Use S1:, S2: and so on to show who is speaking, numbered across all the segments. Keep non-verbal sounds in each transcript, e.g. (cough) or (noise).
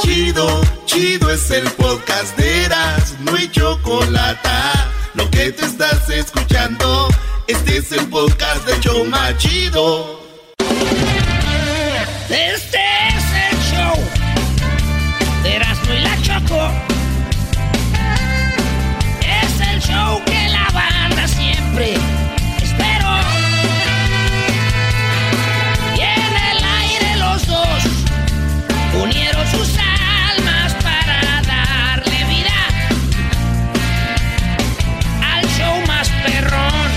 S1: Chido, chido es el podcast de Eras, no hay chocolate. Lo que te estás escuchando, este es el podcast de Choma Chido.
S2: Este es el show de Erasmo y la Choco. Es el show que la banda siempre espero. Y en el aire los dos unieron sus almas para darle vida al show más perrón.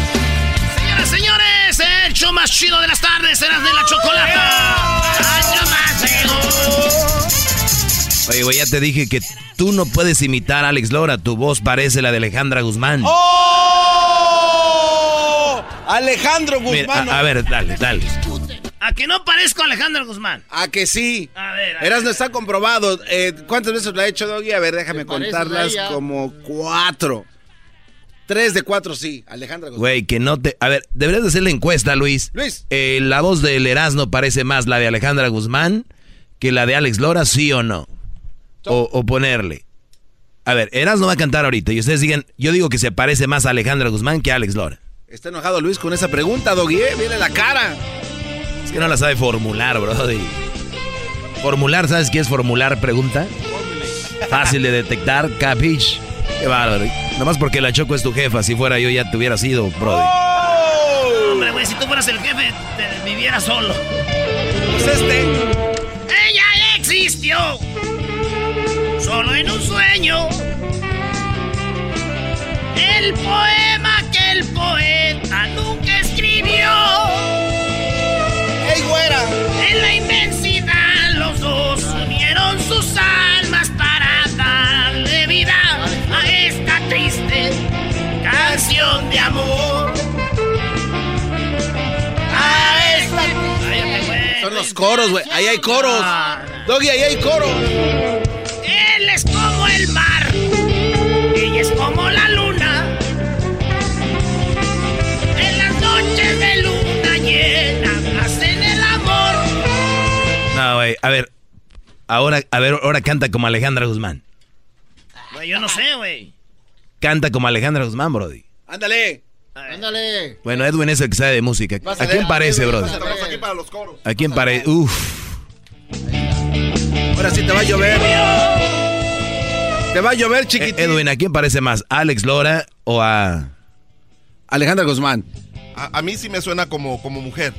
S3: Señoras, señores, el show más chido de las tardes, serás de la chocolata.
S2: Año más
S4: Oye, güey, ya te dije que tú no puedes imitar a Alex Lora. Tu voz parece la de Alejandra Guzmán.
S5: ¡Oh! Alejandro
S4: Mira, ah.
S5: Guzmán.
S4: a, a ver, dale, dale.
S3: A que no parezco a Alejandro Guzmán.
S5: A Ah, que sí.
S3: A ver, a ver.
S5: Eras no está comprobado. Eh, ¿Cuántas veces lo ha hecho Doggy? A ver, déjame
S3: pareces
S5: contarlas
S3: a ella?
S5: como cuatro. Tres de cuatro, sí. Alejandra Guzmán.
S4: Güey, que no te... A ver, deberías de hacer la encuesta, Luis.
S5: Luis.
S4: Eh, la voz del Erasmo parece más la de Alejandra Guzmán que la de Alex Lora, sí o no. O, o ponerle. A ver, Erasmo va a cantar ahorita y ustedes digan, yo digo que se parece más a Alejandra Guzmán que a Alex Lora.
S5: Está enojado Luis con esa pregunta, Doggy. eh. Mira la cara.
S4: Es que no la sabe formular, brody. Formular, ¿sabes qué es formular pregunta? Fácil de detectar, capiche. Qué bárbaro. Nomás porque la Choco es tu jefa, si fuera yo ya te hubiera sido, brody.
S5: ¡Oh!
S3: Hombre, güey, si tú fueras el jefe, te viviera solo.
S5: Pues este.
S3: Ella existió solo en un sueño. El poema que el poeta nunca escribió.
S5: ¡Ey, güera!
S3: En la inmensidad los dos unieron sus almas para darle vida a esta triste canción de amor. A esta Cállate, güey.
S5: Son los coros, güey. Ahí hay coros.
S3: Ah, no.
S5: Doggy, ahí hay coros.
S3: Él es como el mar, ella es como la luna. En las noches de luna llena hacen el amor.
S4: No, güey, a ver. Ahora, a ver, ahora canta como Alejandra Guzmán.
S3: Güey, yo no sé, güey.
S4: Canta como Alejandra Guzmán, brody.
S5: Ándale.
S6: Ándale.
S4: Bueno, Edwin es el que sabe de música. ¿A quién parece, brody?
S6: Estamos aquí para
S5: los coros.
S4: ¿A quién parece? Uf.
S5: Ahora sí te va a llover. Te va a llover,
S4: Eh,
S5: chiquitín.
S4: Edwin, ¿a quién parece más? ¿A Alex Lora o a...?
S5: Alejandra Guzmán.
S6: A, a mí sí me suena como, como mujer.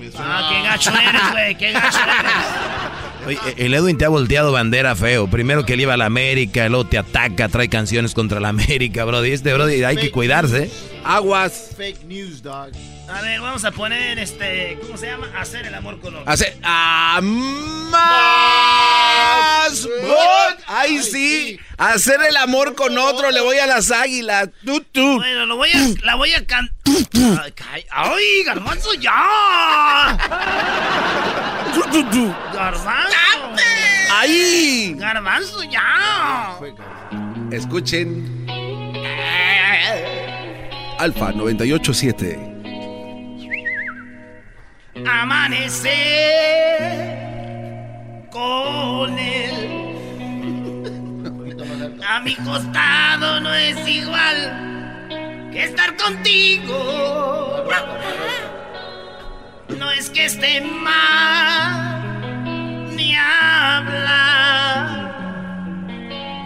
S6: Me suena-
S3: Ah, qué gacho eres, güey, qué gacho eres.
S4: Oye, e-, el Edwin te ha volteado bandera feo. Primero que él iba a la América, luego te ataca, trae canciones contra la América, brody. Este, brody, hay que cuidarse.
S5: Aguas.
S6: Fake news, dog.
S3: A ver, vamos a poner este, ¿cómo se llama? Hacer el amor con otro.
S5: Hace. ¡Ah, más! bot. ¡Ay, sí! Hacer el amor con otro, le voy a las águilas. ¡Tú, tú!
S3: Bueno, lo voy a, la voy a cantar. Ay, cay- ay, garbanzo, ya.
S5: ¡Tú, tú, tú!
S3: Garbanzo.
S5: ¡Ay!
S3: Garbanzo, ya.
S5: Escuchen. Alfa 987.
S3: Amanecer con él. A mi costado no es igual que estar contigo. No es que esté mal ni hablar,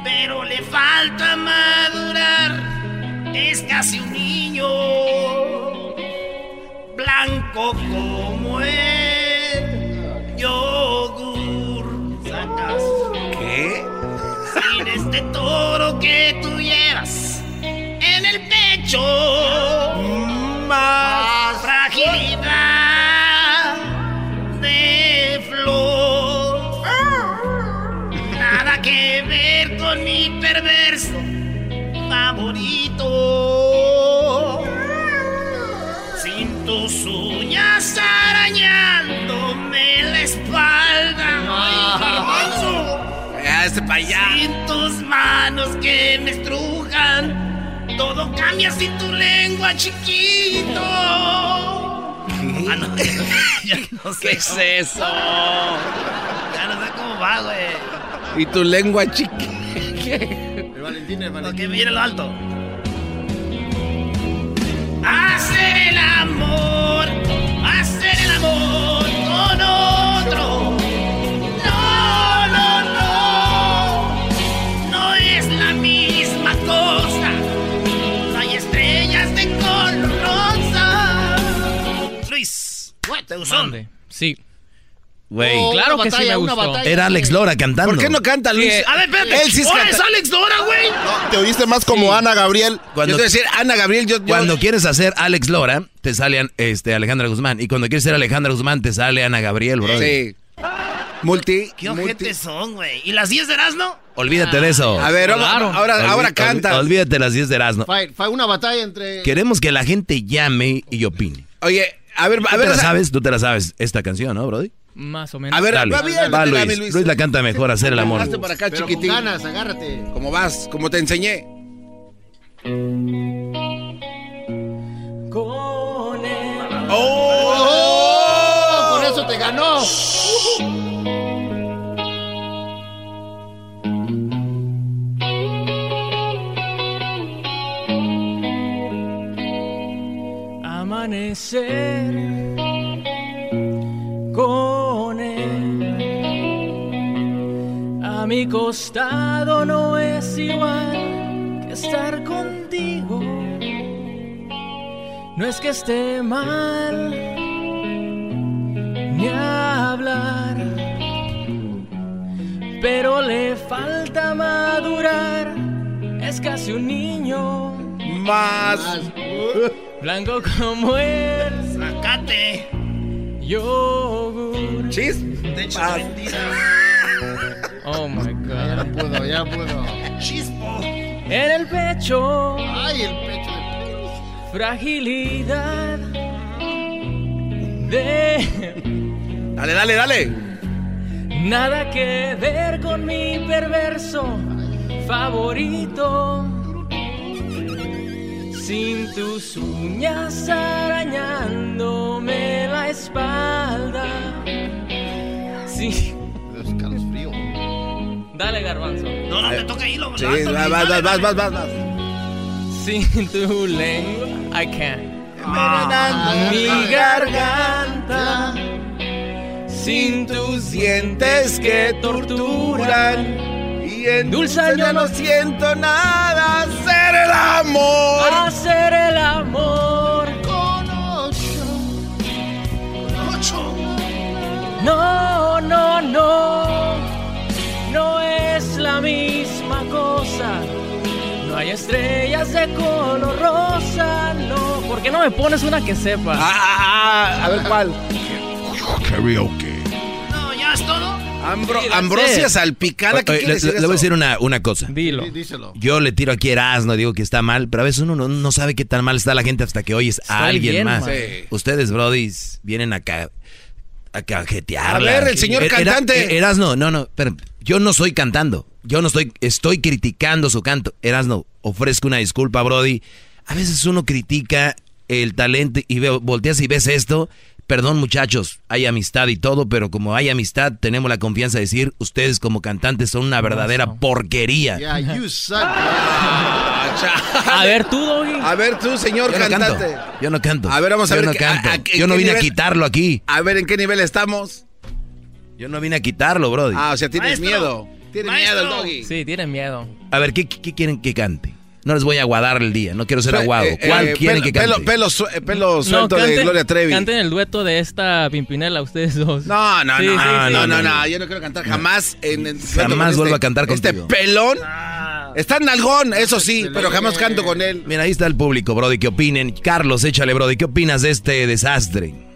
S3: pero le falta madurar. Es casi un niño blanco como el yogur. Sacas.
S5: ¿Qué?
S3: Sin este toro que tuvieras en el pecho. Más fragilidad de flor. Nada que ver con mi perverso favorito. Sin tus uñas arañándome la espalda. ¡Ay, garbanzo!
S5: Ah, este pa' allá.
S3: Sin tus manos que me estrujan, todo cambia sin tu lengua, chiquito. Ah, no, (laughs) ya no sé.
S5: ¿Qué es eso?
S3: Ya no sé cómo va, güey.
S5: Y tu lengua chiquita.
S3: Porque mire lo alto. Hacer el amor, hacer el amor con otro. No, no, no. No es la misma cosa. No hay estrellas de color rosa. Luis, ¿te gustó?
S7: Mande. Sí.
S4: Güey.
S7: Oh, claro que sí me gustó.
S4: Era Alex Lora cantando.
S5: ¿Por qué no canta Luis?
S3: A ver, espérate.
S5: Él sí es
S3: Ahora
S5: canta-
S3: es Alex Dora, güey.
S8: Te oíste más
S1: (laughs)
S8: como Ana Gabriel.
S4: Cuando,
S5: Yo te voy a decir, Ana Gabriel, yo. yo-
S4: cuando quieres hacer Alex Lora, te sale este, Alejandra Guzmán. Y cuando quieres ser Alejandra Guzmán, te sale Ana Gabriel, bro.
S5: Sí. Multi.
S3: ¿Qué
S5: multi-
S3: ojetes son, güey? ¿Y las 10 de no?
S4: Olvídate de eso.
S5: A ver, vamos-
S7: Claro.
S5: ahora,
S4: Olví-
S5: ahora
S4: olví-
S5: canta.
S4: Olvídate las 10 de Erasmo.
S9: Fue, fue una batalla entre.
S4: Queremos que la gente llame y opine.
S5: Oye, a ver, a
S4: ¿Tú
S5: ver.
S4: te la
S5: esa-
S4: sabes? ¿Tú te la sabes esta canción, no, Brody?
S7: Más o menos.
S5: A ver,
S4: Dale.
S5: va bien,
S4: Va,
S5: dale,
S4: Luis.
S5: dale,
S4: Luis.
S5: Luis.
S4: la canta mejor, hacer el amor.
S5: Hazte para acá,
S9: Pero con
S5: chiquitín.
S9: ganas, agárrate.
S5: Como vas, como te enseñé.
S9: ¡Oh, por eso te ganó!
S7: Amanecer con él. A mi costado no es igual que estar contigo. No es que esté mal ni hablar, pero le falta madurar. Es casi un niño.
S5: Más.
S7: Blanco como el
S3: Sacate.
S7: yogur.
S5: Chis.
S3: De hecho,
S5: Ah.
S7: Oh my
S9: Ya
S7: god.
S9: pudo, ya pudo.
S3: Chispo.
S7: En el pecho,
S9: ¡Ay, el pecho de.
S7: fragilidad de
S5: Dale, dale, dale.
S7: nada que ver con mi perverso favorito. Sin tus uñas arañándome la espalda. Sí.
S9: Dios, Carlos Frío.
S7: Dale, garbanzo.
S3: No, no, me toca hilo.
S5: Eh, Sí,
S3: levántate,
S5: vas, vas,
S3: dale,
S5: vas, vas,
S3: dale.
S5: vas, vas.
S7: Sin tu lengua, I can't.
S5: Envenenando
S7: Mi
S5: mi
S7: garganta, sin tus dientes que torturan.
S5: Y en
S7: Dulce
S5: dulce ya
S7: año-
S5: no siento nada. Ser el amor.
S7: Hacer el amor con ocho. No, no, no. No es la misma cosa. No hay estrellas de color rosa, no. ¿Por qué no me pones una que sepa?
S5: Ah, ah, ah, a ver cuál.
S8: Karaoke.
S3: No, ya es todo.
S5: Ambro-
S7: Sí, la
S5: Ambrosia
S7: sé.
S5: salpicada. ¿Qué
S4: Oye,
S5: quiere
S4: le,
S5: decir
S4: le voy a
S5: eso?
S4: decir una, una cosa.
S7: Dilo.
S9: Sí, díselo.
S4: Yo le tiro aquí Erasmo, digo que está mal, pero a veces uno no, no sabe qué tan mal está la gente hasta que oyes a
S7: Estoy
S4: alguien
S7: bien
S4: más.
S7: mal.
S5: Sí.
S4: Ustedes, brodis, vienen acá a Eh, cajetear.
S5: A ver, el señor cantante.
S4: Erasno, no, no, espérame. yo no estoy cantando. Yo no estoy, estoy criticando su canto. Erasno, ofrezco una disculpa, Brody. A veces uno critica el talento y veo, volteas y ves esto. Perdón, muchachos, hay amistad y todo, pero como hay amistad, tenemos la confianza de decir, ustedes como cantantes son una verdadera porquería.
S9: Yeah, you suck.
S5: Ah, (laughs) cha-
S7: A ver, tú, Doggy.
S5: A ver tú, señor
S4: Yo no
S5: cantante.
S4: canto. Yo no canto.
S5: A ver, vamos a
S4: Yo
S5: ver
S4: no
S5: qué-
S4: canto.
S5: a- a qué-
S4: Yo no
S5: qué
S4: vine a
S5: nivel-
S4: quitarlo aquí.
S5: A ver en qué nivel estamos.
S4: Yo no vine a quitarlo, brody.
S5: Ah, o sea, tienes
S3: Maestro.
S5: miedo. Tienes
S3: Maestro.
S5: miedo el doggy.
S7: Sí, tienes miedo.
S4: A ver, ¿qué, qué- qué quieren que cante? No les voy a aguadar el día. No quiero ser
S5: Pe-
S4: aguado.
S5: eh,
S4: ¿Cuál
S5: eh,
S4: quieren
S5: pelo-
S4: que cante?
S5: Pelo, pelo, su- eh, pelo suelto de
S7: canten-
S5: Gloria Trevi.
S7: Canten el dueto de esta Pimpinela, ustedes dos.
S5: No, no,
S7: Sí,
S5: no,
S7: sí,
S5: no,
S7: sí.
S5: no, no,
S7: (laughs)
S5: no, yo no quiero cantar jamás en, en- canto con
S4: Jamás vuelvo Ah. a cantar contigo.
S5: Este pelón está en nalgón, eso sí, pero jamás canto con él.
S4: Mira, ahí está el público, brody. ¿Qué opinen? Carlos, échale, brody. ¿Qué opinas de este desastre?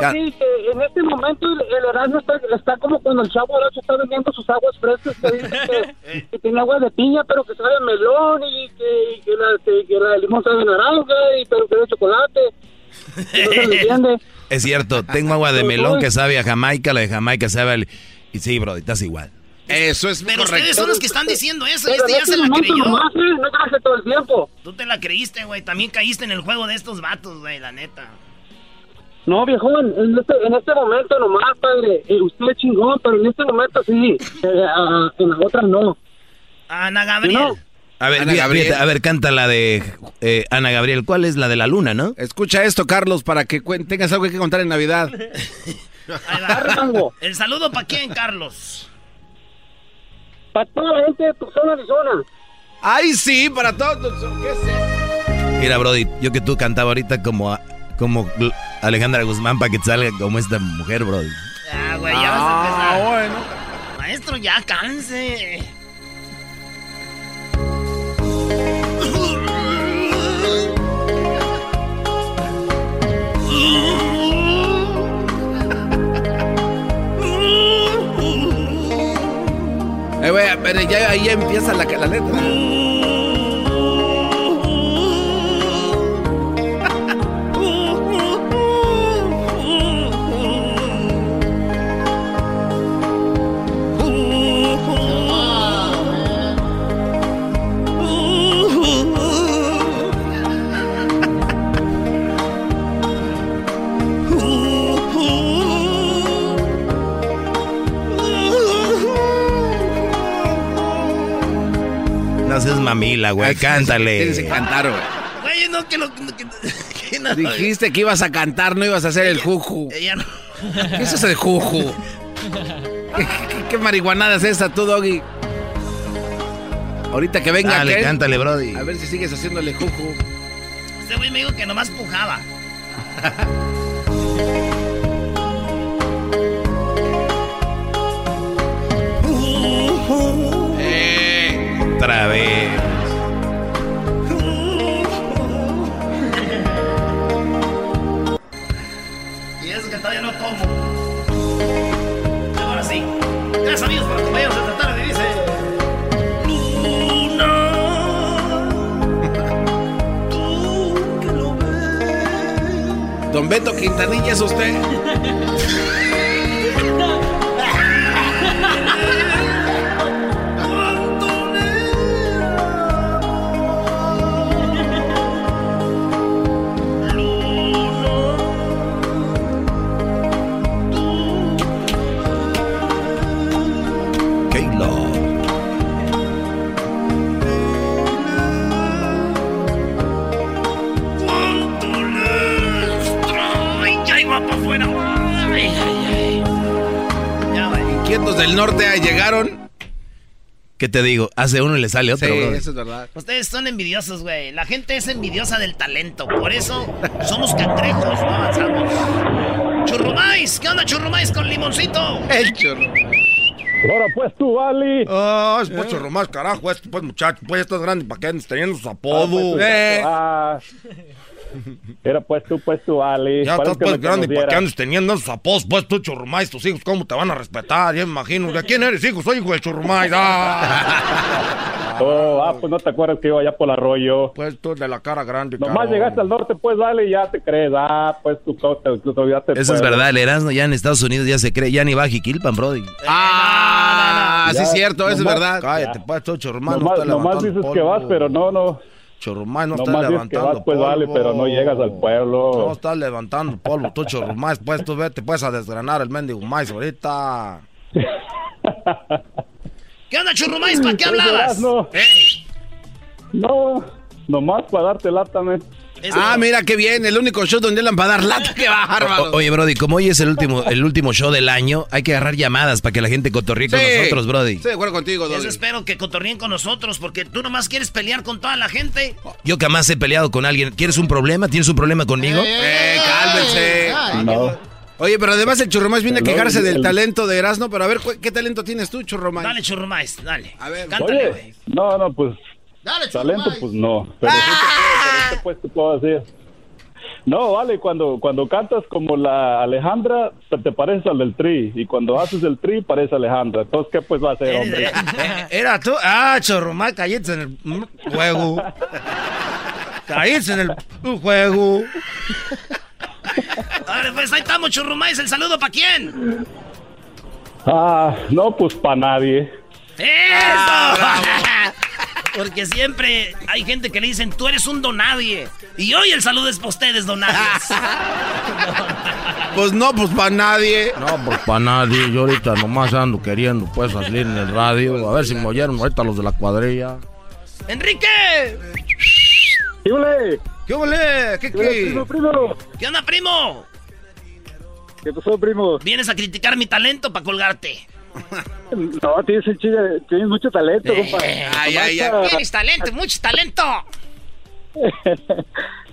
S4: Ca-
S10: Oye, que en este momento el, el Erasmo está, está como cuando el chavo Erasmo está vendiendo sus aguas frescas que dice
S3: (laughs)
S10: que, que tiene agua de piña, pero que sabe a melón y que, y que la, que- que la de limón sabe a naranja, y, pero que es de chocolate. No se le
S3: (laughs)
S10: entiende.
S4: Es cierto, tengo agua de melón que sabe a Jamaica, la de Jamaica sabe al... Y sí, bro, estás igual.
S5: Eso es
S3: Pero ustedes son los que están diciendo eso.
S10: Pero
S3: Este
S10: en
S3: ya
S10: este
S3: se la
S10: momento
S3: creyó.
S10: nomás, ¿eh? No traje todo el tiempo.
S3: Tú te la creíste, güey. También caíste en el juego de estos vatos, güey, la neta.
S10: No, viejón, en este, en este momento nomás, padre. Eh, usted es chingón, pero en este momento sí. Eh, ah, en la otra no.
S3: Ana Gabriel.
S4: A ver,
S5: Ana
S4: fíjate,
S5: Gabriel.
S4: a ver, canta la de eh, Ana Gabriel. ¿Cuál es la de la luna, no?
S5: Escucha esto, Carlos, para que cuen- tengas algo que contar en Navidad.
S3: Ahí va.
S10: Agarra algo.
S3: (laughs) El saludo para quién, Carlos.
S10: Para toda la gente de Tucson, Arizona.
S5: ¡Ay, sí! Para todos. ¿Qué es eso?
S4: Mira, Brody, yo que tú cantaba ahorita como, a- como Gl- Alejandra Guzmán para que te salga como esta mujer, Brody.
S3: Ah, güey, ya vas a empezar.
S5: bueno.
S3: Maestro, ya canse.
S5: Eh, güey, pero ya, ahí ya empieza la, la letra.
S4: No seas mamila, güey,
S5: Tienes que
S4: cántale.
S5: cantar, güey.
S3: Güey, no, que lo. Que, que no,
S5: Dijiste que ibas a cantar, no ibas a hacer el juju.
S3: Ella no.
S5: ¿Qué es eso de juju? ¿Qué, qué- qué marihuanada es esa tú, Doggy? Ahorita que venga
S4: Dale,
S5: aquel,
S4: cántale, Brody.
S5: A ver si sigues haciéndole juju.
S3: Este güey me dijo que nomás pujaba.
S4: Otra vez.
S3: Y eso que todavía no como. Ahora sí. Gracias amigos por acompañarnos esta tarde, dice. Luna. Tú que lo ves.
S5: Don Beto Quintanilla es usted.
S3: Cuánto le amo. Luna.
S4: K-Love.
S3: cuánto le extraño. Ay, ya iba para afuera. Ay, ay, ay. Ya, güey.
S5: Quietos del norte ah, llegaron.
S4: ¿Qué te digo? Hace uno y le sale otro, Brody.
S5: es verdad.
S3: Ustedes son envidiosos, güey. La gente es envidiosa del talento. Por eso somos cangrejos, no avanzamos. Churrumais, ¿qué onda Churrumais con limoncito?
S9: El chorro.
S10: Ahora pues tú, Eh. Vali.
S5: Ah, es mucho romás, carajo. Es, pues, muchacho, pues estás grande para que andes teniendo sus
S10: pues,
S5: apodos. Eh,
S10: Ah, era pues tú, pues tú, Ali.
S5: ya
S10: Parece
S5: estás
S10: que
S5: pues
S10: me
S5: grande para que
S10: conocieras.
S5: andes teniendo sus apodos. Pues tú, churrumais, tus hijos, ¿cómo te van a respetar? Ya me imagino. ¿De quién eres, hijo? Soy hijo de churrumais. Ah.
S10: Oh, ah, pues no te acuerdas que iba allá por el arroyo.
S5: Pues tú, de la cara grande.
S10: Nomás llegaste al norte, pues, Ali, y ya te crees. Ah, pues tú, co- te, te olvidaste.
S4: Eso es verdad, el Erasmo ya en Estados Unidos ya se cree, ya ni va a Jiquilpan, Brody.
S5: Ah, sí,
S10: Ya,
S5: es cierto, eso es
S10: nomás-
S5: verdad.
S4: Cállate, pues, tú, chorrumán,
S10: Nomás, nomás dices que vas, pero no, no.
S4: Chorrumán, no
S10: Nomás dices que vas, pues, vale, pero no llegas al pueblo.
S4: No estás levantando polvo, tú, chorrumán, pues, tú vete, pues, a desgranar el mendigo maíz ahorita.
S3: ¿Qué onda Churrumais? ¿Para qué hablabas?
S10: No, no, nomás para darte lata, men.
S3: Es-
S5: Ah, mira qué bien, el único show donde le van a dar lata, qué bárbaro.
S4: O- oye, Brody, como hoy es el último, el último show del año, hay que agarrar llamadas para que la gente cotorree con
S5: Sí.
S4: nosotros, Brody.
S5: Estoy de acuerdo contigo,
S3: Eso
S5: Doggy.
S3: espero que cotorreen con nosotros porque tú nomás quieres pelear con toda la gente.
S4: Yo jamás he peleado con alguien. ¿Quieres un problema? ¿Tienes un problema conmigo?
S5: Eh, cálmense.
S9: Ay,
S10: No.
S5: Oye, pero además el churromás viene a
S10: Hello,
S5: quejarse del
S10: el-
S5: talento de Erasmo, pero a ver, cu- ¿qué talento tienes tú, churromás?
S3: Dale Churrumais, dale.
S5: A ver.
S3: cántale,
S10: Oye,
S3: güey.
S10: no, no, pues,
S9: Dale,
S10: talento,
S9: Churrumais.
S11: este
S10: pues no. Pero sí te puedo- pero sí te, pues, te puedo decir.
S11: No, vale, cuando, cuando cantas como la Alejandra, te, te pareces al del tri. Y cuando haces el tri, pareces a Alejandra. Entonces, ¿qué pues va a hacer,
S3: (laughs)
S11: hombre?
S2: Era tú. Ah, chorromar, caíste en el mm, juego. Caíste en el mm, juego.
S3: Ahora, pues ahí estamos, churrumáis. ¿El saludo para quién?
S11: Ah, no, pues para nadie.
S3: ¡Eso! Ah, Porque siempre hay gente que le dicen, tú eres un donadie. Y hoy el saludo es para ustedes, (laughs) donadies.
S5: Pues no, pues para nadie.
S8: No, pues para nadie. Yo ahorita nomás ando queriendo pues salir en el radio. A ver si me oyeron ahorita los de la cuadrilla.
S3: ¡Enrique!
S8: ¿Qué ole? ¿Qué ole? ¿Qué qué?
S3: ¿Qué onda, primo?
S12: ¿Qué pasó, primo?
S3: Vienes a criticar mi talento para colgarte.
S12: No, tienes, un chile- tienes mucho talento, compa.
S3: Eh. Ay, ay,
S10: eh,
S3: ay. Tienes talento, mucho talento.
S12: (laughs)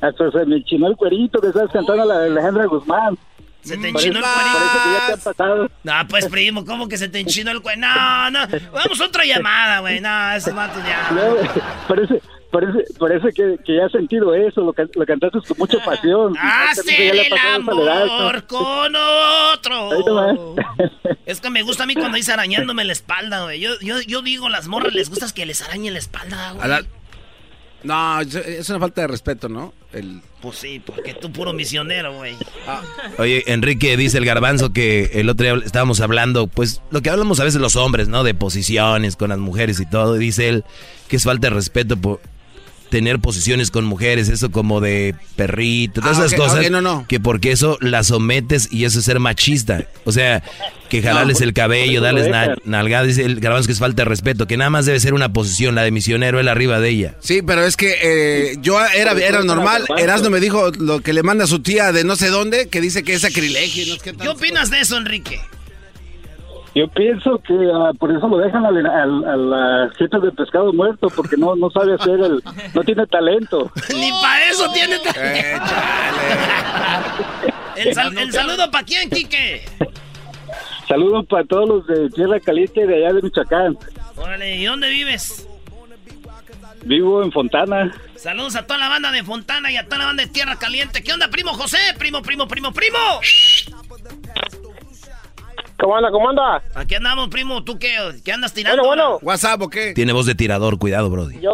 S12: Hasta se me chinó el cuerito que estás cantando a la de Alejandra Guzmán.
S3: Se te
S12: Parece-
S3: enchinó el
S12: parece que ya te han
S3: cuerito.
S12: pasado.
S3: No, pues, primo, ¿cómo que se te enchinó el cuerito? No, no. Vamos a otra llamada, güey. No, esos vatos
S12: Luego, (laughs)
S3: ya.
S12: parece parece, parece que, que ya has sentido eso, lo, can- lo cantaste con mucha pasión.
S3: Hacer
S12: Ya le ha
S3: Ah, el
S12: pasado esa edad, ¿no?
S3: amor con otro.
S12: Ahí
S13: Oh.
S12: nomás.
S3: Es que me gusta a mí cuando dice arañándome la espalda, güey. Yo, yo, yo digo, las morras les gusta que les arañen la espalda, güey.
S5: A la- No, es- es una falta de respeto, ¿no? El... Ah.
S3: Pues sí, porque tú puro misionero, güey.
S4: Oye, Enrique dice el garbanzo que el otro día estábamos hablando, pues lo que hablamos a veces los hombres, ¿no? De posiciones con las mujeres y todo. Y dice él que es falta de respeto por tener posiciones con mujeres, eso como de perrito, todas
S5: Ah,
S4: esas
S5: ok,
S4: cosas.
S5: ok, no, no.
S4: Que porque eso las sometes y eso es ser machista. O sea, que jalarles el cabello,
S5: pues, por eso lo
S4: darles na-
S5: dejan.
S4: nalgadas. Dice el garbanzo que es falta de respeto, que nada más debe ser una posición, la de misionero, él arriba de ella.
S5: Sí, pero es que eh, yo era, era normal. Erasmo me dijo lo que le manda su tía de no sé dónde, que dice que es sacrilegio. ¿no?
S3: ¿Qué opinas de eso, Enrique?
S12: Yo pienso que ah, por eso lo dejan al, al, a las jetas de pescado muerto, porque no, no sabe hacer el... no tiene talento.
S3: Ni para eso tiene talento. el, sal- el saludo para quién, Quique.
S12: Saludos para todos los de Tierra Caliente y de allá de Michoacán.
S3: Órale, ¿y dónde vives?
S12: Vivo en Fontana.
S3: Saludos a toda la banda de Fontana y a toda la banda de Tierra Caliente. ¿Qué onda, primo José? Primo, primo, primo, primo.
S10: ¿Cómo anda? ¿Cómo anda?
S3: Aquí andamos, primo. ¿Tú qué? ¿Qué andas tirando?
S10: Bueno, bueno.
S5: ¿WhatsApp o qué?
S4: Tiene voz de tirador, cuidado, Brody.
S10: Yo,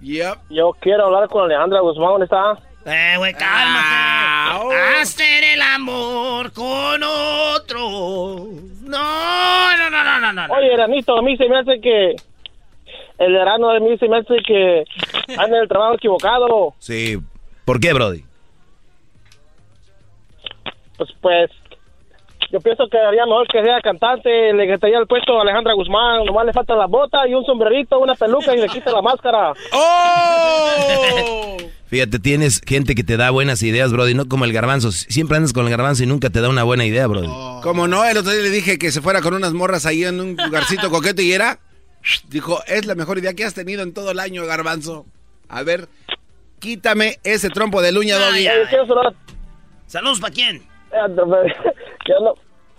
S10: yo, yo quiero hablar con Alejandra Guzmán, ¿dónde está?
S3: Eh, güey,
S5: Ah,
S3: cálmate. Ah.
S5: oh.
S3: Hacer el amor con otro. No, no, no, no, no, no.
S10: Oye, Eranito, a mí se me hace que... El verano de mí se me hace que anda en el trabajo equivocado.
S4: Sí. ¿Por qué, Brody?
S10: Pues, pues, yo pienso que haría mejor que sea cantante, le quitaría el puesto a Alejandra Guzmán, nomás le falta la bota y un sombrerito, una peluca y le quita la máscara.
S5: ¡Oh!
S4: Fíjate, tienes gente que te da buenas ideas, Brody, no como el garbanzo. Siempre andas con el garbanzo y nunca te da una buena idea, Brody.
S5: Como no, el otro día le dije que se fuera con unas morras ahí en un lugarcito coqueto y era. Dijo, es la mejor idea que has tenido en todo el año, Garbanzo. A ver, quítame ese trompo de luña, Doggy.
S10: Yo quiero saludar
S3: Saludos para quién.
S10: Eh, (laughs) Ya pues, no.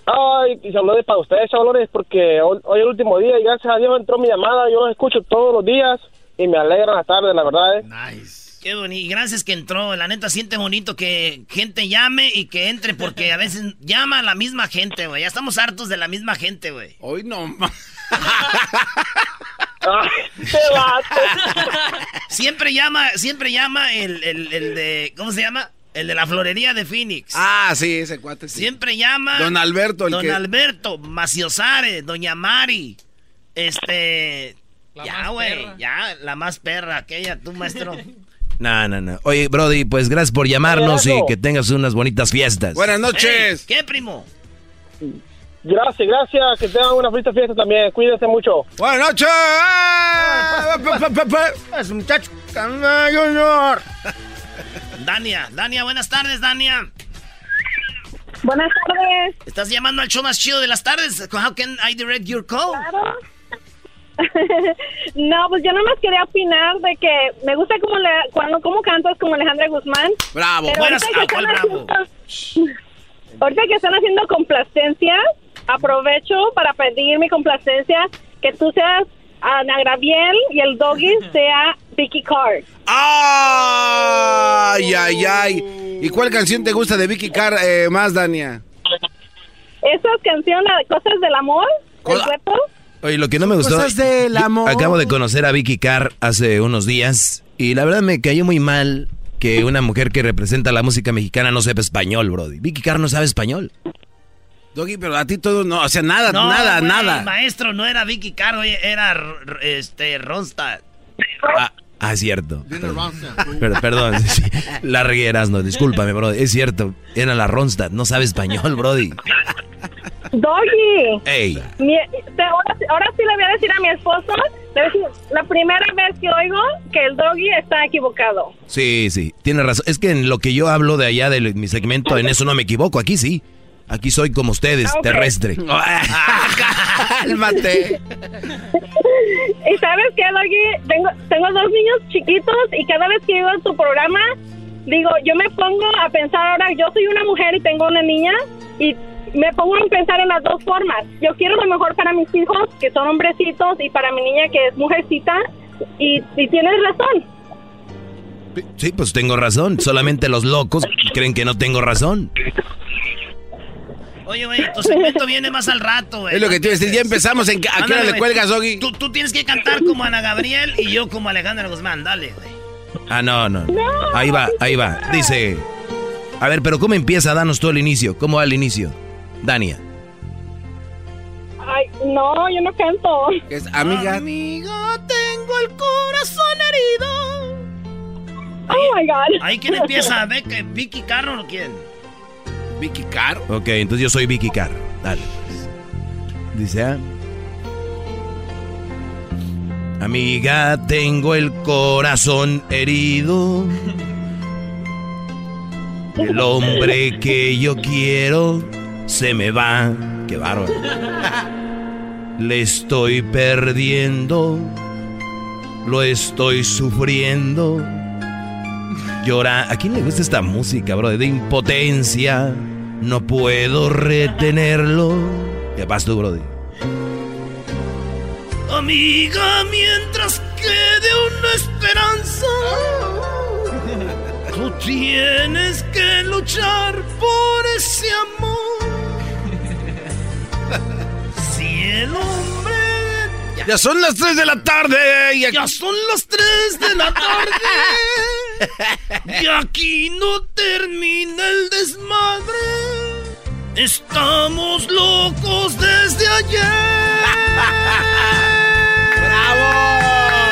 S10: Ay, y saludos para ustedes, chavalones, porque hoy hoy el último día y gracias a Dios entró mi llamada. Yo los escucho todos los días y me alegran las tardes, la verdad. ¿eh?
S3: Qué bonito. Gracias que entró. La neta siente bonito que gente llame y que entre porque a veces llama a la misma gente, güey. Ya estamos hartos de la misma gente, güey.
S5: Hoy no más.
S3: (laughs) Siempre llama, siempre llama el, el, el de. ¿Cómo se llama? El de la florería de Phoenix.
S5: Ah, sí, ese cuate. sí.
S3: Siempre llama.
S5: Don Alberto, el
S3: Don
S5: que-
S3: Alberto, Maciosare, Doña Mari. Este. ya, güey. Ya, la más perra, aquella, tú, maestro.
S4: No, no, no. Oye, Brody, pues gracias por llamarnos
S3: Oye,
S4: y
S3: Erasmo.
S4: que tengas unas bonitas fiestas.
S10: noches.
S3: ¿Qué, primo?
S10: Gracias, gracias. Que tengan una feliz fiesta también. Cuídense mucho.
S5: Buenas noches.
S2: Es un muchacho. cama, Junior.
S3: Dania, Dania, buenas tardes, Dania.
S14: Buenas tardes.
S3: ¿Estás llamando al show más chido de las tardes? How can I direct your call?
S14: (laughs) no, pues yo nomás quería opinar de que me gusta como la, cuando como cantas como Alejandra Guzmán.
S5: Bravo,
S14: Pero
S5: buenas-
S14: ahorita que
S5: ah, ¿cuál
S14: están
S5: bravo?
S14: haciendo- Ahorita que están haciendo complacencias, aprovecho para pedir mi complacencia que tú seas Ana Graviel y el Doggy sea Vicky Carr.
S5: ¡Ah! ¡Ay, ay, ay! ¿Y cuál canción te gusta de Vicky Carr eh, más, Dania?
S14: Esa canción, la de Cosas del Amor, del cuerpo.
S4: Oye, lo que no me gustó.
S5: Cosas del
S4: yo
S5: amor.
S4: Acabo de conocer a Vicky Carr hace unos días y la verdad me cayó muy mal que una mujer que representa la música mexicana no sepa español, Brody. Vicky Carr no sabe español.
S5: Doggy, pero a ti todo no, o sea, nada,
S4: No,
S5: nada,
S4: güey,
S5: nada.
S4: Ah.
S2: Maestro, no era Vicky Caro, era r- este Ronstadt.
S4: Ah, ah, es cierto. Per- perdón, (laughs) sí, sí. la rieras, no, discúlpame, Brody. Es cierto, era la Ronstadt, no sabe español, Brody.
S14: Doggy.
S4: Ey,
S14: Mi- te- ahora, ahora sí le voy a decir a mi esposo, le voy a decir, la primera vez que oigo que el doggy está equivocado.
S4: sí, sí, tiene razón. Es que en lo que yo hablo de allá de mi segmento, en eso no me equivoco, aquí sí. Aquí soy como ustedes,
S14: Ah, ok.
S4: terrestre.
S5: Cálmate.
S14: y sabes qué, Doggy, tengo, tengo dos niños chiquitos y cada vez que oigo tu programa, digo, yo me pongo a pensar ahora, yo soy una mujer y tengo una niña y me pongo a pensar en las dos formas. Yo quiero lo mejor para mis hijos, que son hombrecitos, y para mi niña, que es mujercita, y, y tienes razón.
S4: Sí, pues tengo razón. Solamente los locos creen que no tengo razón.
S2: Oye, güey, tu segmento viene más al rato, güey.
S4: Es lo que te iba a decir, ya empezamos en que- ¿a qué hora
S2: Ándale,
S4: le
S2: güey.
S4: cuelgas, Doggy?
S2: Tú, tú tienes que cantar como Ana Gabriel y yo como Alejandra Guzmán, dale, güey.
S4: Ah, no, no. Ahí va, ahí va. Dice. A ver, pero ¿cómo empieza? Danos todo el inicio. ¿Cómo va el inicio? Dania.
S14: Ay, no, yo no canto.
S5: Es ah, amiga.
S2: Amiga, tengo el corazón herido.
S14: Oh my god.
S2: ¿Ahí quién empieza? ¿Vic- ¿Vicky Carro o quién?
S5: ¿Vicky Carro?
S4: Ok, entonces yo soy Vicky Carr. Dale. Dice, ah. Amiga, tengo el corazón herido. El hombre que yo quiero se me va. Qué bárbaro. Le estoy perdiendo. Lo estoy sufriendo. Llora. ¿A quién le gusta esta música, bro? De impotencia. No puedo retenerlo. ¿Qué vas tú, Brody?
S2: Amiga, mientras quede una esperanza, tú tienes que luchar por ese
S5: (laughs)
S2: amor. Si el hombre.
S5: Ya son las 3 de la tarde. Y
S2: Ya son las 3 de la tarde. Y aquí no termina el desmadre. Estamos locos desde ayer. Eh,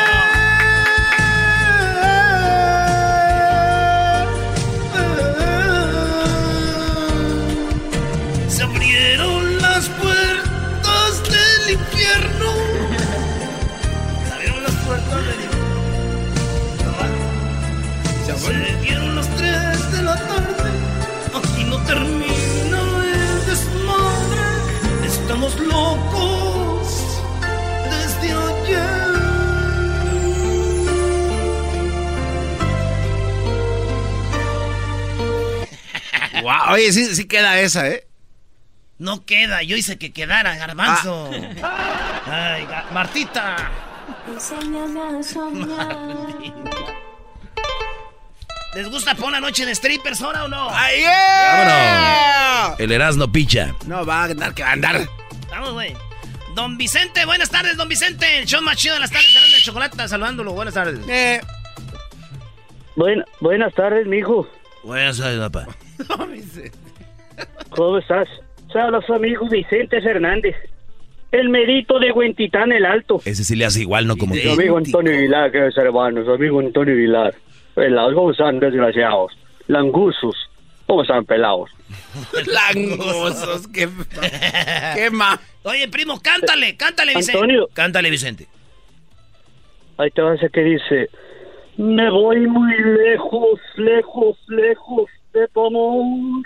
S2: Se abrieron las puertas del infierno. Se abrieron las puertas del infierno. Se dieron las 3 de la tarde. Aquí no termina el desmadre. Estamos locos desde ayer.
S5: Guau, Oye, sí, sí queda esa, ¿eh?
S2: No queda, yo hice que quedara, garbanzo.
S5: Ah.
S2: Ay, Ga- Martita. ¿Les gusta por la noche de strippers ahora o no?
S5: ¡Ay,
S4: ¡Vámonos! El Erasmo picha.
S5: No, va a andar, que va a andar.
S2: Vamos, güey. Don Vicente, buenas tardes, don Vicente. El show más chido de las tardes, serán de chocolate, saludándolo. Buenas tardes.
S5: Eh.
S12: Buen- buenas tardes, mijo.
S4: Buenas
S5: (laughs)
S4: tardes, papá.
S12: ¿Cómo estás? Saludos a su amigo Vicente Fernández, el merito de Huentitán el Alto.
S4: Ese sí le hace igual, no como
S12: Su amigo Antonio Vilar, que es hermano, su amigo Antonio Vilar. Pelados, ¿cómo están, desgraciados? Langusos, ¿cómo están, pelados?
S5: Langosos,
S2: (laughs)
S5: qué, qué ma.
S2: Oye, primo, cántale, cántale, Vicente.
S12: Antonio.
S4: Cántale, Vicente.
S12: Ahí te vas a que dice, me voy muy lejos, lejos, lejos de tu amor.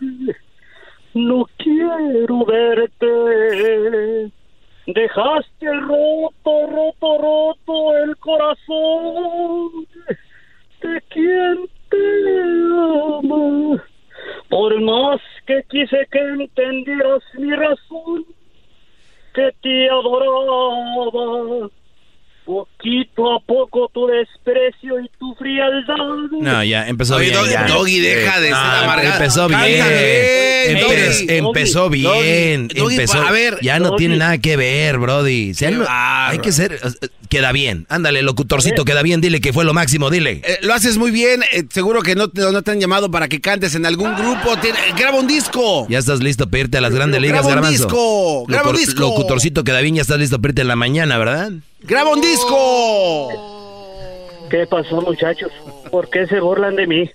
S12: No quiero verte. Dejaste roto, roto, roto el corazón de quien te ama. Por más que quise que entendieras mi razón, que te adoraba
S15: Poquito a poco tu desprecio y tu frialdad.
S4: No, ya, empezó
S5: Oye,
S4: bien.
S5: Doggy,
S4: ya.
S5: Doggy, deja de
S4: No,
S5: ser amargado.
S4: Empezó bien.
S5: Cántale bien,
S4: Empe-
S5: Doggy.
S4: empezó
S5: Doggy,
S4: bien.
S5: Doggy, Doggy,
S4: empezó,
S5: a ver,
S4: ya no
S5: Doggy.
S4: tiene nada que ver, Brody. Sean- hay que ser. Queda bien. Ándale, locutorcito, queda bien. Dile que fue lo máximo, dile.
S5: Eh, lo haces muy bien, eh, seguro que no te, no te han llamado para que cantes en algún grupo. Te- eh, graba un disco.
S4: Ya estás listo para irte a las grandes ligas,
S5: Graba un
S4: Garbanzo.
S5: disco, graba un
S4: Locu-
S5: disco.
S4: Locutorcito, queda bien. Ya estás listo para irte en la mañana, ¿verdad?
S5: Graba un disco.
S15: ¿Qué pasó, muchachos? ¿Por qué se burlan de mí?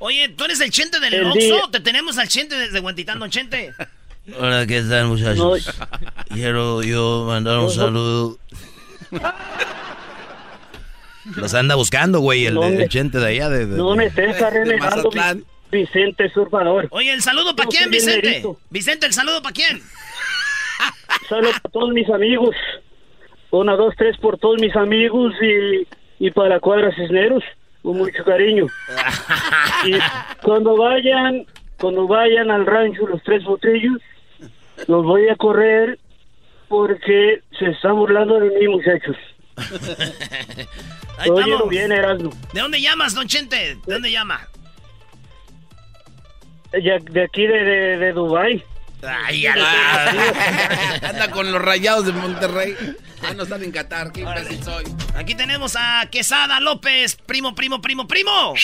S3: Oye, ¿tú eres el chente del
S15: El
S3: Oxxo?
S15: día-
S3: Te tenemos al chente desde Guantitán, chente.
S16: Hola, ¿qué tal, muchachos? Quiero yo mandar un saludo.
S4: Los anda buscando, güey, el,
S15: No,
S4: el
S15: hombre.
S4: chente de allá. De, de-
S15: No me estés renegando, Vicente Survador.
S3: Oye, ¿el saludo para
S15: Yo
S3: quién,
S15: soy
S3: Vicente?
S15: dinerito.
S3: Vicente, ¿el saludo para
S15: (laughs)
S3: quién?
S15: Saludos para todos mis amigos. Una, dos, tres por todos mis amigos y, y para Cuadra Cisneros. Con mucho cariño. Y cuando vayan, cuando vayan al rancho los tres botellos, los voy a correr porque se están burlando de mí, muchachos.
S3: Ahí
S15: Oye,
S3: estamos.
S15: bien, Erasmo.
S3: ¿De dónde llamas, don Chente? ¿De dónde llama?
S15: Ya- De aquí de, de, de Dubái.
S5: Ay, a la- (laughs) Anda con los rayados de Monterrey. Ah, no están en Qatar. Qué imbécil soy.
S3: Aquí tenemos a Quesada López, primo, primo, primo, primo.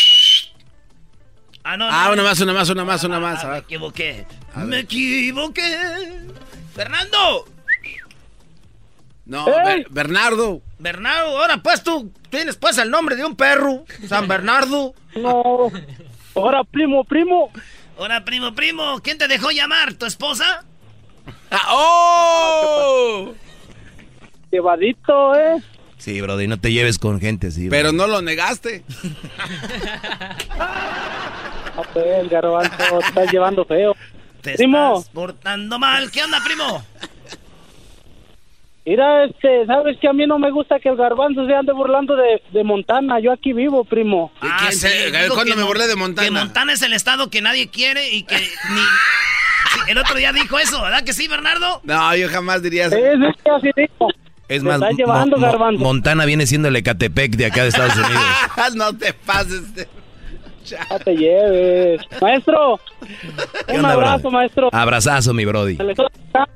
S3: Ah, no,
S5: Ah,
S3: no.
S5: una más, una más, una más, una más.
S3: Ah, me
S5: abajo.
S3: equivoqué.
S5: A
S3: Me
S5: ver.
S3: equivoqué. Fernando.
S5: No,
S3: ¡Ey!
S5: Ber- Bernardo.
S17: Bernardo, ahora pues tú tienes pues el nombre de un perro, San Bernardo.
S15: No. Ahora primo, primo.
S3: Hola, primo, primo. ¿Quién te dejó llamar? ¿Tu esposa?
S5: ah, ¡Oh!
S15: Llevadito, ¿eh?
S4: Sí, Brody, no te lleves con gente así.
S5: Pero
S4: Brody.
S5: no lo
S15: (laughs)
S5: negaste.
S15: El garbanzo está
S4: (laughs)
S15: llevando feo.
S3: Te
S15: primo,
S3: estás portando mal. ¿Qué onda, primo?
S15: mira, este, sabes que a mí no me gusta que el garbanzo se ande burlando de, de Montana. Yo aquí vivo, primo.
S3: Ah, sí, digo
S5: ¿Cuándo
S3: que
S5: me
S3: Mon-
S5: burlé de Montana?
S3: Que Montana es el estado que nadie quiere y que
S5: (laughs)
S3: ni... Sí, el otro día dijo eso, ¿verdad que sí, Bernardo?
S5: No, yo jamás diría eso.
S4: Es
S5: Me
S4: más,
S5: estás
S4: Mo-
S5: llevando,
S4: Mo-
S5: garbanzo.
S4: Montana viene siendo el Ecatepec de acá de Estados
S5: (laughs) (laughs)
S4: Unidos.
S5: no te pases. de-
S15: No te lleves. Maestro,
S4: ¿Qué
S15: un
S4: onda, brother?
S15: abrazo, maestro.
S4: Abrazazo, mi Brody.
S15: Se le está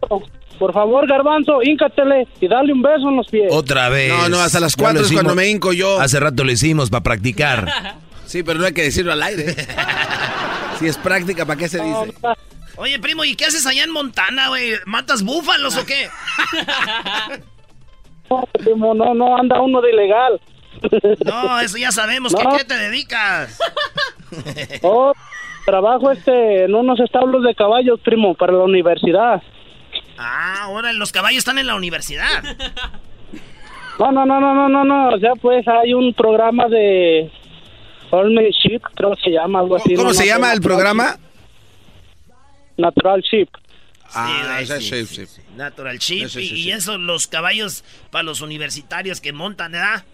S15: tocando. Por favor, garbanzo, íncatele y dale un beso en los pies.
S4: Otra vez.
S5: No, no, hasta las
S4: Ya
S5: cuatro
S4: lo
S5: es cuando
S4: hicimos.
S5: me hinco yo.
S4: Hace rato lo hicimos para practicar.
S5: (laughs) Sí, pero no hay que decirlo al
S15: (laughs)
S5: aire. Si es práctica, ¿para qué se dice?
S3: Oye, primo, ¿y qué haces allá en Montana, güey? ¿Matas búfalos
S5: (laughs)
S3: o qué?
S15: No, primo, no, no, anda uno
S4: (laughs)
S15: de ilegal.
S3: No, eso ya sabemos. ¿Qué,
S15: No.
S3: qué te dedicas?
S15: Oh, trabajo este en unos establos de caballos, primo, para la universidad.
S3: Ah, ahora los caballos están en la universidad.
S15: No, no, no, no, no, no, no. O sea, pues hay un programa de All Me Ship, creo que se llama algo así.
S5: ¿Cómo
S15: no
S5: se
S15: me
S5: llama el
S15: acuerdo.
S5: programa?
S15: Natural Ship.
S5: Ah,
S3: güey,
S5: ese es
S3: sí,
S5: shape,
S3: sí,
S5: shape.
S3: Natural
S5: Sí,
S3: Chip
S5: sí, sí,
S3: y
S5: sí.
S3: eso, los caballos para los universitarios que montan, ¿verdad?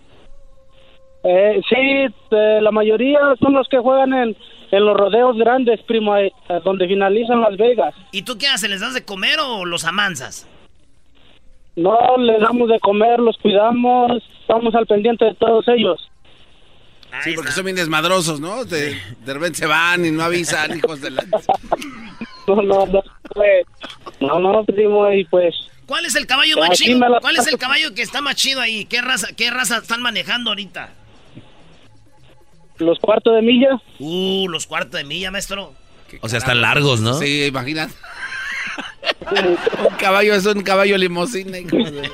S15: Eh, sí, eh, la mayoría son los que juegan en, en los rodeos grandes, primo, ahí, eh, donde finalizan Las Vegas.
S3: ¿Y tú qué haces? ¿Les das de comer o los amansas?
S15: No les damos de comer, los cuidamos, estamos al pendiente de todos ellos.
S5: Sí, porque son bien desmadrosos, ¿no? De, de repente se van y no
S18: (laughs)
S5: avisan, hijos de la...
S15: No, no, no, pues, no, no, primo, y pues...
S3: ¿Cuál es el caballo más
S15: Aquí
S3: chido?
S15: Ah, me la
S3: ¿Cuál es el
S15: paso.
S3: caballo que está más chido ahí? ¿Qué raza, qué raza están manejando ahorita?
S15: Los cuartos de milla.
S3: Uh, los cuartos de milla, maestro.
S4: O sea, están largos, ¿no?
S5: Sí, imagínate. un caballo es un caballo limosina. hijos de-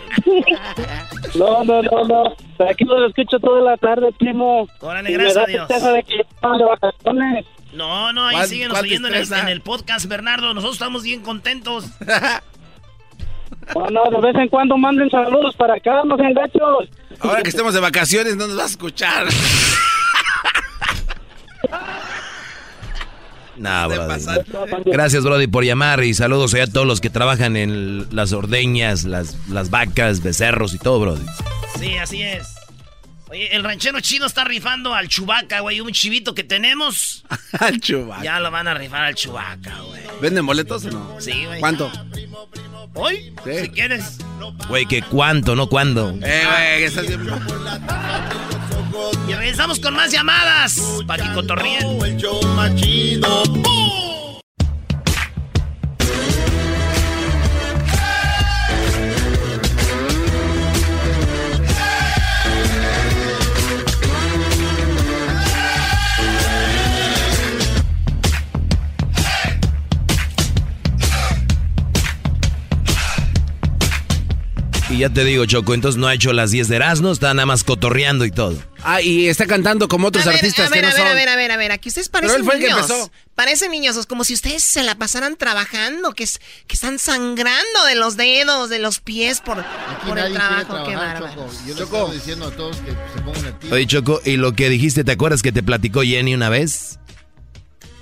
S15: No, no, no, no. Aquí los escucho toda la tarde, primo.
S3: Órale,
S15: Y
S3: gracias
S15: me da
S3: a Dios.
S15: tristeza de que ya estaban de vacaciones.
S3: No, no, ahí
S15: ¿Cuál-
S3: síguenos
S15: cuál
S3: oyendo en el,
S15: tristeza?
S3: en el podcast, Bernardo. Nosotros estamos bien contentos.
S15: No, no, de vez en cuando manden saludos para acá, no sean gachos.
S5: Ahora que estemos de vacaciones no nos vas a escuchar. (laughs)
S4: Nah, Brody.
S15: pasaste.
S4: Gracias, Brody, por llamar y saludos allá a todos los que trabajan en las ordeñas, las, las vacas, becerros y todo, Brody.
S3: Sí, así es. Oye, el ranchero chido está rifando al Chubaca, güey. Un chivito que tenemos.
S5: Al chubaca.
S3: Ya lo van a rifar al Chubaca, güey.
S5: ¿Venden boletos o no?
S3: Sí, güey.
S5: ¿Cuánto?
S3: ¿Hoy?
S5: Sí.
S3: Si quieres.
S4: Güey, que cuánto, no cuándo.
S5: Eh, güey, estás bien-
S3: Y regresamos con más llamadas. Para que cotorreen.
S4: Y ya te digo, Choco, entonces no ha hecho las 10 de Erasmo, está nada más cotorreando y todo.
S5: Ah, y está cantando como otros
S18: A ver,
S5: artistas
S18: a ver,
S5: que no
S18: a ver,
S5: son.
S18: a ver, a ver, a ver, aquí ustedes
S5: Pero
S18: parecen
S5: él fue el que
S18: niños.
S5: empezó.
S18: Parecen niños, es como si ustedes se la pasaran trabajando, que, es, que están sangrando de los dedos, de los pies por, por el
S19: nadie quiere
S18: trabajo. Qué
S19: trabajar,
S18: bárbaro.
S19: Choco. Yo les estoy diciendo a todos que se pongan a
S4: Oye, Choco, y lo que dijiste, ¿te acuerdas que te platicó Jenny una vez?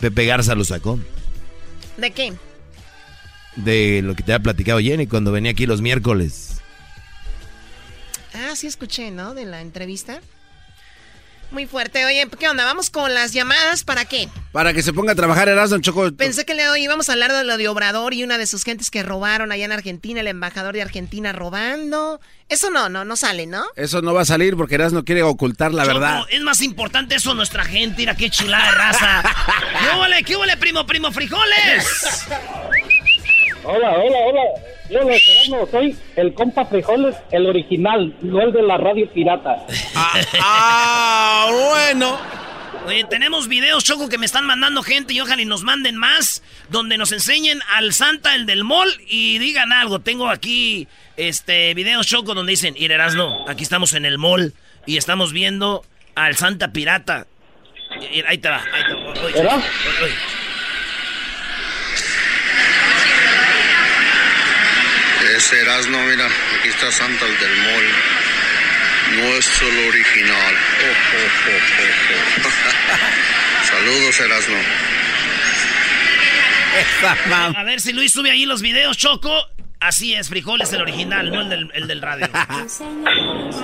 S4: Pepe Garza lo sacó.
S18: ¿De qué?
S4: De lo que te había platicado Jenny cuando venía aquí los miércoles.
S18: Ah, sí escuché, ¿no? De la entrevista. Muy fuerte. Oye, ¿qué onda? ¿Vamos con las llamadas? ¿Para qué?
S5: Para que se ponga a trabajar Erasmo Choco.
S18: Pensé que le íbamos a hablar de lo de Obrador y una de sus gentes que robaron allá en Argentina, el embajador de Argentina robando. Eso no, no, no sale, ¿no?
S5: Eso no va a salir porque Erasmo quiere ocultar la verdad.
S3: Es más importante eso nuestra gente. Mira qué chulada de raza. ¿Qué huele, qué huele, primo, primo, frijoles?
S10: Hola, hola, hola. Yo lo esperando, soy el compa Frijoles, el original, no el de la radio pirata.
S3: Ah, bueno. Oye, tenemos videos, Choco, que me están mandando gente y ojalá y nos manden más, donde nos enseñen al Santa, el del mall, y digan algo. Tengo aquí este videos, Choco, donde dicen, irás no, aquí estamos en el mall y estamos viendo al Santa Pirata. Y- y- Ahí te va, ahí te va. Oye,
S10: ¿Era?
S3: oye, oye.
S9: Es Erasmo, mira, aquí está Santa el del Mol. No es el original. Oh, oh, oh, oh, oh. Saludos, Erasmo.
S3: A ver si Luis sube ahí los videos, Choco. Así es, frijoles el original, no el del, el del
S5: (laughs)
S3: radio.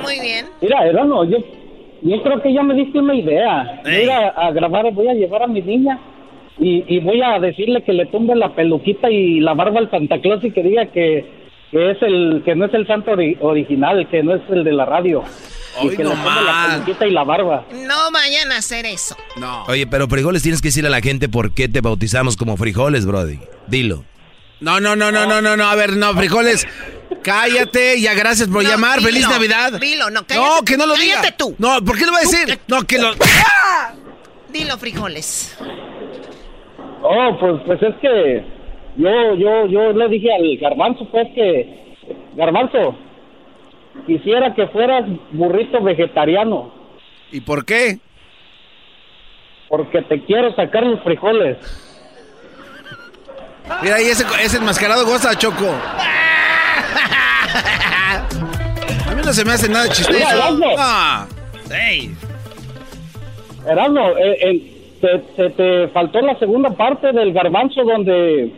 S18: Muy bien.
S10: Mira, Erano, yo, yo creo que ya me diste una idea. Voy a ir a, a grabar, voy a llevar a mi niña y, y voy a decirle que le tumbe la peluquita y la barba al Santa Claus y que diga que, que es el que no es el santo ori- original, que no es el de la radio. y que le tumbe la peluquita y la barba.
S18: No vayan a hacer eso.
S5: No.
S4: Oye, pero frijoles tienes que decirle a la gente por qué te bautizamos como frijoles, Brody. Dilo.
S5: No, no, no, no, no, no, no. A ver, no, frijoles. Cállate, ya gracias por llamar.
S18: dilo,
S5: Feliz Navidad.
S18: dilo, no,
S5: No,
S18: cállate-
S5: que no lo diga.
S18: cállate tú.
S5: No, ¿por qué lo va a decir? No, que lo.
S18: ¡Ah! Dilo, frijoles.
S10: Oh, pues, pues es que yo, yo, yo le dije al garbanzo, pues que, garbanzo, quisiera que fueras burrito vegetariano.
S5: ¿Y por qué?
S10: Porque te quiero sacar los frijoles.
S5: Mira, ahí ese, ese enmascarado goza, Choco. A mí no se me hace nada
S10: Mira,
S5: chistoso. Ah.
S10: Erasmo.
S5: No.
S3: ¡Ey!
S10: Erasmo, eh, eh, te- se te faltó la segunda parte del garbanzo donde,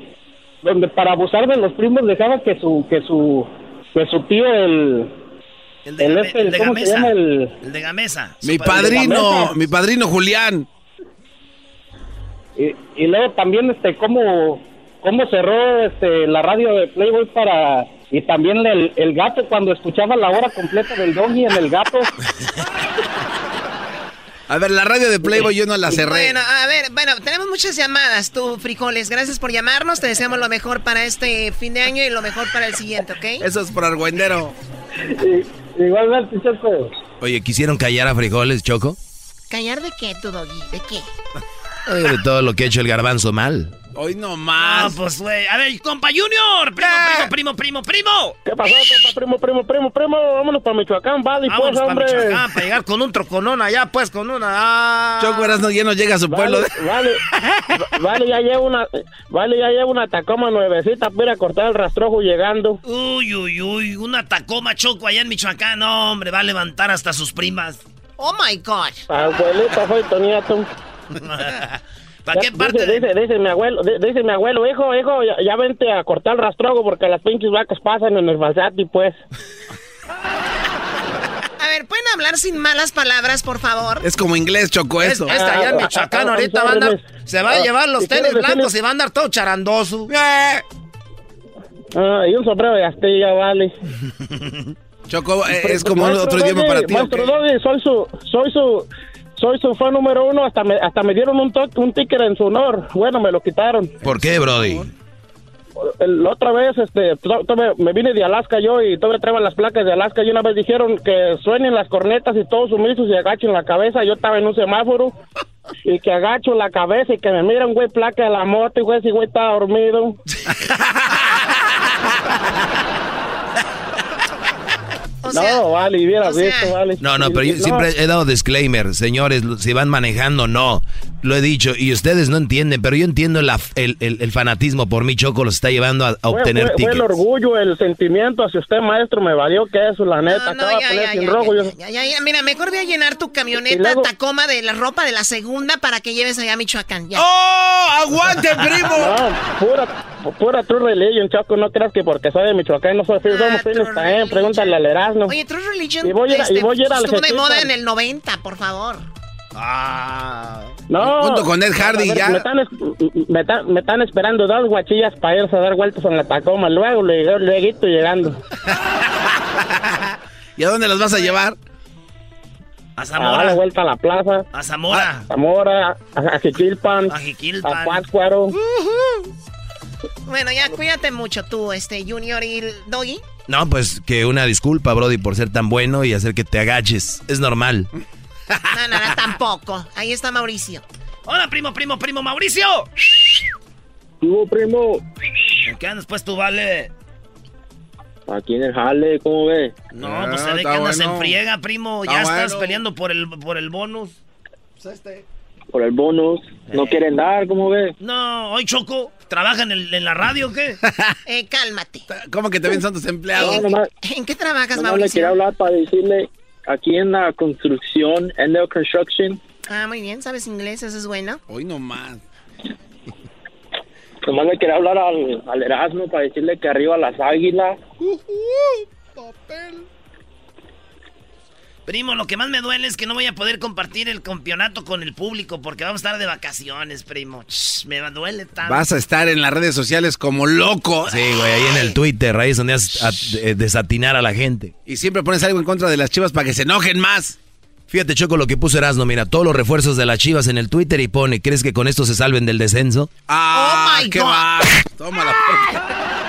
S10: donde para abusar de los primos dejaba que su, que su, que su tío el, el, este,
S3: el de
S10: ¿cómo se
S3: Gamesa.
S10: llama el?
S3: El de Gamesa.
S5: Mi
S10: Su padrino.
S5: padrino, mi padrino Julián.
S10: Y, y luego también, este, cómo, cómo cerró este, la radio de Playboy para. Y también el, el gato, cuando escuchaba la hora completa del doggy en el gato.
S5: A ver, la radio de Playboy yo no la cerré.
S18: Bueno, a ver, bueno, tenemos muchas llamadas, tú, frijoles. Gracias por llamarnos. Te deseamos lo mejor para este fin de año y lo mejor para el siguiente, ¿ok?
S5: Eso es por argüendero.
S10: Igualmente, Choco.
S4: Oye, ¿quisieron callar a frijoles, Choco?
S18: ¿Callar de qué, tu doggy? ¿De qué?
S4: Oye, de todo lo que ha hecho el garbanzo mal.
S5: Hoy nomás.
S3: No, pues, güey. A ver, compa Junior. Primo, primo, primo, primo, primo.
S10: ¿Qué pasó, compa? (laughs) Primo, primo, primo, primo. Vámonos para Michoacán, vale,
S3: Vámonos
S10: pues,
S3: para
S10: hombre.
S3: Michoacán para llegar con un troconón allá, pues, con una. Ah.
S5: Choco Erasmo ya no llega a su pueblo.
S10: Vale, (laughs) vale, vale, ya llevo una, vale, ya llevo una Tacoma nuevecita para ir a cortar el rastrojo llegando.
S3: Uy, uy, uy. Una Tacoma Choco allá en Michoacán. No, hombre, va a levantar hasta sus primas.
S18: Oh my God.
S10: Abuelita, soy tu nieto.
S3: ¿Para qué parte?
S10: Dice, dice, dice mi abuelo, di- dice mi abuelo, hijo, hijo, ya, ya vente a cortar el rastrogo porque las pinches vacas pasan en el balsati, pues.
S18: A ver, ¿pueden hablar sin malas palabras, por favor?
S5: Es como inglés, Choco,
S20: Es-
S5: eso.
S20: Esta ya en
S10: Ah,
S20: Michoacán ahorita va a andar- se va a llevar los tenis blancos y va a andar todo charandoso.
S10: Ah, y un sombrero de astilla, vale.
S20: Eh,
S5: Choco, eh, es
S10: Maestro
S5: como otro idioma
S10: Doggy,
S5: para ti.
S10: Maestro Doggy, soy su, soy su, soy su fan número uno. Hasta me, hasta me dieron un, to- un ticket en su honor. Bueno, me lo quitaron.
S4: ¿Por qué, Brody?
S10: El- La otra vez, este, to- to- me- me vine de Alaska yo y todavía traigo las placas de Alaska. Y una vez dijeron que suenen las cornetas y todos sumisos y agachen la cabeza. Yo estaba en un
S18: (laughs)
S10: semáforo y que agacho la cabeza y que me miran, güey, placa de la moto y güey, si güey está dormido.
S18: (laughs)
S10: (laughs) no, vale, y vieras esto, vale.
S4: No, no, pero yo
S10: No.
S4: siempre he dado disclaimer, señores, si van manejando, no. Lo he dicho y ustedes no entienden, pero yo entiendo la- el, el- el fanatismo por mi Choco los está llevando a, a
S10: Fue-
S4: obtener
S10: fue, fue
S4: tickets.
S10: el orgullo, el sentimiento hacia usted, maestro, me valió que eso, la neta.
S18: No,
S10: Eh, Acaba de
S18: ya,
S10: poner
S18: ya,
S10: sin
S18: ya,
S10: rojo.
S18: ya,
S10: yo-
S18: ya, ya, ya. Mira, mejor voy a llenar tu camioneta Tacoma de la ropa de la segunda para que lleves allá a Michoacán. Ya.
S10: ¡Oh!
S18: aguante, primo!
S10: No, pura, pura True Religion, Chaco. No creas que porque soy de Michoacán no soy
S18: Ah,
S10: feliz. Somos feliz también. Pregúntale al Erasmo.
S18: Oye, True Religion
S10: Ah, Y voy a ir a-
S18: este,
S10: y voy a ir a
S18: estuvo de
S10: Argentina.
S18: moda en el 90, por favor.
S17: Ah.
S10: No.
S5: Junto con Ed Hardy,
S10: A ver,
S5: ya.
S10: Me están, es- me están- me están esperando dos guachillas para irse a dar vueltas en la Tacoma. Luego, luego, luego llegando.
S5: (laughs) ¿Y a dónde los vas a llevar?
S3: A
S10: A dar la vuelta a la plaza.
S3: A Zamora.
S10: Zamora, a, a Jiquilpan.
S3: A Jiquilpan.
S10: A Pátzcuaro.
S18: Uh. Bueno, ya cuídate mucho tú, este Junior y el Doggy.
S4: No, pues que una disculpa, Brody, por ser tan bueno y hacer que te agaches. Es normal.
S18: No, no, no, tampoco. Ahí está Mauricio.
S3: Hola, (laughs) primo, primo, primo, Mauricio.
S13: Tuvo primo
S3: ¿En ¿Qué andas pues tú, vale?
S13: aquí en el jale, ¿cómo ve?
S3: No, pues
S10: Ah,
S3: se ve que andas en friega, primo.
S13: Está
S3: ya estás
S13: bueno.
S3: peleando por el, por el bonus.
S13: Por el bonus,
S5: Eh.
S13: no quieren dar, ¿cómo ve?
S3: No, hoy Choco, ¿trabaja en, el- en la radio o qué?
S18: eh, cálmate.
S5: ¿Cómo que te ven santos empleados?
S18: ¿En, en qué trabajas,
S13: Nomás le quería
S18: Mauricio?
S13: hablar para decirle, aquí en la construcción, en la construction,
S18: Ah, muy bien, sabes inglés, eso es bueno.
S5: Hoy nomás.
S13: (laughs) nomás le quería hablar al, al Erasmo para decirle que arriba las águilas.
S3: Primo, lo que más me duele es que no voy a poder compartir el campeonato con el público porque vamos a estar de vacaciones, primo. Ch, me duele tanto.
S5: Vas a estar en las redes sociales como loco.
S4: Sí, güey, ahí en el Twitter, ahí es donde haces a- eh, desatinar a la gente.
S5: Y siempre pones algo en contra de las chivas para que se enojen más.
S4: Fíjate, Choco, lo que puso Erasmo, mira, todos los refuerzos de las chivas en el Twitter y pone, ¿crees que con esto se salven del descenso?
S5: Ah, qué va. Toma la (laughs)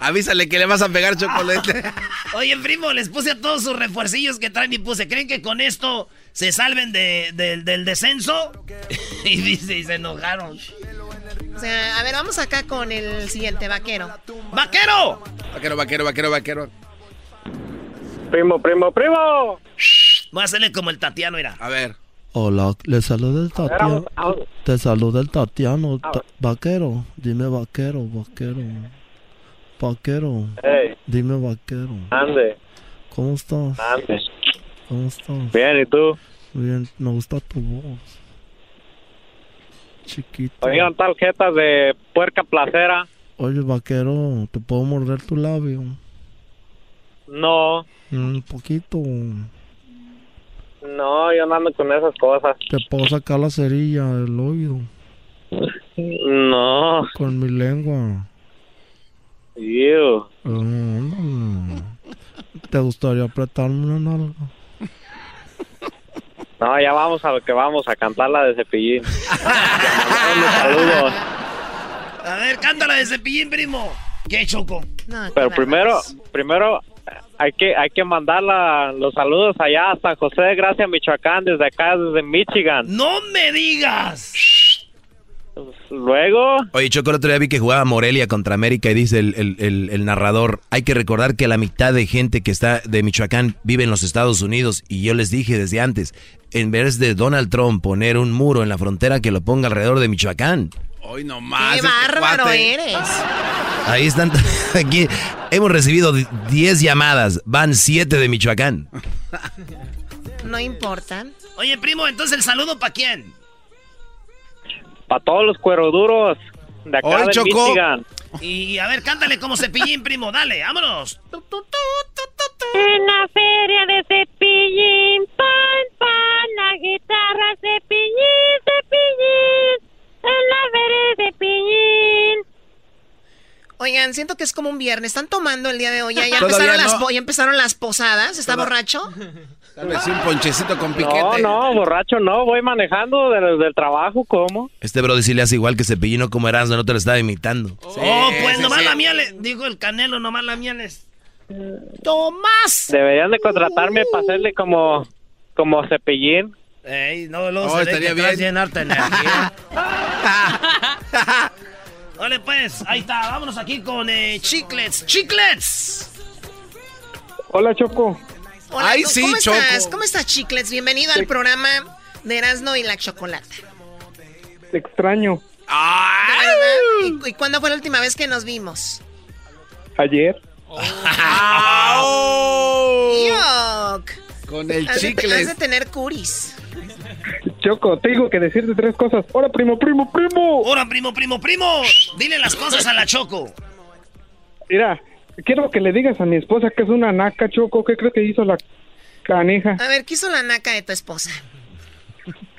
S5: Avísale que le vas a pegar chocolate.
S3: Oye, primo, les puse a todos sus refuercillos que traen y puse, ¿creen que con esto se salven de- de- del descenso? (laughs) Y dice, y se enojaron.
S18: O sea, a ver, vamos acá con el siguiente vaquero.
S3: ¡Vaquero!
S5: Vaquero, vaquero, vaquero, vaquero.
S3: Primo, primo, primo. Voy a hacerle como el Tatiano, mira.
S5: A ver.
S21: Hola, le saluda el Tatiano.
S3: a- a-
S21: Te saluda el Tatiano,
S3: A
S21: ta-
S3: ver.
S21: vaquero. Dime vaquero, vaquero. Vaquero.
S13: Ey.
S21: Dime vaquero.
S13: Ande,
S21: ¿Cómo estás?
S13: ande.
S21: ¿Cómo estás?
S13: Bien, ¿y tú?
S21: Bien, me gusta tu voz. Chiquito.
S13: Oigan, tarjetas de puerca placera.
S21: Oye, vaquero, ¿te puedo morder tu labio?
S13: No,
S21: Un poquito.
S13: no, yo no ando con esas cosas.
S21: Te puedo sacar la cerilla del oído.
S13: No,
S21: Con mi lengua.
S13: you.
S21: Mm. ¿Te gustaría apretarme una nalga?
S13: No, ya vamos a lo que vamos, a cantar la de
S3: (laughs)
S13: Cepillín. Saludos.
S3: A ver, cántala de cepillín, primo. ¿Qué choco?
S13: Pero primero, primero hay que hay que mandar la- los saludos allá a San José de Gracia, Michoacán, desde acá, desde Michigan.
S3: ¡No me digas!
S13: Luego,
S4: Oye, Choco, el otro día vi que jugaba Morelia contra América y dice el, el- el- el narrador, hay que recordar que la mitad de gente que está de Michoacán vive en los Estados Unidos y yo les dije desde antes, en vez de Donald Trump poner un muro en la frontera que lo ponga alrededor de Michoacán.
S5: Hoy nomás.
S18: ¡Qué
S5: este
S18: bárbaro
S5: cuate.
S18: eres!
S4: Ahí están, (laughs) aquí hemos recibido 10 llamadas, van 7 de Michoacán.
S18: (laughs) No importa.
S3: Oye, primo, entonces el saludo para quién?
S13: para todos los cueroduros de acá
S3: Hoy
S13: de
S3: chocó.
S13: Michigan.
S3: Y a ver, cántale como cepillín, primo. Dale, vámonos.
S22: En la feria de Cepillín.
S18: siento que es como un viernes. Están tomando el día de hoy. Ya, ya
S5: Todavía
S18: empezaron, las,
S5: no.
S18: po- ya empezaron las posadas. ¿Está borracho?
S5: Tal vez Pues sí, un ponchecito con piquete.
S10: No, no, borracho no, voy manejando del, del trabajo, ¿cómo?
S4: Este bro sí le hace igual que Cepillino como Erasmo, no te lo estaba imitando.
S3: oh, pues nomás la mía le... Digo el canelo, nomás la mía les... ¡Tomás!
S10: Deberían de contratarme para hacerle como, como cepillín.
S3: Ey, no, no,
S10: Oh,
S3: se ve
S10: estaría
S3: que te vas a
S10: bien.
S3: llenar
S5: (laughs)
S3: de energía. Dale pues, ahí está, vámonos aquí con eh, Chiclets. ¡Chiclets!
S23: Hola, Choco.
S18: Hola,
S23: Ay,
S18: ¿cómo-
S23: sí,
S18: ¿cómo estás?
S23: Choco.
S18: ¿Cómo estás, Chiclets? Bienvenido al programa de Erasmo y la Chocolata.
S23: Te extraño.
S18: ¿Y, cu- y cuándo fue la última vez que nos vimos?
S23: Ayer.
S18: Yuck.
S5: Con
S17: (laughs)
S18: Has de- Has de tener curis.
S23: Choco, tengo que decirte tres cosas. Hola, primo, primo, primo.
S3: Hola, primo, primo, primo. Dile las cosas a la Choco.
S23: Mira, quiero que le digas a mi esposa que es una naca, Choco. ¿Qué crees que hizo la canija?
S18: A ver, ¿qué hizo la naca de tu esposa?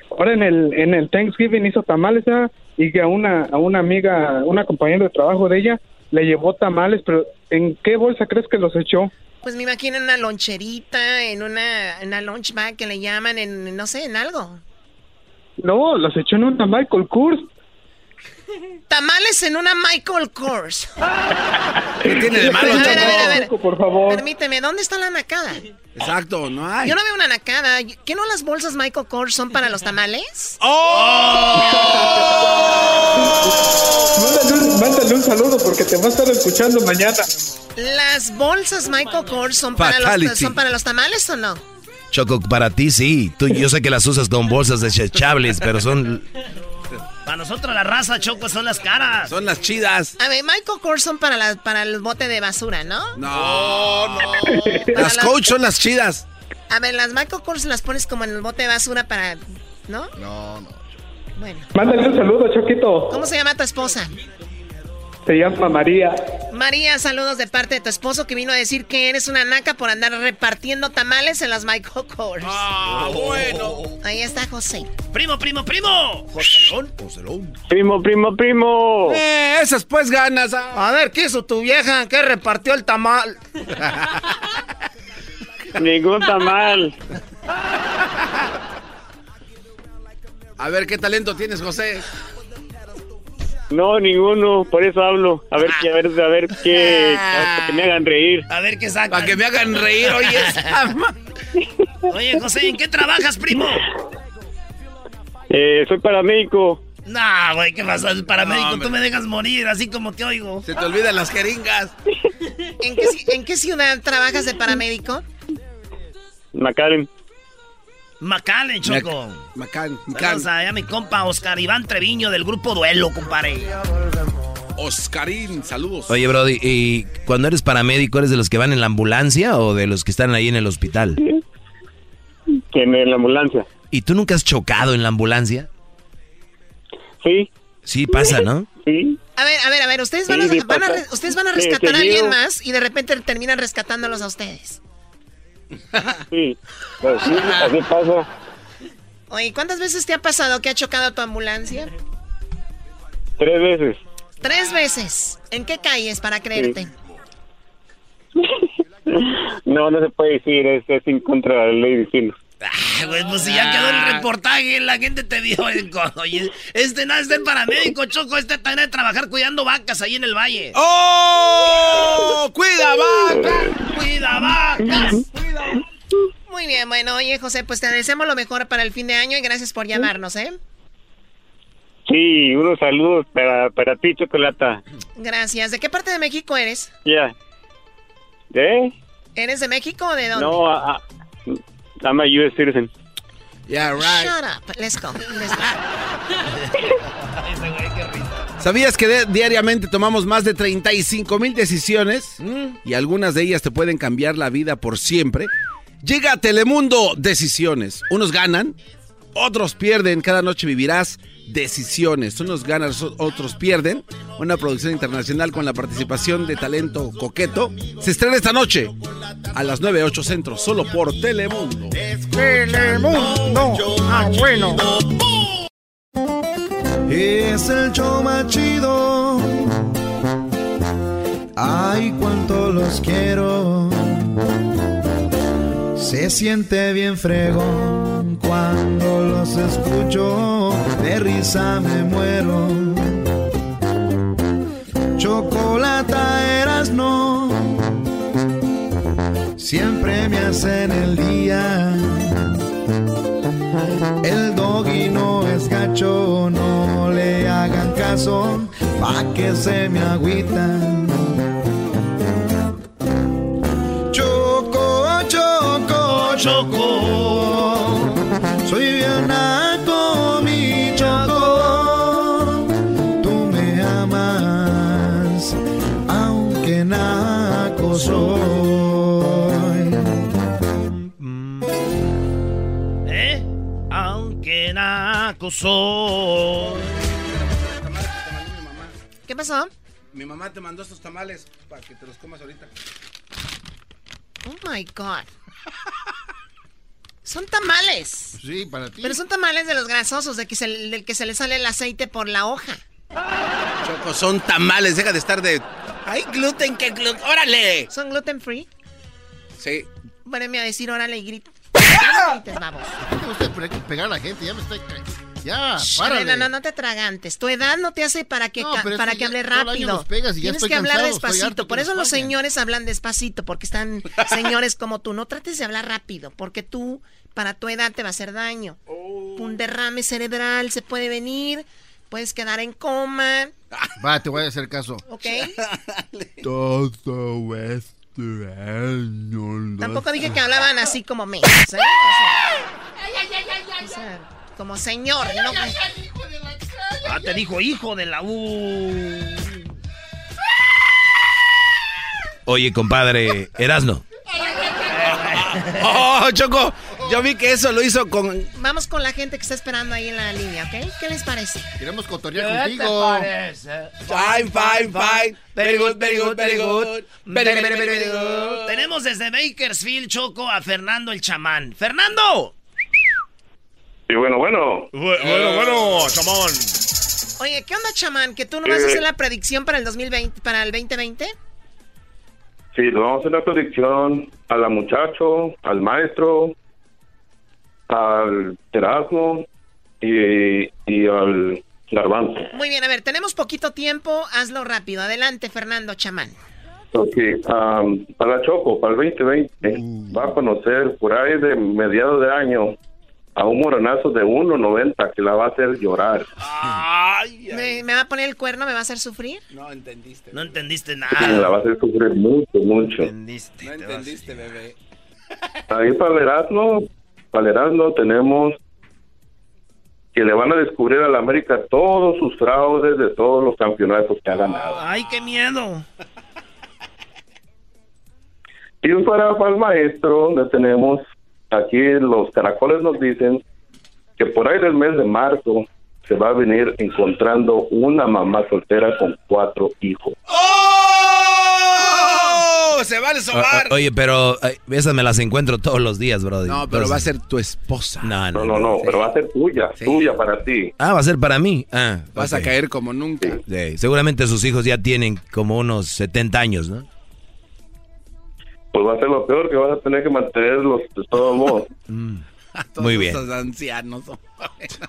S23: Ahora en el, en el Thanksgiving hizo tamales ¿ah? y que a una, a una amiga, una compañera de trabajo de ella, le llevó tamales, pero ¿en qué bolsa crees que los echó?
S18: Pues me imagino en una loncherita, en una, en una lunch bag que le llaman, en no sé, en algo.
S23: No, los echó en una Michael Kors.
S18: Tamales en una Michael Kors.
S5: ¿Qué tiene de malo,
S18: A ver,
S5: Choco?
S18: a ver, a ver.
S23: Por favor.
S18: Permíteme, ¿dónde está la nacada?
S5: Exacto, no hay.
S18: Yo no veo una nacada. ¿Qué no las bolsas Michael Kors son para los tamales?
S23: Mándale un, mándale un saludo porque te va a estar escuchando mañana.
S18: ¿Las bolsas Michael Kors son para, los,
S4: Fatality.
S18: son para los tamales o no?
S4: Choco, para ti sí. Tú, yo sé que las usas con bolsas desechables, pero son...
S3: Para nosotros la raza, Choco, son las caras.
S5: Son las chidas.
S18: A ver, Michael Kors son para, la, para el bote de basura, ¿no?
S5: No, no. Las coach son las chidas.
S18: A ver, las Michael Kors las pones como en el bote de basura para... ¿No?
S5: No, no.
S18: Bueno.
S23: Mándale un saludo, Choquito.
S18: ¿Cómo se llama tu esposa?
S23: Se llama María.
S18: María, saludos de parte de tu esposo que vino a decir que eres una naca por andar repartiendo tamales en las Michael Kors. Ah,
S3: bueno.
S18: Ahí está José.
S3: Primo, primo, primo. Joselón.
S23: Primo, primo, primo.
S5: Eh, esas pues ganas. ah.
S2: A ver, ¿qué hizo tu vieja? ¿Qué repartió el tamal?
S23: Ningún tamal.
S5: A ver, ¿qué talento tienes, José?
S23: No, ninguno, por eso hablo. A ver qué, a ver, a ver qué, para que me hagan reír.
S3: A ver qué saca. Para
S5: que me hagan reír, oye. esa ma-
S3: (laughs) Oye, José, ¿en qué trabajas, primo?
S23: Eh, soy paramédico.
S3: Nah, güey, ¿qué pasa? El paramédico,
S23: No,
S3: tú
S23: hombre.
S3: me dejas morir, así como te oigo.
S5: Se te olvidan las jeringas.
S18: ¿En qué, ci- en qué ciudad trabajas de paramédico?
S23: Macaren.
S3: Macalen, Choco.
S5: Macán,
S3: Saludos allá a mi compa Oscar Iván Treviño del grupo Duelo, compadre.
S5: Oscarín, saludos.
S4: Oye, Brody, ¿y cuando eres paramédico eres de los que van en la ambulancia o de los que están ahí en el hospital?
S23: Que en la ambulancia.
S4: ¿Y tú nunca has chocado en la ambulancia?
S23: Sí.
S4: Sí, pasa, ¿no?
S23: Sí.
S18: A ver, a ver, a ver, ustedes van,
S4: Sí, sí
S18: a, van a
S4: pasa.
S18: re- ustedes van a
S4: Sí,
S18: rescatar a
S4: seguido.
S18: alguien más y de repente terminan rescatándolos a ustedes.
S23: Sí. Pues sí, así pasa.
S18: Oye, ¿cuántas veces te ha pasado que ha chocado tu ambulancia?
S23: Tres veces.
S18: Tres veces. ¿En qué calles para creerte?
S23: No, no se puede decir, es, es en contra de la ley decirlo.
S3: Ay, güey, pues si ya quedó
S5: Ah.
S3: el reportaje, la gente te vio. (laughs) el co- Oye, este nada, este paramédico, Choco, este está de trabajar cuidando vacas ahí en el valle.
S5: ¡Oh! ¡Cuida vacas!
S3: ¡Cuida vacas!
S18: Muy bien, bueno, oye, José, pues te deseamos lo mejor para el fin de año y gracias por llamarnos, ¿eh?
S23: Sí, unos saludos para, para ti, Chocolata.
S18: Gracias. ¿De qué parte de México eres?
S23: Ya. ¿Eh?
S18: ¿Eres de México o de dónde?
S23: No, a, I'm a U.S. citizen.
S5: Yeah,
S18: Shut up. Let's go. Let's
S5: ¿Sabías que de- diariamente tomamos más de 35 mil decisiones? Y algunas de ellas te pueden cambiar la vida por siempre. Llega a Telemundo Decisiones. Unos ganan, otros pierden. Cada noche vivirás decisiones. Unos ganan, so- otros pierden. Una producción internacional con la participación de talento coqueto. Se estrena esta noche a las 9, 8 centros, solo por Telemundo.
S2: Telemundo. Ah, bueno.
S8: Es el show más chido. Ay, cuánto los quiero. Se siente bien fregón cuando los escucho. De risa me muero. Chocolata eras no. Siempre me hacen el día. El doggy no es gacho, no le hagan caso, pa' que se me agüitan. Choco, choco, choco, soy bien naco, mi choco. Tú me amas, aunque naco soy.
S3: ¿Eh? Aunque naco soy.
S18: ¿Qué pasó?
S5: Mi mamá te mandó estos tamales para que te los comas ahorita.
S18: Oh my God. Son tamales.
S9: Sí, para ti.
S18: Pero son tamales de los grasosos, de que se, del que se le sale el aceite por la hoja.
S5: Choco, son tamales, deja de estar de. ¡Ay, gluten, que gluten! ¡Órale!
S18: ¿Son gluten free?
S5: Sí.
S18: Vuelveme a decir órale
S5: (laughs)
S18: y grita. grites, babo.
S9: (laughs) ¿Por qué usted pre- pegar a la gente? Ya me estoy... ca- Ya,
S18: Shh,
S9: párale.
S18: Adela, no, no te atragantes. Tu edad no te hace para que,
S9: Ah, No,
S18: ca-
S9: pero es
S18: para
S9: que
S18: que,
S9: ya
S18: hable
S9: todo el año
S18: rápido.
S9: nos pegas y ya
S18: Tienes
S9: estoy
S18: que hablar
S9: cansado, estoy harto
S18: despacito.
S9: que
S18: Por eso
S9: nos
S18: los
S9: paguen.
S18: señores hablan despacito,
S5: (laughs)
S18: porque están señores como tú. No trates de hablar rápido, porque tú, para tu edad, te va a hacer daño.
S5: Oh.
S18: Un derrame cerebral se puede venir, puedes quedar en coma,
S9: Va, te voy a hacer caso.
S5: (laughs)
S18: ¿ok?
S9: Todo extraño.
S18: Tampoco dije que hablaban así como me. ¿eh? O sea, o sea, como señor, no.
S3: Ah, te dijo hijo de la U.
S4: Oye, compadre, Erasno.
S5: ¡Oh, Choco! Yo vi que eso lo hizo con.
S18: Vamos con la gente que está esperando ahí en la línea, ¿ok? ¿Qué les parece?
S9: Queremos
S18: ¿Qué
S9: cotorrear
S18: te
S9: contigo.
S18: parece?
S5: Fine, fine, fine. Very good, very good, very good. Very, very, very, very good.
S3: Tenemos desde Bakersfield, Choco, a Fernando el chamán. ¡Fernando!
S11: Y bueno, bueno.
S3: bueno, bueno, chamón.
S18: Oye, ¿qué onda, chamán? ¿Que tú no vas a
S11: Eh.
S18: hacer la predicción para el 2020, para el 2020?
S11: Sí, le vamos a hacer la predicción a la muchacho, al maestro, al Erasmo y, y al Garbanzo.
S18: Muy bien, a ver, tenemos poquito tiempo, hazlo rápido. Adelante, Fernando Chamán.
S11: Ok, am, para Choco, para el 2020, va a conocer por ahí de mediados de año a un moronazo de 1.90 que la va a hacer llorar.
S18: Ah. ¿Me, me va a poner el cuerno? ¿Me va a hacer sufrir?
S5: No entendiste.
S3: No entendiste
S11: La
S3: nada.
S11: va a hacer sufrir mucho, mucho.
S5: No entendiste, bebé.
S11: Ahí para el Erasmo, para el Erasmo tenemos que le van a descubrir a la América todos sus fraudes de todos los campeonatos que ha ganado.
S3: Ay, qué miedo.
S11: Y para, para el maestro, le tenemos aquí los caracoles nos dicen que por ahí del mes de marzo se va a venir encontrando una mamá soltera con cuatro hijos.
S5: ¡Oh! Se va a sobar.
S4: O- o- Ah, Oye, pero ay, esas me las encuentro todos los días, brother.
S5: No, pero va a
S4: ser tu esposa. No,
S11: No, no, no, pero va a ser tuya, tuya para ti.
S4: Ah, va a ser para mí. Ah,
S5: Vas
S4: ok.
S5: a caer como nunca.
S4: Sí, seguramente sus hijos ya tienen como unos 70 años, ¿no?
S11: Pues va a ser lo peor que vas a tener que mantenerlos de
S5: (laughs)
S11: todos modos.
S4: Muy bien.
S5: Estos ancianos.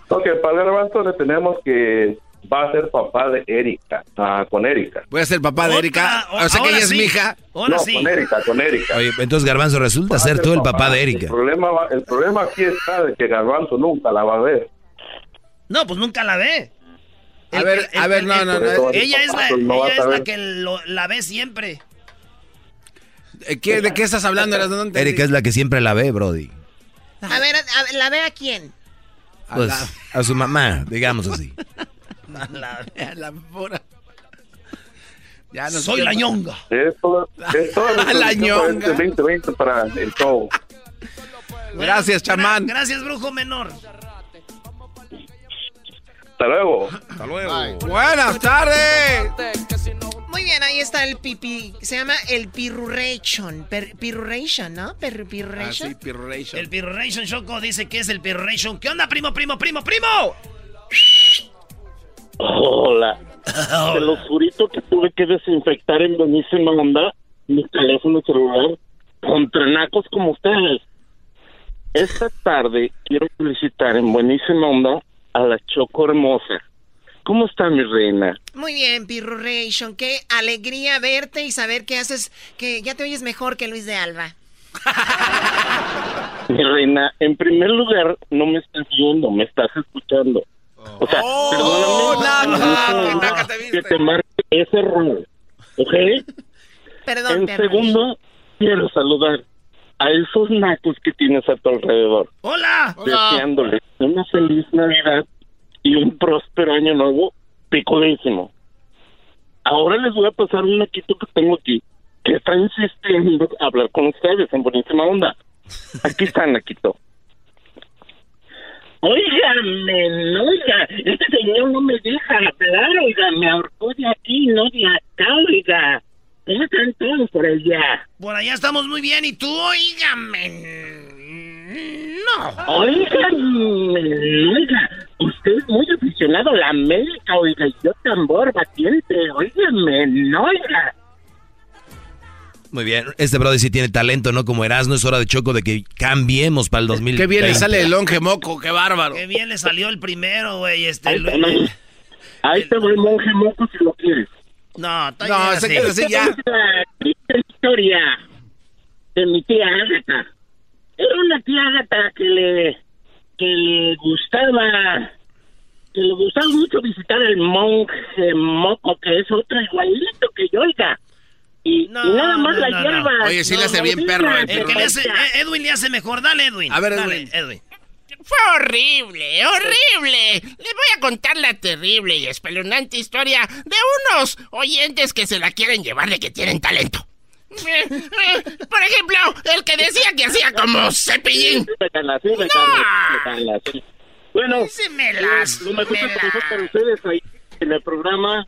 S11: Ok, para el garbanzo le tenemos que va a ser papá de Erika, ah, con Erika.
S5: Voy a ser papá de Erika. O sea que ella es mi hija.
S11: no, con Erika, con Erika.
S4: Oye, entonces Garbanzo resulta ser tú el papá de
S11: El
S4: Erika.
S11: problema, va- el problema aquí está de que Garbanzo nunca la va a ver.
S3: No, pues nunca la ve.
S5: A ver, a ver, no, no, no.
S3: Ella es la,
S11: no vas
S3: ella
S11: a
S3: es la
S11: ver.
S3: que lo- la ve siempre.
S5: Eh, ¿qué- ¿De qué estás hablando? Erasmo? No entendí.
S4: Erika es la que siempre la ve, Brody.
S18: A ver, a- a- ¿la ve a quién?
S4: Pues, a su mamá, digamos así.
S5: A la, a la pura. Ya Ah, no sé
S3: Soy
S5: qué
S3: la
S5: pa-
S3: ñonga.
S11: Es toda, es toda mi
S5: A la
S11: solución para
S5: ñonga.
S11: este 2020 para el show.
S5: Gracias, chamán.
S3: Gracias, brujo menor.
S11: Hasta luego.
S5: Hasta luego. Buenas tardes.
S18: Muy bien, ahí está el pipi. Se llama el pirurration. Per- pirurration, ¿no? Per- pirurration.
S3: El Ah, Pirration Choco dice que es el Pirration. ¿Qué onda, primo, primo, primo, primo?
S23: (laughs)
S11: Hola.
S13: Te lo jurito que tuve que desinfectar en buenísima onda mi teléfono celular contra nacos como ustedes. Esta tarde quiero felicitar en buenísima onda a la Choco Hermosa. ¿Cómo está mi reina?
S18: Muy bien, Pirruration. Qué alegría verte y saber que haces, que ya te oyes mejor que Luis de Alba.
S13: Mi reina, en primer lugar, no me estás viendo, me estás escuchando. O sea, perdóname no, que te marque ese error. ¿Ok?
S18: Perdón,
S13: en
S18: Pirruration.
S13: segundo, quiero saludar a esos nacos que tienes a tu alrededor.
S3: ¡Hola!
S13: Deseándoles una feliz Navidad y un próspero año nuevo picudísimo. Ahora les voy a pasar un naquito que tengo aquí, que está insistiendo a hablar con ustedes en buenísima onda. Aquí está, naquito. Óigame, oiga, este señor no me deja hablar, oiga, me ahorcó de aquí, no de acá, oiga. ¿Cómo están todos por allá?
S3: Por allá estamos muy bien y tú, oígame. No.
S13: Oiga, oiga, usted es muy aficionado a la América, oiga, y yo tambor batiente, oígame, oiga.
S4: Muy bien. Este brother sí tiene talento, ¿no? Como Erasmo, es hora de Choco de que cambiemos para el 2020.
S5: Qué bien le sale el longe moco, qué bárbaro.
S3: Oh, Qué bien le salió el primero, güey. Este,
S13: Ahí,
S3: Luis.
S13: ahí- ahí te voy, monje moco, si lo quieres.
S3: No, está
S13: No,
S3: bien
S13: se
S3: así.
S13: queda así ya. Esta historia de mi tía Ágata. Era una tía Ágata que le, que le gustaba, que le gustaba mucho visitar el monje moco, que es otro igualito que yo, oiga. Y, y nada más la hierba. No, no, no,
S3: El que le hace- eh, Edwin le hace mejor. Dale, Edwin.
S13: A ver,
S3: Dale,
S13: Edwin.
S3: Edwin.
S24: Fue horrible, horrible. Les voy a contar la terrible y espeluznante historia de unos oyentes que se la quieren llevar de que tienen talento. Eh, eh, (laughs) Por ejemplo, el que decía que hacía como cepillín.
S13: Vétanla, sí, vétanla, vétanla, sí. Bueno,
S24: las-
S13: lo mejor que
S24: me
S13: pasó para ustedes ahí en el programa.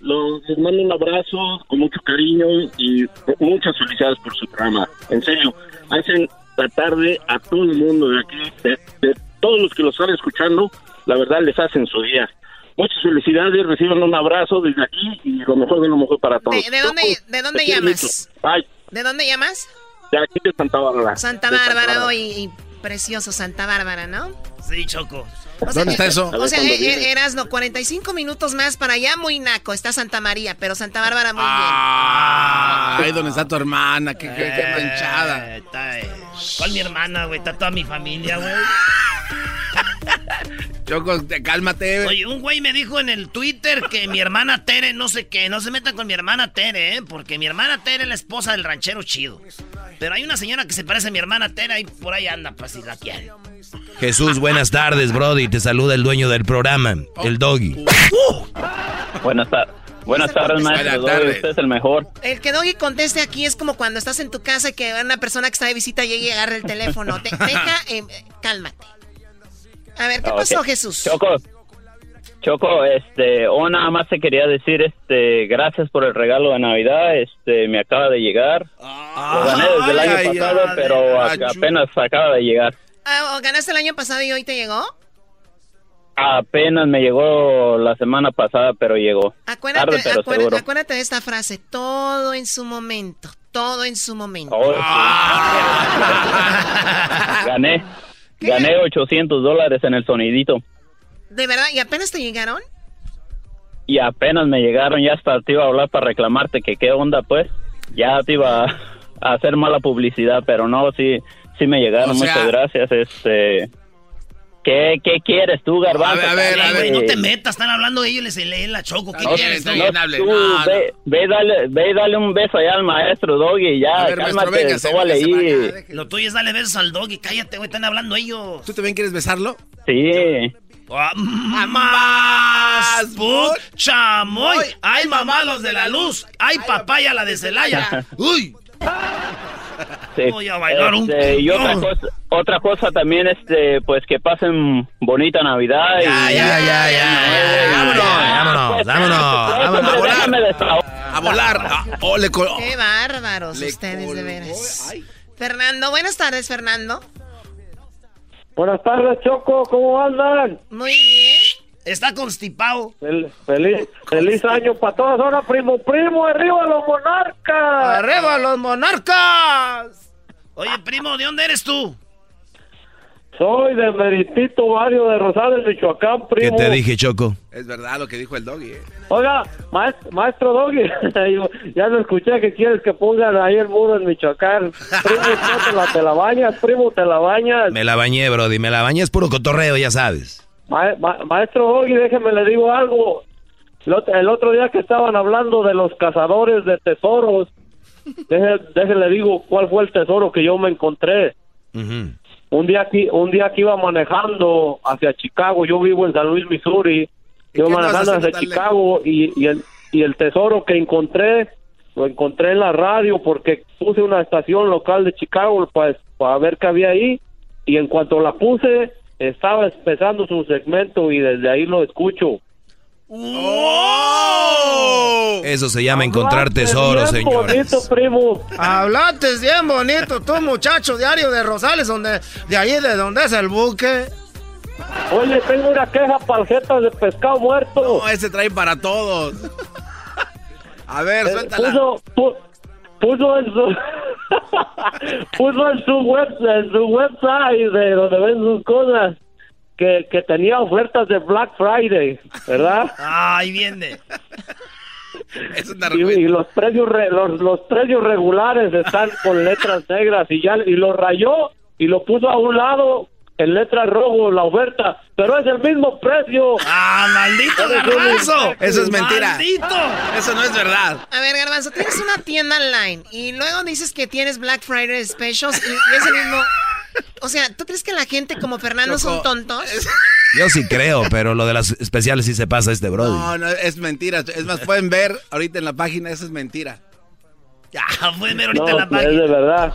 S13: Los, les mando un abrazo con mucho cariño y muchas felicidades por su programa. En serio, hacen la tarde a todo el mundo de aquí, de, de todos los que lo están escuchando, la verdad les hacen su día. Muchas felicidades, reciban un abrazo desde aquí y lo mejor de lo mejor para todos.
S18: ¿De, de dónde, de dónde
S13: Te quiero
S18: llamas?
S13: mucho. Ay,
S18: ¿De dónde llamas?
S13: de aquí de Santa Bárbara.
S18: Santa
S13: De
S18: Bárbara, hoy y precioso Santa Bárbara, ¿no?
S3: Sí, Choco.
S5: ¿Dónde está eso?
S18: O sea, e- e- Erasno, 45 minutos más para allá, muy naco. Está Santa María, pero Santa Bárbara muy
S5: Ah, ahí donde está tu hermana, qué, qué- qué
S3: Eh,
S5: manchada.
S3: está, eh. ¿Cuál mi hermana, güey? Está toda mi familia, güey.
S5: Choco, te- cálmate.
S3: Oye, un güey me dijo en el Twitter que mi hermana Tere, no sé qué, no se metan con mi hermana Tere, ¿eh? Porque mi hermana Tere es la esposa del ranchero chido. Pero hay una señora que se parece a mi hermana Tere y por ahí anda, pues si la quieren.
S4: Jesús, buenas tardes, Brody. Te saluda el dueño del programa, el Doggy.
S25: Buenas, ta- buenas tardes, maestro.
S4: Buenas tardes.
S25: Usted es el mejor.
S18: bien. El que Doggy conteste aquí es como cuando estás en tu casa y que una persona que está de visita llegue y agarra el teléfono.
S25: (laughs)
S18: Te- deja, eh, cálmate. A ver, ¿qué
S25: Ah,
S18: pasó,
S25: ok.
S18: Jesús?
S25: Choco, Choco, este, o nada más te quería decir, este, gracias por el regalo de Navidad, este, me acaba de llegar. Lo gané desde el año
S18: ay,
S25: pasado,
S18: ay,
S25: pero a-
S18: ay,
S25: apenas acaba de llegar.
S18: Ah, ¿o ¿Ganaste el año pasado y hoy te llegó?
S25: Apenas me llegó la semana pasada, pero llegó.
S18: Acuérdate,
S25: Tarde, pero
S18: acuérdate-
S25: seguro.
S18: acuérdate de esta frase, todo en su momento, todo en su momento.
S25: Oh, sí.
S5: Ah.
S25: gané, gané 800 dólares en el sonidito.
S18: ¿De verdad? ¿Y apenas te llegaron?
S25: Y apenas me llegaron, ya hasta te iba a hablar para reclamarte que qué onda, pues. Ya te iba a, (laughs) a hacer mala publicidad, pero no, sí, sí me llegaron. O sea- Muchas gracias. Este, ¿qué, ¿Qué quieres tú, Garbanzo?
S3: Ey, güey, no te metas, están hablando de ellos, les leen la choco. ¿Qué
S25: No,
S3: quieres,
S25: no,
S3: güey?
S25: tú ve, ve, y dale, ve y dale un beso allá al maestro Doggy, ya,
S3: A ver, maestro,
S25: cálmate,
S3: véngase,
S25: tómale
S3: véngase
S25: ahí.
S3: Lo tuyo es darle besos al doggy, cállate, güey, están hablando ellos.
S5: ¿Tú también quieres besarlo?
S25: Sí.
S3: Mamás, put, chamoy, ay mamá los de la luz, ay papaya la de
S25: (laughs)
S3: Celaya. Uy,
S25: Sí.
S3: Voy a bailar un
S25: Este, y otra
S3: cumbio.
S25: cosa, otra cosa también, este, pues que pasen bonita Navidad. Ya, y, ya, ya,
S4: Vámonos, vámonos, vámonos.
S25: A volar.
S5: Ah, A volar. Ah, oh, le col-
S18: Qué bárbaros ustedes, de veras. Fernando, buenas tardes, Fernando.
S26: Buenas tardes, Choco, ¿cómo andan?
S18: Muy bien.
S3: Está constipado.
S10: Fel- Feliz, feliz año para todos. Ahora, primo, primo, arriba los monarcas.
S3: ¡Arriba los monarcas! Oye, primo, ¿de dónde eres tú?
S10: Soy del Meritito Barrio de Rosales, Michoacán,
S4: ¿Qué
S10: primo.
S4: te dije, Choco?
S5: Es verdad lo que dijo el doggy. eh.
S10: Oiga, maes- maestro Doggy, (laughs) yo ya lo escuché que quieres que pongan ahí el muro en Michoacán. Primo, no te la, te la bañas, primo, te la bañas.
S4: Me la bañé, Brody. Me la bañé. Es puro cotorreo, ya sabes.
S10: Ma- ma- maestro Doggy, déjeme le digo algo. El ot- El otro día que estaban hablando de los cazadores de
S5: (laughs)
S10: tesoros, deje- déjele digo cuál fue el tesoro que yo me encontré. un día aquí un día que iba manejando hacia Chicago yo vivo en San Luis Missouri yo
S5: qué andabas
S10: manejando
S5: haciendo
S10: hacia
S5: tan
S10: Chicago y, y el y el tesoro que encontré lo encontré en la radio porque puse una estación local de Chicago pues, para ver qué había ahí y en cuanto la puse estaba empezando su segmento y desde ahí lo escucho
S2: ¡Oh!
S4: Eso se llama encontrar tesoros,
S10: bien
S4: señores.
S10: primo.
S17: Hablaste bien bonito, tú, muchacho, diario de Rosales, donde, de ahí de donde es el buque.
S10: Oye, tengo una queja paljetas de pescado muerto.
S5: No, ese trae para todos. A ver, suéltala.
S10: Eh, puso, pu- puso en su
S15: (laughs)
S10: puso en su web en su website de donde ven sus cosas que, que tenía ofertas de Black Friday, ¿verdad?
S3: Ay, Ah, viene.
S10: Y, y los precios re- los, los precios regulares están con letras negras y ya y lo rayó y lo puso a un lado en letras rojo la oferta, pero es el mismo precio.
S3: Ah, maldito
S5: garbanzo! Eso es mentira. Eso no es verdad.
S18: A ver, Garbanzo, tienes una tienda online y luego dices que tienes Black Friday Specials y, y es el mismo. O sea, ¿tú crees que la gente como Fernando son tontos?
S10: (laughs)
S4: Yo sí creo, pero lo de las especiales sí se pasa este Brody.
S5: No, no, es mentira. Es más, pueden ver ahorita en la página, eso es mentira.
S3: Ya, pueden ver
S10: No, es de verdad.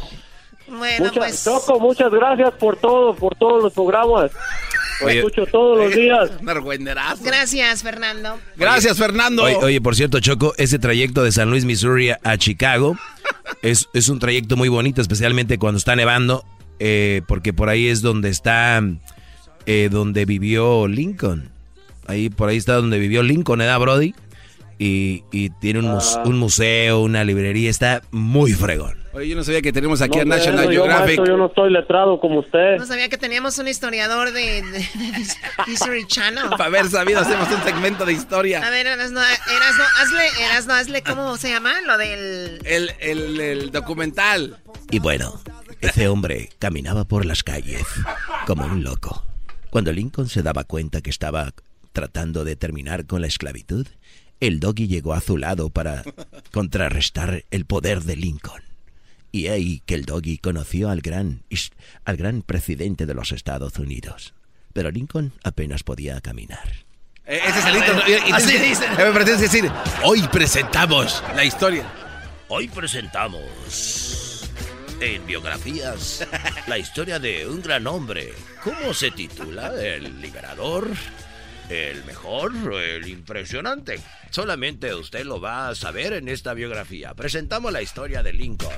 S18: Bueno,
S10: muchas, Choco, muchas gracias por todo, por todos los programas. Lo
S4: Oye.
S10: escucho todos los días.
S18: Gracias, Fernando.
S5: Gracias, Fernando.
S4: Oye, oye, por cierto, Choco, ese trayecto de San Luis, Missouri a, a Chicago es, es un trayecto muy bonito, especialmente cuando está nevando, eh, porque por ahí es donde está, eh, donde vivió Lincoln. Ahí, por ahí está donde vivió Lincoln, ¿verdad, Brody? Y, y tiene un, mus-
S5: Ah.
S4: un museo, una librería, está muy fregón.
S5: Oye, yo no sabía que tenemos aquí
S10: No,
S5: a National
S10: bueno, yo,
S5: Geographic.
S10: maestro, yo no estoy letrado como usted.
S18: No sabía que teníamos un historiador de, de- de
S5: (laughs)
S18: History Channel.
S5: Para haber sabido, hacemos un segmento de
S18: A
S5: historia.
S18: ver, Erasno, Erasno, hazle, Erasno, hazle, ¿cómo se llama? Lo del...
S5: El, el- el documental.
S16: Y bueno, ese hombre caminaba por las calles como un loco. Cuando Lincoln se daba cuenta que estaba tratando de terminar con la esclavitud, el doggy llegó a su lado para contrarrestar el poder de Lincoln. Y ahí que el doggy conoció al gran, his- al gran presidente de los Estados Unidos. Pero Lincoln apenas podía caminar.
S5: Eh, Ese es el intro. Y- y-
S16: Así
S5: y-
S16: dicen.
S5: eh, Me pretende decir, hoy presentamos la historia.
S16: Hoy presentamos en biografías la historia de un gran hombre. ¿Cómo se titula? El liberador, el mejor, el impresionante. Solamente usted lo va a saber en esta biografía. Presentamos la historia de Lincoln.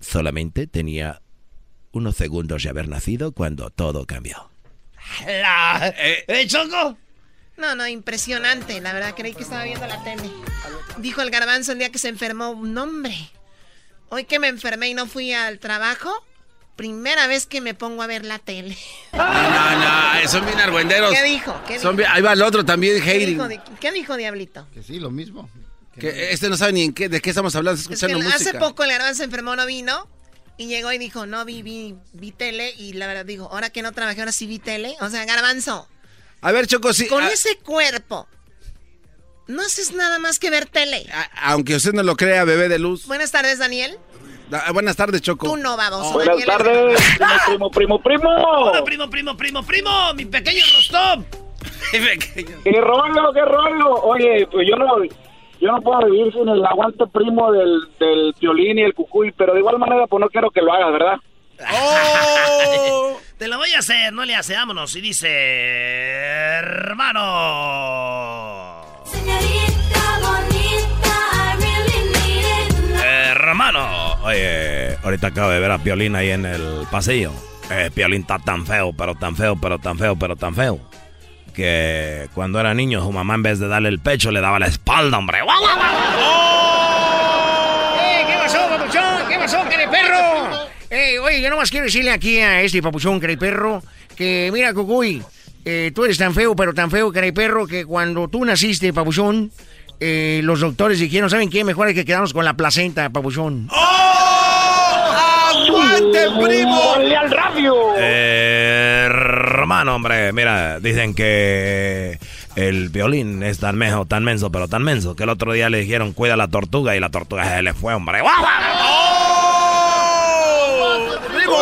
S4: Solamente tenía unos segundos de haber nacido cuando todo cambió.
S3: La... ¿Eh, Choco?
S18: No, no, impresionante. La verdad, creí que estaba viendo la tele. Dijo el garbanzo el día que se enfermó. No, hombre. Hoy que me enfermé y no fui al trabajo, primera vez que me pongo a ver la tele.
S5: No, no, eh, son bien argüenderos.
S18: ¿Qué dijo? ¿Qué
S5: Son
S18: dijo?
S5: bien- ahí va el otro también,
S18: ¿Qué
S5: hating.
S18: dijo, di- ¿Qué dijo Diablito?
S9: Que sí, lo mismo.
S5: Que este no sabe ni en qué, de qué estamos hablando, está
S18: Es que
S5: escuchando música.
S18: hace poco el garbanzo se enfermó, no vino. Y llegó y dijo, no vi, vi, vi tele. Y la verdad, dijo, ahora que no trabajé, ahora sí vi tele. O sea, garbanzo.
S5: A ver, Choco, Pues sí. ah.
S18: Con
S5: a-
S18: ese cuerpo, no haces nada más que ver tele.
S5: Ah, Aunque usted no lo crea, bebé de luz.
S18: Buenas tardes, Daniel.
S5: Da- Buenas tardes, Choco.
S18: Tú no,
S3: Oh,
S18: baboso.
S5: Buenas
S18: Daniel es-
S5: tardes,
S10: primo, primo, primo.
S3: Hola, primo, primo, primo, primo, mi pequeño Rostov.
S10: ¡Qué rollo, qué rollo! Oye, pues yo no, yo no puedo vivir sin el aguante primo del, del violín y el cucuy, pero de igual manera pues no quiero que lo hagas, ¿verdad?
S3: (laughs) Te lo voy a hacer, no le hace, vámonos. Y dice, hermano.
S4: Eh, Hermano, oye, ahorita acabo de ver a Piolín ahí en el pasillo. eh, Piolín está tan feo, pero tan feo, pero tan feo, pero tan feo. Que cuando era niño, su mamá en vez de darle el pecho, le daba la espalda, hombre. ¡Guau, guau, guau!
S17: ¡Eh, ¿Qué pasó, papuchón? ¿Qué pasó, careperro? Eh, oye, yo nomás quiero decirle aquí a este papuchón, careperro, que mira, Cucuy, eh, tú eres tan feo, pero tan feo, careperro, que cuando tú naciste, papuchón, eh, los doctores dijeron, ¿saben qué? Mejor es que quedamos con la placenta, papuchón.
S4: ¡Aguante, primo!
S10: ¡Ole al radio!
S4: Eh, hermano, hombre, mira, dicen que el violín es tan mejo, tan menso, pero tan menso, que el otro día le dijeron, cuida la tortuga, y la tortuga se le fue, hombre. ¡Guau, guau!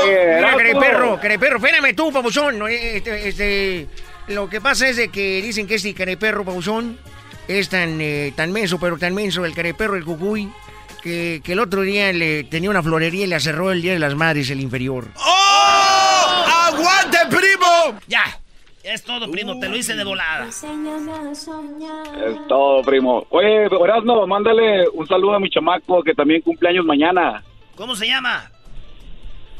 S17: Mira, careperro, careperro, espérame tú, papuchón. no, eh, Este, este, lo que pasa es de que dicen que este careperro, papuchón, es tan, eh, tan menso, pero tan menso el careperro, el cucuy, que, que el otro día le tenía una florería y la cerró el Día de las Madres, el inferior.
S4: ¡Aguante, primo!
S3: Ya. Es todo, primo. Te lo hice de volada.
S23: Es todo, primo. Oye, Erasmo, mándale un saludo a mi chamaco que también cumple años mañana.
S3: ¿Cómo se llama?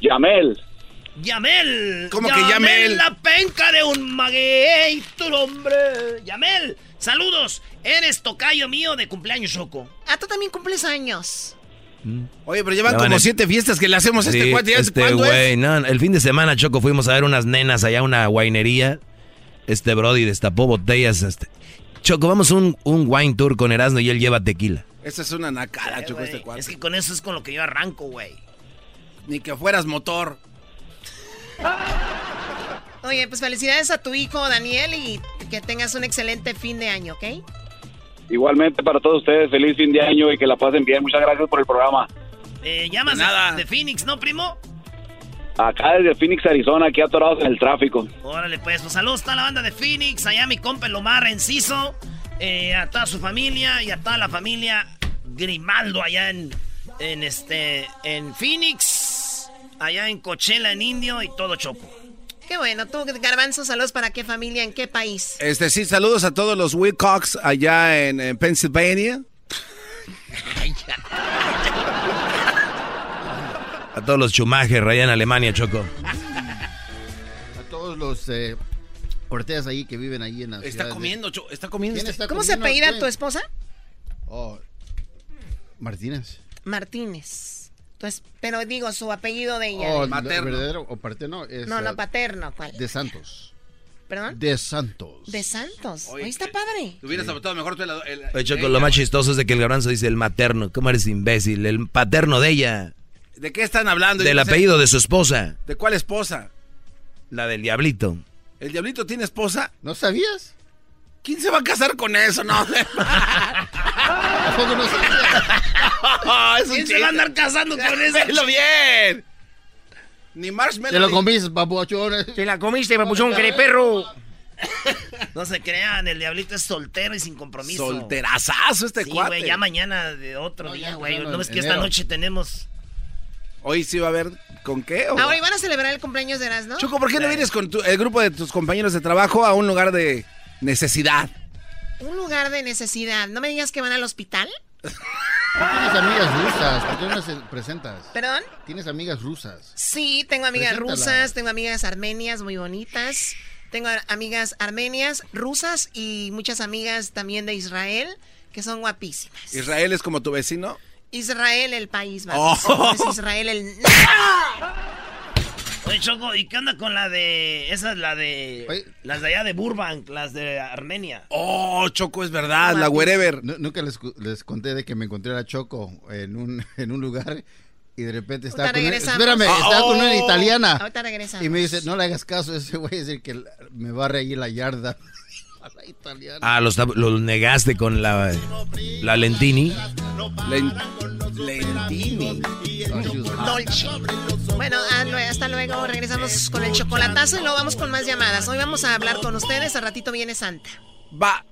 S23: Yamel.
S3: Yamel.
S23: ¿Cómo que Yamel?
S3: La penca de un maguey, tu nombre. Yamel, saludos. Eres tocayo mío de cumpleaños, Choco.
S18: Ah, tú también cumples años.
S5: Oye, pero llevan
S4: Ya van
S5: como
S4: en-
S5: siete fiestas que le hacemos a este
S4: Sí,
S5: cuate. ¿ya
S4: este
S5: ¿Cuándo
S4: güey,
S5: es?
S4: no, el fin de semana, Choco, fuimos a ver unas nenas allá a una guainería. Este Brody destapó botellas. este. Choco, vamos a un, un wine tour con Erasmo y él lleva tequila.
S5: Esa es una nacada, Choco,
S3: güey,
S5: este cuate.
S3: Es que con eso es con lo que yo arranco, güey.
S5: Ni que fueras motor.
S18: Oye, pues felicidades a tu hijo, Daniel, y que tengas un excelente fin de año, ¿ok?
S23: Igualmente para todos ustedes, feliz fin de año y que la pasen bien. Muchas gracias por el programa.
S3: Eh, llamas de, de Phoenix, ¿no, primo?
S23: Acá desde Phoenix, Arizona, aquí atorados en el tráfico.
S3: Órale, pues, pues saludos a toda la banda de Phoenix, allá mi compa el Omar Enciso, eh, a toda su familia y a toda la familia Grimaldo allá en, en este, en Phoenix, allá en Coachella, en Indio y todo Choco.
S18: Qué bueno, tú, Garbanzo, saludos para qué familia, en qué país.
S5: Este, sí, saludos a todos los Wilcox allá en, en Pennsylvania.
S4: A todos los chumajes allá en Alemania, Choco.
S9: A todos los eh, Ortegas ahí que viven ahí en la
S5: Está
S9: ciudad de-
S5: comiendo, Choco, está comiendo. este
S9: ¿Quién está
S18: ¿Cómo se
S9: comiendo
S18: apellida
S9: usted?
S18: tu esposa?
S9: Oh, Martínez.
S18: Martínez. Entonces, pero digo, su apellido de ella.
S9: Oh,
S18: ¿eh?
S9: materno. verdadero o paterno es
S18: No,
S9: eh,
S18: no, paterno, ¿Ah? ¿cuál?
S9: de Santos.
S18: ¿Perdón?
S9: De Santos.
S18: De Santos. Ahí está padre.
S5: Te hubieras aportado mejor tú el- el-
S4: Oye, Choco,
S5: ella.
S4: lo más chistoso es de que el garbanzo dice el materno. ¿Cómo eres imbécil? El paterno de ella.
S5: ¿De qué están hablando? Yo
S4: Del
S5: no sé.
S4: apellido de su esposa.
S5: ¿De cuál esposa?
S4: La del diablito.
S5: ¿El diablito tiene esposa?
S9: ¿No sabías?
S5: ¿Quién se va a casar con eso? No.
S27: (laughs)
S9: Tampoco
S5: (laughs)
S9: no sabía.
S5: Es un chiste. (laughs) Velo bien. Ni Marshmallow.
S9: Te lo
S5: ni-
S9: comiste, papuachón.
S17: Te la comiste, papuchón, careperro.
S3: No se crean, el diablito es soltero y sin compromiso.
S5: Solterazazo este
S3: sí,
S5: cuate.
S3: güey, ya mañana de otro día, güey.
S5: no,
S3: No,
S5: no,
S3: es que
S5: enero.
S3: esta noche tenemos...
S5: Hoy sí va a haber con qué. o-
S18: Ahora, ¿y van a celebrar el cumpleaños de Eras, Ah, no?
S5: Choco, ¿por qué no vienes con tu- el grupo de tus compañeros de trabajo a un lugar de necesidad?
S18: Un lugar de necesidad. No me digas que van al hospital.
S9: Tienes amigas rusas. ¿Por qué no las eh, presentas?
S18: ¿Perdón?
S9: Tienes amigas rusas.
S18: Sí, tengo amigas
S9: Preséntala.
S18: rusas, tengo amigas armenias muy bonitas. Tengo ar- amigas armenias, rusas y muchas amigas también de Israel que son guapísimas.
S5: Israel es como tu vecino.
S18: Israel el país, más.
S5: Oh.
S18: Es Israel el...
S3: Oye, Choco, ¿y qué onda con la de... Esa es la de... Las de allá de Burbank, las de Armenia.
S5: Oh, Choco, es
S18: Ah,
S5: verdad, la
S9: wherever. nunca les, cu- les conté de que me encontré a la Choco en un, (laughs) en un lugar y de repente estaba
S18: Ahorita regresamos. Ah,
S9: con una,
S18: oh.
S9: espérame, estaba con una italiana.
S18: Ahorita regresamos.
S9: Y me dice, no le hagas caso, ese güey es el que la- me barre ahí la yarda. A la italiana.
S4: Ah, los, tap- los negaste con la, la Lentini.
S5: Lentini.
S18: Dolce. Bueno, ah, lue- hasta luego. Regresamos con el chocolatazo y luego vamos con más llamadas. Hoy vamos a hablar con ustedes. Al ratito viene Santa.
S5: Va.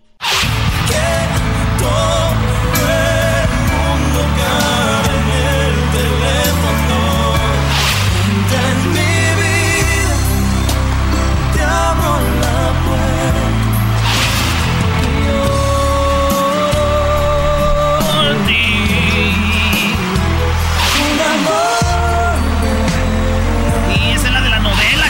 S3: Y esa es la de la novela.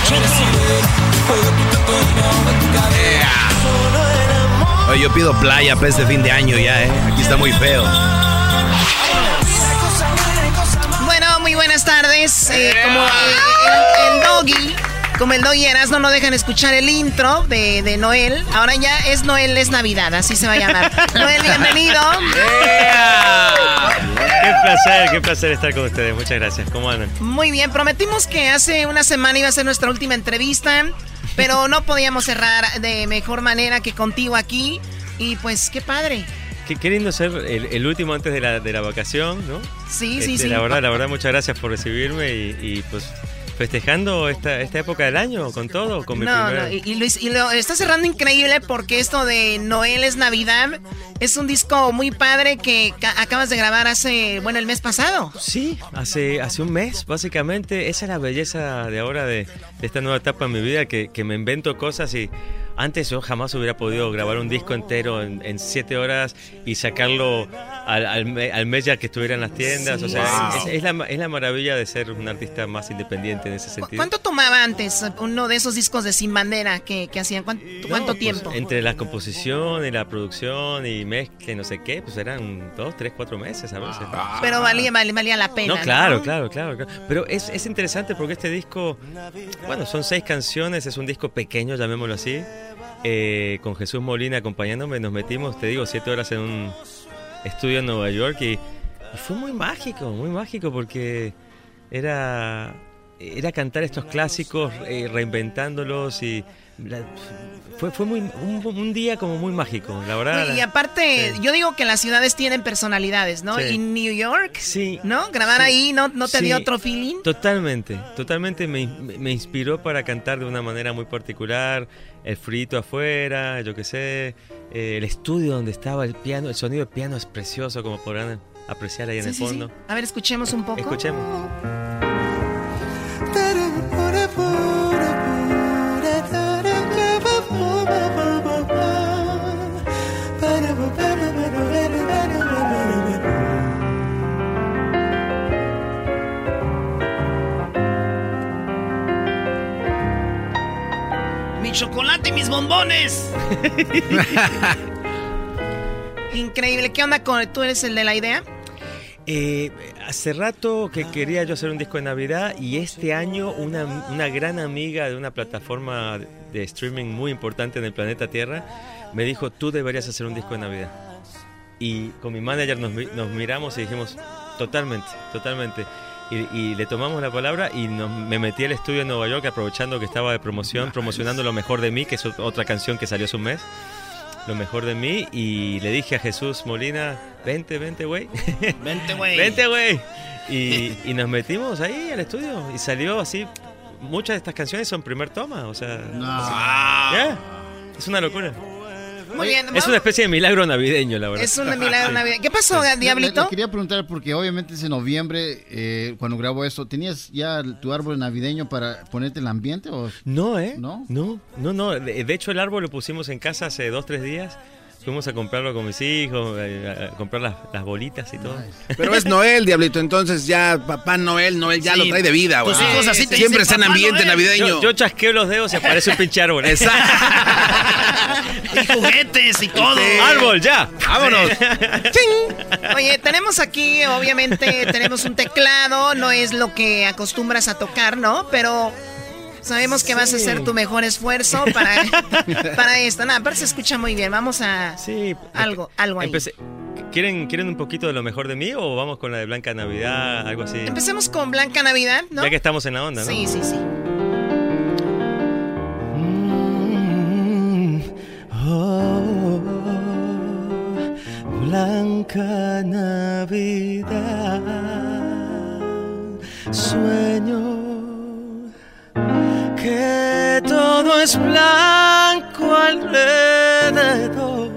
S4: yo pido playa para este fin de año ya, ¿eh? Aquí está muy feo.
S18: Bueno, muy buenas tardes. Eh, como el, el- el doggy, como el doggy y Erasmo no dejan escuchar el intro de, de Noel. Ahora ya es Noel, es Navidad, así se va a llamar. Noel, bienvenido.
S27: Qué placer, qué placer estar con ustedes. Muchas gracias. ¿Cómo andan?
S18: Muy bien, prometimos que hace una semana iba a ser nuestra última entrevista, pero no podíamos cerrar de mejor manera que contigo aquí. Y pues qué padre.
S27: Qué, qué lindo ser el, el último antes de la, de la vacación, ¿no?
S18: Sí, sí,
S27: Este,
S18: sí.
S27: La verdad, la verdad, muchas gracias por recibirme y, y, pues festejando esta, esta época del año con todo, con mi
S18: No,
S27: primera-
S18: no, y, y Luis, y lo está cerrando increíble porque esto de Noel es Navidad es un disco muy padre que ca- acabas de grabar hace, bueno, el mes pasado.
S27: Sí. Hace, hace un mes, básicamente, esa es la belleza de ahora de, de esta nueva etapa en mi vida, que, que me invento cosas y antes yo jamás hubiera podido grabar un disco entero en, en siete horas y sacarlo al, al, me- al mes ya que estuviera en las tiendas. o sea,
S18: Sí.
S27: es, es la, ma- es la maravilla de ser un artista más independiente en ese sentido.
S18: ¿Cuánto tomaba antes uno de esos discos de Sin Bandera que, que hacían? ¿Cuánto, cuánto tiempo?
S27: pues, Entre la composición y la producción y mezcla y no sé qué, pues eran dos, tres, cuatro meses a veces.
S18: Pero valía, valía, valía la pena.
S27: Ah. No, claro, claro, claro. claro. Pero es, es interesante porque este disco, bueno, son seis canciones, es un disco pequeño, llamémoslo así. Eh, con Jesús Molina acompañándome, nos metimos, te digo, siete horas en un estudio en Nueva York y, y fue muy mágico, muy mágico porque era, era cantar estos clásicos, eh, reinventándolos y la- fue, fue muy, un, un día como muy mágico, la verdad.
S18: Y aparte, yo digo que las ciudades tienen personalidades, ¿no?
S27: Sí.
S18: Y New York,
S27: sí.
S18: ¿no? Grabar
S27: Sí.
S18: ahí, ¿no, no te
S27: Sí.
S18: dio otro feeling?
S27: Totalmente, totalmente me, me- me inspiró para cantar de una manera muy particular, el frito afuera, yo qué sé, eh, el estudio donde estaba el piano, el sonido del piano es precioso como podrán apreciar ahí en
S18: Sí,
S27: el
S18: sí, sí.
S27: fondo.
S18: A ver, escuchemos un poco.
S27: Escuchemos.
S3: Mi chocolate y mis bombones.
S18: (laughs) Increíble. ¿Qué onda con tú eres el de la idea?
S27: Eh, hace rato que quería yo hacer un disco de Navidad y este año una, una gran amiga de una plataforma de streaming muy importante en el planeta Tierra me dijo, tú deberías hacer un disco de Navidad. Y con mi manager nos, mi- nos miramos y dijimos, totalmente, totalmente. Y, y le tomamos la palabra y nos- me metí al estudio en Nueva York aprovechando que estaba de promoción, promocionando Lo Mejor de Mí, que es ot- otra canción que salió hace un mes. Lo Mejor de Mí y le dije a Jesús Molina, vente, vente, güey.
S3: Vente, Este güey.
S27: Vente, güey. Y, y nos metimos ahí al estudio y salió así. Muchas de estas canciones son primer toma, o sea. Yeah. Es una locura.
S18: Muy bien.
S27: Es
S18: vamos-
S27: una especie de milagro navideño, la verdad.
S18: Es un milagro
S27: Sí.
S18: navideño. ¿Qué pasó,
S9: Este, Le- le-
S18: Diablito?
S9: le quería preguntar porque obviamente es en noviembre eh, cuando grabo esto. ¿Tenías ya tu árbol navideño para ponerte el ambiente o
S27: No, ¿eh? No. No, no, De, de hecho, el árbol lo pusimos en casa hace dos, tres días. Fuimos a comprarlo con mis hijos, eh, a comprar las, las bolitas y todo.
S5: Pero es Noel, diablito, entonces ya papá Noel, Noel ya
S27: Sí.
S5: lo trae de vida, güey.
S27: Tus hijos así te
S5: Siempre
S27: dicen,
S5: está en
S27: "Papá eh".
S5: ambiente
S27: Noel".
S5: navideño.
S27: Yo, yo chasqueo los dedos y aparece un pinche árbol.
S5: Exacto.
S3: Y juguetes y todo.
S27: Árbol, ya. Vámonos.
S18: Oye, tenemos aquí, obviamente, tenemos un teclado, no es lo que acostumbras a tocar, ¿no? Pero sabemos que vas a hacer tu mejor esfuerzo para, para esto. Nada, pero se escucha muy bien. Vamos a algo, algo ahí.
S27: Empecé- ¿Quieren, ¿Quieren un poquito de lo mejor de mí o vamos con la de Blanca Navidad, algo así?
S18: Empecemos con Blanca Navidad, ¿no?
S27: Ya que estamos en la onda, ¿no?
S18: Sí, sí, sí.
S28: Oh, blanca Navidad, sueño que todo es blanco alrededor.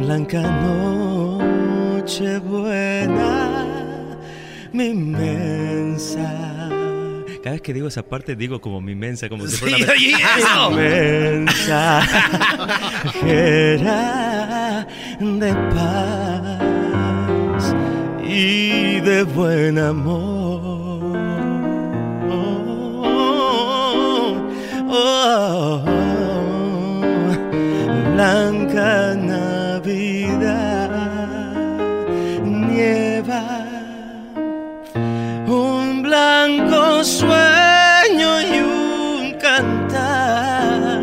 S28: Blanca noche buena, mi inmensa.
S27: Cada vez que digo esa parte digo como mi mensa, como si
S28: Sí,
S27: fuera una-
S28: oye,
S27: (laughs)
S28: eso. (laughs) Mensajera de paz y de buen amor. Oh, oh, oh, oh, blanca Navidad nieva un blanco sueño y un cantar,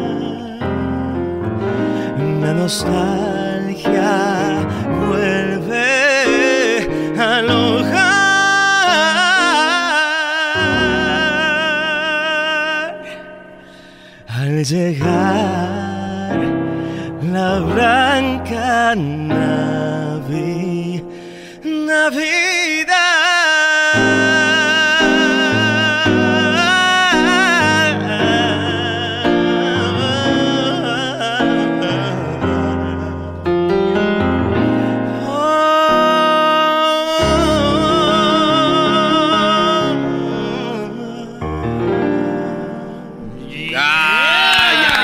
S28: la nostalgia vuelve al hogar al llegar la blanca Navidad. Navidad.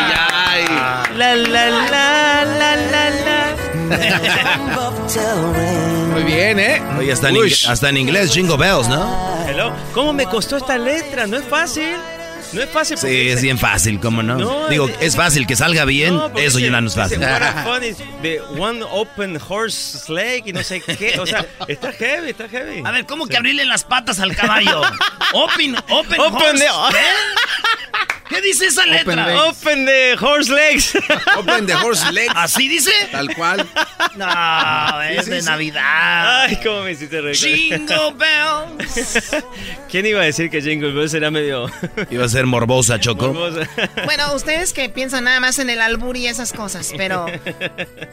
S3: La, la, la, la, la,
S4: Muy bien, ¿eh? Oye, hasta en, ing- hasta en inglés, Jingo Bells, ¿no?
S27: Hello. ¿Cómo me costó esta letra? No es fácil. No es fácil.
S4: Sí,
S27: porque
S4: es
S27: dice-
S4: bien fácil, ¿cómo no?
S27: No,
S4: Digo,
S27: es-
S4: es fácil que salga bien,
S27: No, porque
S4: eso
S27: dice-
S4: ya no es
S27: dice,
S4: fácil. (laughs)
S27: "What a fun is the one open horse slake y no sé qué. O sea, está heavy, está heavy.
S3: A ver, ¿cómo que abrirle las patas al
S27: (laughs)
S3: caballo? Open, open,
S27: Open
S3: horse.
S27: the-
S3: ¿Eh? ¿Qué dice esa
S27: Open
S3: letra?
S27: legs. Open the horse legs.
S5: Open the horse legs.
S3: ¿Así dice?
S5: Tal cual.
S2: Ah,
S3: No, es de Navidad.
S27: Ay, cómo me hiciste reír.
S3: Jingle bells.
S27: (laughs) ¿Quién iba a decir que Jingle Bells era medio...
S4: (laughs) Iba a ser morbosa, Choco.
S27: Morbosa.
S18: Bueno, ustedes que piensan nada más en el albur y esas cosas,
S27: (laughs)
S18: pero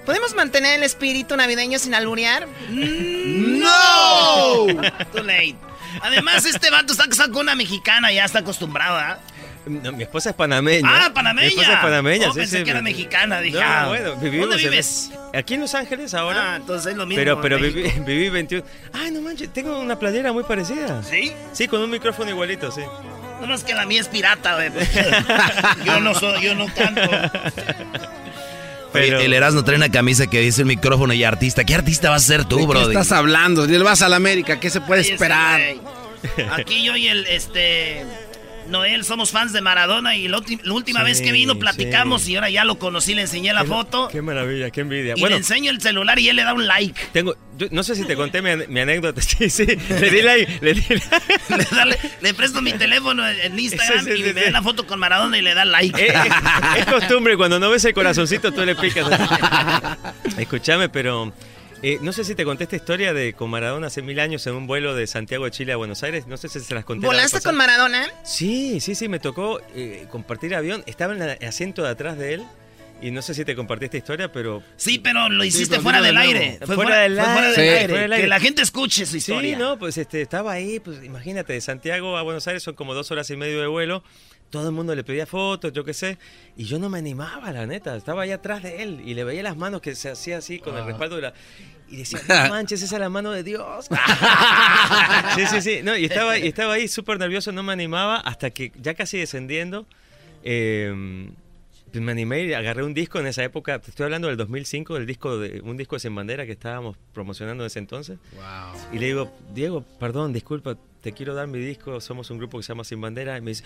S18: ¿podemos mantener el espíritu navideño sin alburear?
S27: Oh.
S3: ¡No! (laughs) Too late. Además, este vato está casado con una mexicana, ya está acostumbrada.
S27: No, mi esposa es panameña.
S3: Ah, panameña.
S27: Mi esposa es panameña,
S3: Oh,
S27: sí,
S3: pensé
S27: sí.
S3: que era mexicana, dije,
S27: No,
S3: ah,
S27: bueno,
S3: ¿dónde
S27: vivimos en-
S3: vives?
S27: Aquí en Los Ángeles ahora.
S3: Ah, entonces es lo mismo.
S27: Pero, pero
S3: en
S27: viví,
S3: México.
S27: (laughs) viví 21. Ay, no manches, tengo una playera muy parecida.
S3: ¿Sí?
S27: Sí, con un micrófono igualito, sí.
S3: No más que la mía es pirata,
S27: (laughs)
S3: güey. Yo no soy, yo no canto.
S4: Oye, El Erasmo trae una camisa que dice el micrófono y artista. ¿Qué artista vas a ser tú,
S5: ¿De
S4: bro?
S5: qué estás hablando? Le vas a la América, ¿qué se puede
S3: Oye,
S5: esperar?
S3: ese
S5: (laughs)
S3: güey. Aquí yo y el, este... Noel, somos fans de Maradona y la, ulti- la última
S27: Sí,
S3: vez que vino platicamos
S27: sí.
S3: y ahora ya lo conocí, le enseñé la
S27: Qué-
S3: foto
S27: Qué maravilla, qué envidia.
S3: y
S27: bueno,
S3: le enseño el celular y él le da un like.
S27: tengo, yo no sé si te conté mi, ane- mi anécdota. (laughs) Sí, sí. Le di like, le di
S3: Le, da- le- le presto
S27: (laughs)
S3: mi teléfono en Instagram
S27: Sí, sí,
S3: y
S27: sí,
S3: me
S27: sí.
S3: da la foto con Maradona y le da like.
S27: Eh, es, es
S3: (laughs)
S27: costumbre, cuando no ves el corazoncito tú le picas. Escúchame, pero eh, no sé si te conté esta historia de con Maradona hace mil años en un vuelo de Santiago de Chile a Buenos Aires. No sé si se las conté. la vez
S18: ¿Volaste
S27: pasada.
S18: con Maradona?
S27: Sí, sí, sí, me tocó eh, compartir avión. Estaba en el asiento de atrás de él. Y no sé si te compartí esta historia, pero...
S3: Sí, pero lo hiciste fuera del aire. Fue fuera,
S27: del
S3: fue
S27: aire.
S3: fuera del
S27: Sí.
S3: aire.
S27: Fuera del aire.
S3: Que la gente escuche su historia.
S27: Sí, no, pues este, estaba ahí, pues imagínate, de Santiago a Buenos Aires son como dos horas y medio de vuelo. Todo el mundo le pedía fotos, yo qué sé. Y yo no me animaba, la neta. Estaba ahí atrás de él y le veía las manos que se hacía así con el respaldo de la...
S28: (laughs)
S27: Y decía,
S3: (laughs)
S27: no manches, esa es la mano de Dios. sí, sí, sí. No, y estaba, y estaba ahí súper nervioso, no me animaba hasta que ya casi descendiendo, eh, pues me animé y agarré un disco en esa época. Te estoy hablando del 2005, del disco de, un disco de Sin Bandera que estábamos promocionando en ese entonces. Y le digo, Diego, perdón, disculpa, te quiero dar mi disco. Somos un grupo que se llama Sin Bandera. Y me dice,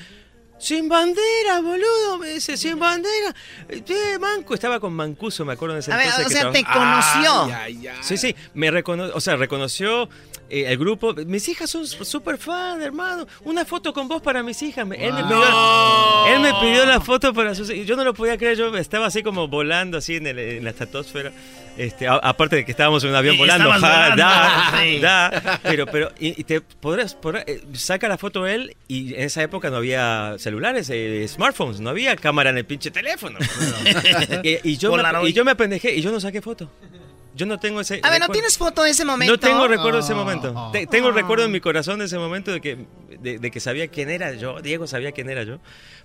S27: Sin bandera, boludo, me dice, sin bandera. Eh, manco, estaba con Mancuso, me acuerdo en ese
S18: A ver,
S27: entonces.
S18: o
S27: que
S18: sea, te
S27: trabajaba-
S18: conoció.
S27: Sí, sí, me reconoció, o sea, reconoció eh, el grupo. Mis hijas son súper fan, hermano. Una foto con vos para mis hijas. Me- Él, me pidió, él me pidió la foto para sus hijas. Yo no lo podía creer, yo estaba así como volando, así en, el- en la estratosfera. Este, a- aparte de que estábamos en un avión
S28: Sí,
S27: volando,
S28: estabas
S27: ja, (laughs) da,
S28: volando, sí.
S27: da. Pero, pero, y, y te podrás, podrás- eh, saca la foto él y en esa época no había celulares, eh, smartphones, no había cámara en el
S28: (laughs)
S27: pinche teléfono. (laughs) y, y yo me,
S3: Polaroid.
S27: y yo me apendejé y yo no saqué foto. Yo no tengo ese.
S18: A ver, ¿no
S27: recuerdo.
S18: tienes foto de ese momento?
S27: No tengo recuerdo de ese momento.
S28: Oh.
S27: Te- tengo el recuerdo en mi corazón de ese momento de que, de, de que sabía quién era yo. Diego sabía quién era yo.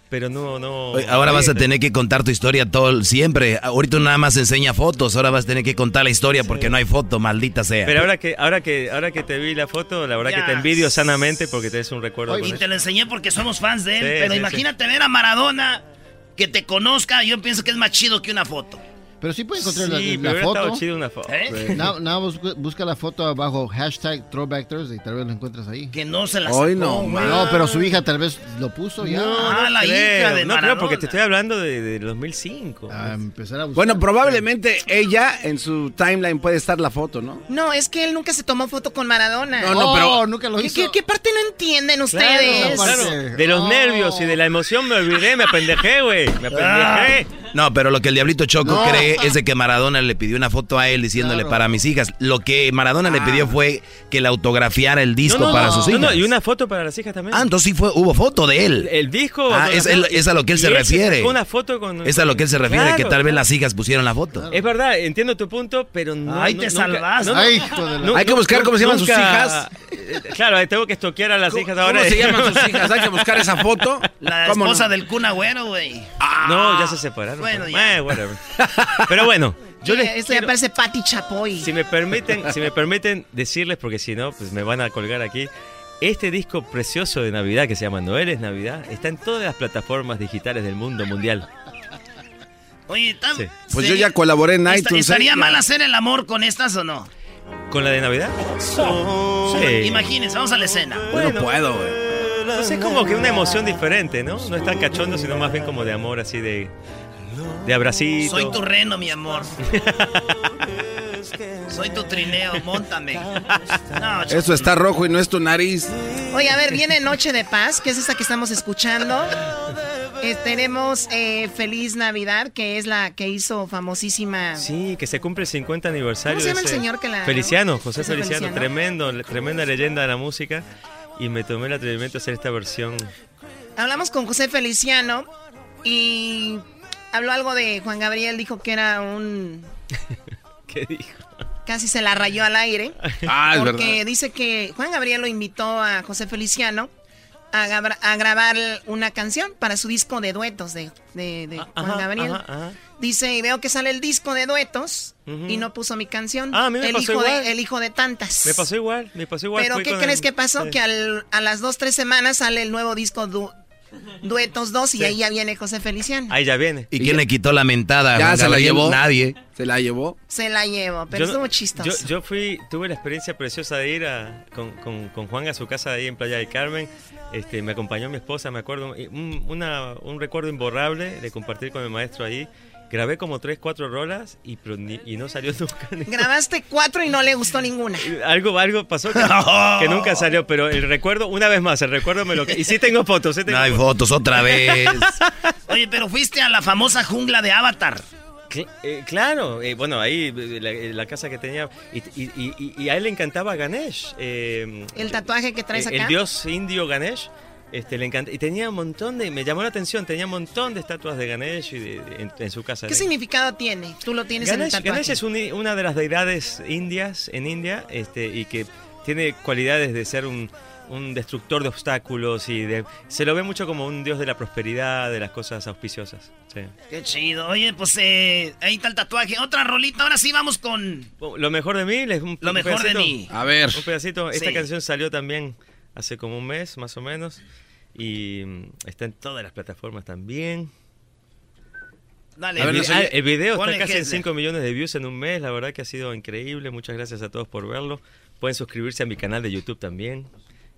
S27: Pero no, no.
S4: Oye, Ahora vas a tener que contar tu historia todo el- siempre. Ahorita nada más enseña fotos, ahora vas a tener que contar la historia porque no hay foto, maldita sea.
S27: Pero ahora que, ahora que, ahora que te vi la foto, la verdad que te envidio sanamente porque te es un recuerdo. con
S3: y
S27: eso.
S3: te lo enseñé porque somos fans de él.
S27: Sí,
S3: pero
S27: sí,
S3: imagínate ver a Maradona que te conozca. Yo pienso que es más chido que una foto.
S9: Pero sí puede encontrar la-
S27: Sí,
S9: la,
S27: pero hubiera
S9: foto.
S27: estado chido una foto.
S9: ¿Eh?
S27: Sí.
S9: Nada nada más busca, busca la foto abajo, hashtag Throwback Thursday, tal vez lo encuentras ahí.
S3: Que no se
S27: la Ay, sacó, no, güey. man.
S9: No, pero su hija tal vez lo puso ya.
S27: No, no creo, No creo, porque te estoy hablando de, de 2005.
S9: empezar a
S5: Bueno, probablemente ella en su timeline puede estar la foto, ¿no?
S18: No, es que él nunca se tomó foto con Maradona.
S5: No, no, pero- Oh,
S9: nunca
S5: lo
S18: ¿Qué, qué, qué parte no entienden ustedes?
S27: Claro, claro. De los nervios y de la emoción me olvidé, me apendejé, güey. Me
S4: Ah.
S27: apendejé.
S4: No, pero lo que el diablito Choco
S27: No.
S4: cree es de que Maradona le pidió una foto a él diciéndole para mis hijas. Lo que Maradona le pidió fue que le autografiara el disco para sus hijas.
S27: Ah. No, no, y una foto para las hijas también.
S4: Ah, entonces sí fue, hubo foto de él.
S27: El, el disco.
S4: Ah, es, el- es a lo que él
S27: Y
S4: se
S27: se
S4: refiere.
S27: sacó una foto con-
S4: Es a lo que él se refiere, que
S27: Claro.
S4: tal vez las hijas pusieron la foto.
S27: Es verdad, entiendo tu punto, pero no.
S4: Ay,
S27: no-
S4: te
S27: nunca-
S4: salvaste.
S27: no, no,
S4: Ay, hijo de la-
S27: nu-
S4: Hay que
S27: nu-
S4: buscar cómo se llaman sus hijas.
S27: Eh, Claro, ahí tengo que estoquear a las hijas ahora. (laughs)
S5: se llaman sus hijas? Hay que buscar esa foto.
S3: La
S27: ¿Cómo
S3: esposa
S27: no?
S3: del Kun Agüero, güey.
S27: No, ya se separaron.
S3: Bueno,
S27: pero-
S3: ya.
S27: Eh, whatever. Pero bueno, yo
S18: Mira,
S27: les
S18: Esto ya parece Pati Chapoy.
S27: Si me permiten, si me permiten decirles, porque si no, pues me van a colgar aquí. Este disco precioso de Navidad que se llama Noel es Navidad está en todas las plataformas digitales del mundo mundial.
S3: Oye, ¿tan-
S27: Sí.
S5: Pues yo ya colaboré en
S3: ¿Est-
S5: iTunes.
S3: ¿Estaría
S5: ¿eh?
S3: mal hacer el amor con estas o no?
S27: ¿Con la de Navidad? Sí.
S3: Imagínense, vamos a la escena.
S27: Yo no puedo, güey. Entonces es como que una emoción diferente, ¿no? No es tan cachondo, sino más bien como de amor, así de. de abracito.
S3: Soy tu reno, mi
S27: (laughs)
S3: amor. Soy tu trineo,
S27: (laughs)
S3: montame. No, ch-
S5: Eso está rojo y no es tu nariz.
S18: Oye, a ver, viene Noche de Paz, que es esta que estamos escuchando. Eh, tenemos eh, Feliz Navidad, que es la que hizo famosísima.
S27: Sí, que se cumple el 50 aniversario.
S18: ¿Cómo se llama
S27: de
S18: el
S27: ese-
S18: señor que la-
S27: Feliciano, José
S18: José
S27: Feliciano,
S18: Feliciano.
S27: tremendo, le- tremenda leyenda de la música. Y me tomé el atrevimiento de hacer esta versión.
S18: Hablamos con José Feliciano y habló algo de Juan Gabriel, dijo que era un...
S27: ¿Qué dijo?
S18: Casi se la rayó al aire.
S27: (laughs) Ah, es
S18: porque
S27: verdad.
S18: dice que Juan Gabriel lo invitó a José Feliciano a, gabra- a grabar una canción para su disco de duetos de, de- de Juan
S27: Ah, Ajá,
S18: Gabriel.
S27: ajá, ajá.
S18: Dice, y veo que sale el disco de duetos
S27: Ujú.
S18: y no puso mi canción.
S27: Ah, a mí me
S18: el,
S27: pasó
S18: hijo
S27: igual.
S18: de, el hijo de tantas.
S27: Me pasó igual, me pasó igual.
S18: Pero
S27: fue
S18: ¿qué
S27: con
S18: crees
S27: el-
S18: que pasó?
S27: Sí.
S18: Que al- a las dos, tres semanas sale el nuevo disco du- Duetos 2 y
S27: Sí.
S18: ahí ya viene José Feliciano.
S27: Ahí ya viene.
S4: ¿Y quién le quitó la mentada?
S5: Ya
S4: Juan
S5: se la
S4: Gabriel?
S5: llevó.
S4: Nadie.
S5: Se la llevó.
S18: Se la llevo, pero
S27: Yo-
S18: estuvo chistoso.
S27: Yo, yo fui, tuve la experiencia preciosa de ir a- con, con- con Juan a su casa de ahí en Playa del Carmen. Este, me acompañó mi esposa, me acuerdo, y un, una- un recuerdo imborrable de compartir con el maestro ahí. Grabé como tres, cuatro rolas y, pero ni- y no salió (laughs) nunca. ni-
S18: Grabaste cuatro y no le gustó
S27: (laughs)
S18: ninguna.
S27: Algo, algo
S4: (laughs)
S27: pasó que, que nunca salió, pero el recuerdo, una vez más, el recuerdo me lo... Y sí tengo fotos, sí tengo
S4: No hay fotos otra vez.
S3: Oye, pero fuiste a la famosa jungla de Avatar.
S27: (laughs) Cl- eh, claro, eh, bueno, ahí eh, la, eh, la casa que tenía, y, y- y- y- y a él le encantaba Ganesh. eh,
S18: El tatuaje que traes
S27: el,
S18: acá.
S27: Eh, el dios indio Ganesh. Este, le encanta. Y tenía un montón de. Me llamó la atención, tenía un montón de estatuas de Ganesh y de- de- en, en su casa.
S18: ¿Qué
S27: Le-
S18: significado tiene? Tú lo tienes en el
S27: Ganesh,
S18: tatuaje.
S27: Ganesh es un- una de las deidades indias en India este, y que tiene cualidades de ser un, un destructor de obstáculos y de, se lo ve mucho como un dios de la prosperidad, de las cosas auspiciosas. sí.
S3: Qué chido. Oye, pues eh, ahí está el tatuaje. Otra rolita. Ahora sí vamos con.
S27: Lo mejor de mí, les un,
S3: Lo
S27: un
S3: mejor de
S27: pedacito.
S3: mí.
S5: A ver.
S27: Un pedacito. Esta
S3: Sí.
S27: canción salió también hace como un mes, más o menos. Y mm, está en todas las plataformas también.
S3: Dale, Pues,
S27: el, vi- ah, el video
S3: Ponle
S27: está casi en
S3: Hitler.
S27: 5 millones de views en un mes. La verdad que ha sido increíble. Muchas gracias a todos por verlo. Pueden suscribirse a mi canal de YouTube también.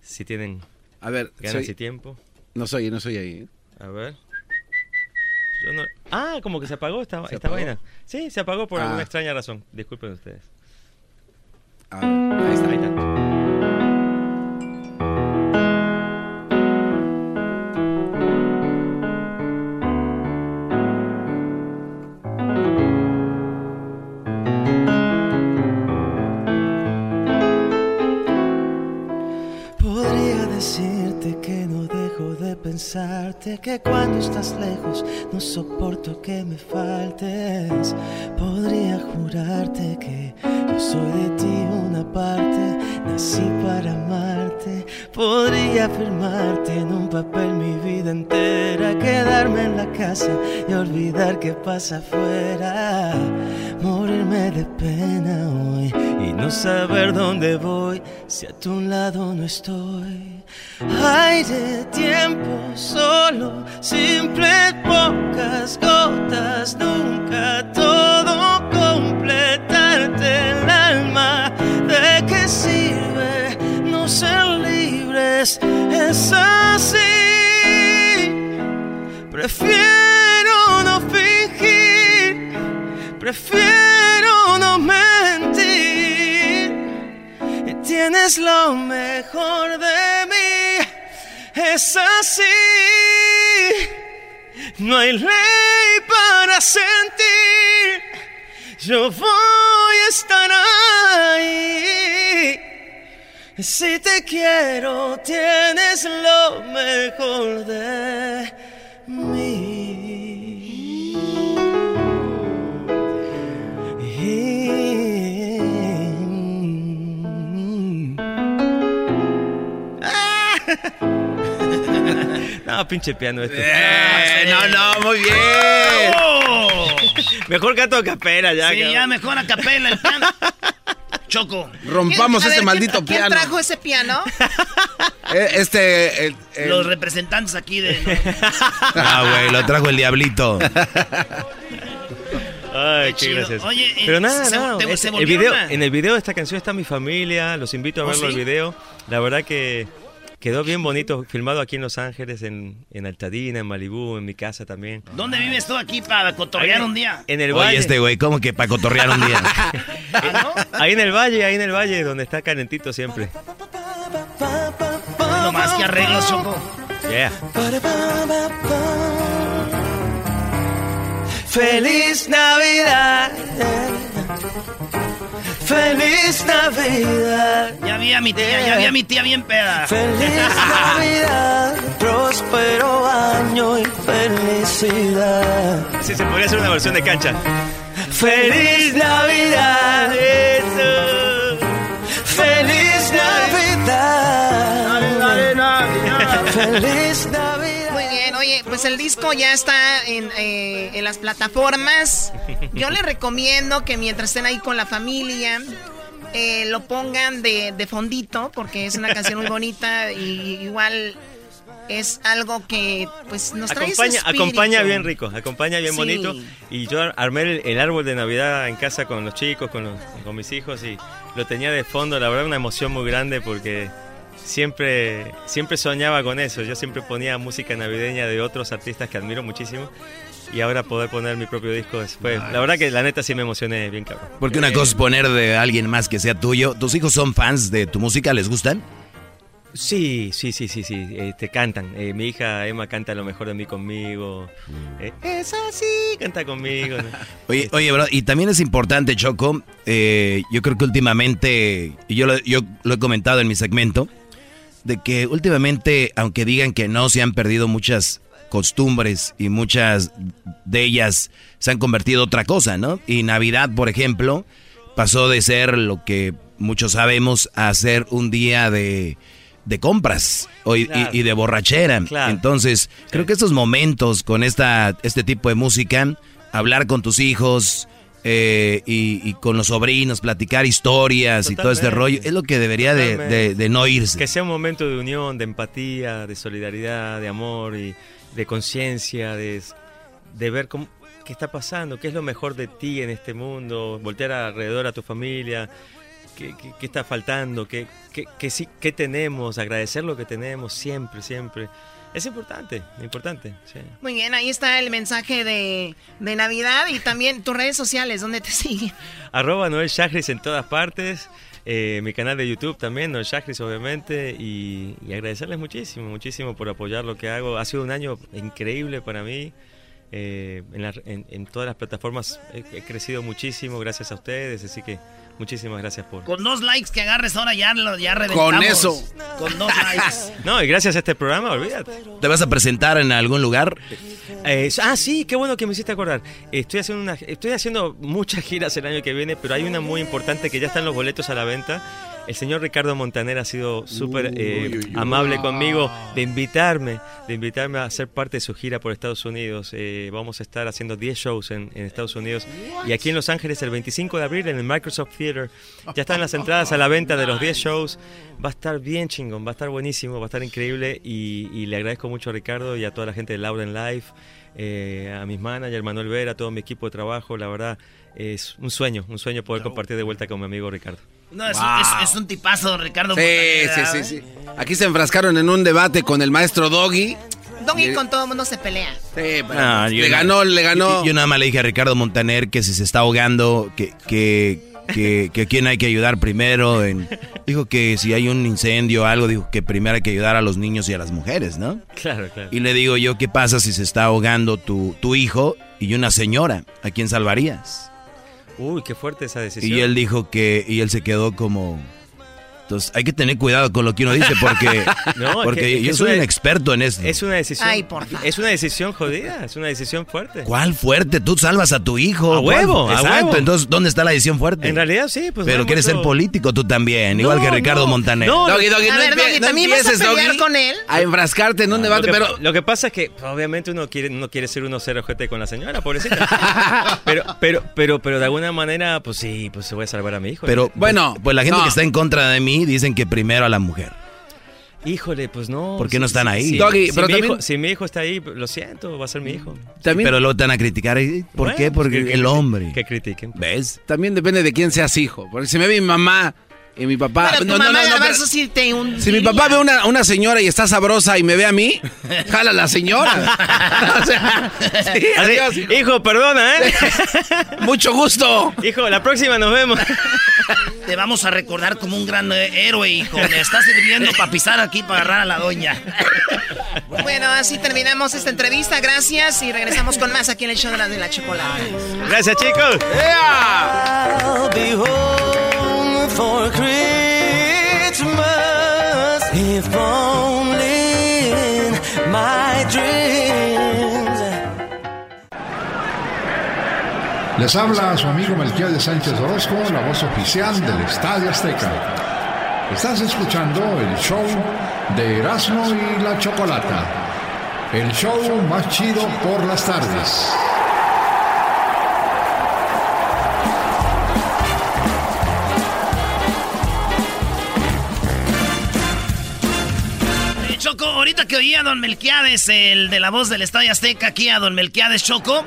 S27: Si tienen
S5: A ver,
S27: ganas
S5: soy-
S27: y tiempo.
S5: No soy, no soy ahí. ¿eh?
S27: A ver. Yo no- Ah, como que se apagó esta,
S5: ¿Se
S27: esta
S5: apagó?
S27: vaina. Sí, se apagó por
S5: Ah.
S27: alguna extraña razón. Disculpen ustedes.
S28: Podría decirte que no dejo de pensarte, que cuando estás lejos no soporto que me faltes. Podría jurarte que yo soy de ti una parte, nací para amarte. Podría firmarte en un papel mi vida entera, quedarme en la casa y olvidar qué pasa afuera. Morirme de pena hoy y no saber dónde voy si a tu lado no estoy.
S15: Aire, tiempo, solo, simple, pocas gotas, nunca todo
S28: es así. Prefiero no fingir, prefiero no mentir. Y tienes lo mejor de mí, es así. No hay ley para sentir, yo voy a estar ahí. Si te quiero, tienes lo mejor de mí.
S27: No, pinche piano este.
S4: no, no, muy bien.
S27: (laughs) Mejor canto a capela ya.
S3: Sí,
S27: cabrón.
S3: ya mejor a capela el piano. Choco.
S5: Rompamos
S18: ¿Quién- a
S5: este
S18: ver,
S5: maldito
S18: ¿quién, ¿Quién
S5: piano.
S18: trajo ese piano?
S5: Eh, Este. el- (laughs) el-
S3: Los representantes
S5: (laughs)
S3: aquí de...
S4: (laughs) Ah, güey, lo trajo el diablito.
S27: Ay,
S3: Qué
S27: qué
S3: chido.
S27: gracias.
S3: Oye, eh,
S27: Pero nada,
S3: se-
S27: nada,
S3: te-
S27: es-
S3: se
S27: el
S3: volvió
S27: video,
S3: una-
S27: en el video de esta canción está mi familia, los invito a
S3: ¿Oh,
S27: verlo el
S3: sí?
S27: video. La verdad que quedó bien bonito, filmado aquí en Los Ángeles, en, en Altadena, en Malibú, en mi casa también.
S3: ¿Dónde vives tú aquí para cotorrear un día?
S27: En el
S4: Oye,
S27: valle. Eh,
S4: este güey, ¿cómo que para cotorrear un
S27: (laughs)
S4: día?
S27: Ahí en el valle, ahí en el valle, donde está calentito siempre.
S3: No más que arreglos, Choco.
S27: Yeah.
S28: Feliz Navidad. Feliz Navidad.
S3: Ya vi a mi tía, ya vi a mi tía bien peda.
S28: Feliz Navidad, próspero año y felicidad.
S27: Sí, se podría hacer una versión de cancha.
S28: Feliz Navidad. Feliz Navidad. Feliz Navidad.
S18: Muy bien, oye, pues el disco ya está en, eh, en las plataformas. Yo les recomiendo que mientras estén ahí con la familia, eh, lo pongan de, de fondito, porque es una canción muy bonita y igual es algo que pues nos trae ese
S27: Acompaña,
S18: espíritu.
S27: acompaña bien rico, acompaña bien
S18: Sí.
S27: bonito. Y yo ar- armé el, el árbol de Navidad en casa con los chicos, con, los- con mis hijos y lo tenía de fondo. La verdad, una emoción muy grande porque siempre, siempre soñaba con eso. Yo siempre ponía música navideña de otros artistas que admiro muchísimo. Y ahora poder poner mi propio disco después. La verdad que la neta sí me emocioné bien cabrón.
S4: Porque una cosa es poner de alguien más que sea tuyo. ¿Tus hijos son fans de tu música? ¿Les gustan?
S27: Sí, sí, sí, sí, sí. eh, te cantan. Eh, mi hija Emma canta lo mejor de mí conmigo. Eh, es así, canta conmigo. ¿no?
S4: Oye, oye, bro, y también es importante, Choco, eh, yo creo que últimamente, y yo lo, yo lo he comentado en mi segmento, de que últimamente, aunque digan que no, se han perdido muchas costumbres y muchas de ellas se han convertido en otra cosa, ¿no? Y Navidad, por ejemplo, pasó de ser lo que muchos sabemos a ser un día de, de compras o y, y-
S27: Claro.
S4: y de borrachera.
S27: Claro.
S4: Entonces, creo que estos momentos con esta, este tipo de música, hablar con tus hijos eh, y, y con los sobrinos, platicar historias y todo este rollo,
S27: Totalmente.
S4: es lo que debería de, de- de no irse.
S27: Que sea un momento de unión, de empatía, de solidaridad, de amor y de conciencia, de, de ver cómo, qué está pasando, qué es lo mejor de ti en este mundo, voltear alrededor a tu familia, qué, qué- qué está faltando, qué, qué, qué sí, qué tenemos, agradecer lo que tenemos siempre, siempre. Es importante, importante. sí.
S18: Muy bien, ahí está el mensaje de, de Navidad y también tus redes sociales, ¿dónde te siguen?
S27: Arroba Noel Shagris en todas partes. eh, mi canal de YouTube también, Noel Shagris, obviamente. Y, y agradecerles muchísimo, muchísimo por apoyar lo que hago. Ha sido un año increíble para mí. eh, en, la- en- en todas las plataformas he, he crecido muchísimo gracias a ustedes. Así que muchísimas gracias por.
S3: Con dos likes que agarres ahora ya, lo- ya reventamos.
S4: Con eso.
S3: Con dos likes.
S27: No, y gracias a este programa, olvídate.
S4: ¿Te vas a presentar en algún lugar?
S27: Eh, ah, sí, qué bueno que me hiciste acordar. Estoy haciendo, una, estoy haciendo muchas giras el año que viene, pero hay una muy importante que ya están los boletos a la venta. El señor Ricardo Montaner ha sido súper eh, amable conmigo de invitarme, de invitarme a ser parte de su gira por Estados Unidos. Eh, vamos a estar haciendo 10 shows en, en Estados Unidos y aquí en Los Ángeles el 25 de abril en el Microsoft Theater. Ya están las entradas a la venta de los 10 shows. Va a estar bien chingón, va a estar buenísimo, va a estar increíble y, y le agradezco mucho a Ricardo y a toda la gente de Laura en Life eh, a mis managers, Manuel Vera, a todo mi equipo de trabajo. La verdad, es un sueño, un sueño poder compartir de vuelta con mi amigo Ricardo.
S3: No, es,
S5: Wow.
S3: es- es un tipazo, Ricardo.
S5: Sí, eh, sí,
S3: Montañeda,
S5: sí, sí. Aquí se enfrascaron en un debate con el maestro Doggy.
S18: Doggy con todo el mundo se pelea.
S5: Sí, pero
S27: Ah,
S5: pues,
S4: No, Ah, yo
S5: le
S4: no-
S5: ganó, le ganó.
S4: Yo, yo nada más le dije a Ricardo Montaner que si se está ahogando, que, que, que, que a quién hay que ayudar primero. en- dijo que si hay un incendio o algo, dijo que primero hay que ayudar a los niños y a las mujeres, ¿no?
S27: Claro, claro.
S4: Y le digo yo, ¿qué pasa si se está ahogando tu, tu hijo y una señora? ¿A quién salvarías?
S27: Uy, qué fuerte esa decisión.
S4: Y él dijo que, y él se quedó como... Entonces hay que tener cuidado con lo que uno dice porque,
S27: (laughs) No, es
S4: porque
S27: que- es que
S4: yo
S27: es
S4: soy
S27: una-
S4: un experto en esto.
S27: Es una decisión.
S18: Ay, por favor.
S27: Es una decisión jodida, es una decisión fuerte.
S4: ¿Cuál fuerte? Tú salvas a tu hijo.
S27: A huevo,
S4: ¿Cuál?
S27: a
S4: Exacto.
S27: huevo.
S4: Entonces, ¿dónde está la decisión fuerte?
S27: En realidad sí, pues.
S4: Pero
S27: no,
S4: quieres ser
S27: mucho-
S4: político tú también,
S27: No,
S4: igual que Ricardo
S27: no.
S4: Montaner.
S27: No,
S4: No,
S27: Doggy, Doggy,
S18: A
S27: no
S18: ver,
S27: empie-
S18: Doggy,
S27: no
S18: ¿también vas a
S27: empieces,
S18: pelear
S27: Doggy.
S18: con él?
S5: A enfrascarte en un
S27: Ah, lo,
S5: debate,
S27: que,
S5: pero.
S27: lo que pasa es que pues, obviamente uno quiere no quiere ser uno cero ojete con la señora, pobrecita. (laughs) pero, pero, pero, pero de alguna manera, pues sí, pues se voy a salvar a mi hijo.
S4: Pero bueno, pues la gente
S27: no.
S4: que está en contra de mí dicen que primero a la mujer.
S27: Híjole, pues no.
S4: ¿Por qué no están ahí?
S27: sí,
S4: Doggy,
S27: si
S4: pero
S27: mi
S4: también-
S27: hijo- si mi hijo está ahí, lo siento, va a ser mi hijo.
S5: (laughs)
S4: Pero luego te van a criticar. ¿eh? ¿Por
S27: Bueno,
S4: qué?
S27: pues
S4: Porque
S27: que-
S4: el hombre.
S27: Que critiquen. pues.
S4: ¿Ves?
S5: También depende de quién seas hijo. Porque si me ve mi mamá y mi papá.
S18: Pero tu
S5: No, no,
S18: mamá
S5: no,
S18: de
S5: no, pero-
S18: Alvarzo sí te hundiría.
S5: Si mi papá ve una, una señora y está sabrosa y me ve a
S3: (laughs)
S5: mí, jala la
S18: (laughs)
S5: señora. (laughs) o sea, sí,
S27: Así, hijo, perdona, ¿eh?
S5: Mucho gusto.
S27: Hijo, la próxima nos vemos.
S3: Te vamos a recordar como un gran eh, héroe, hijo. Me estás sirviendo para pisar aquí para agarrar a la doña.
S18: Bueno, así terminamos esta entrevista. Gracias y regresamos con más aquí en el show de la, de la chocolate.
S27: Gracias, chicos.
S15: I'll be home for Christmas if only in my dreams.
S12: Les habla su amigo Melquiades de Sánchez Orozco, la voz oficial del Estadio Azteca. Estás escuchando el show de Erasmo y la Chocolata, el show más chido por las tardes.
S3: Eh, Choco, ahorita que oía a Don Melquiades, el de la voz del Estadio Azteca, aquí a Don Melquiades Choco,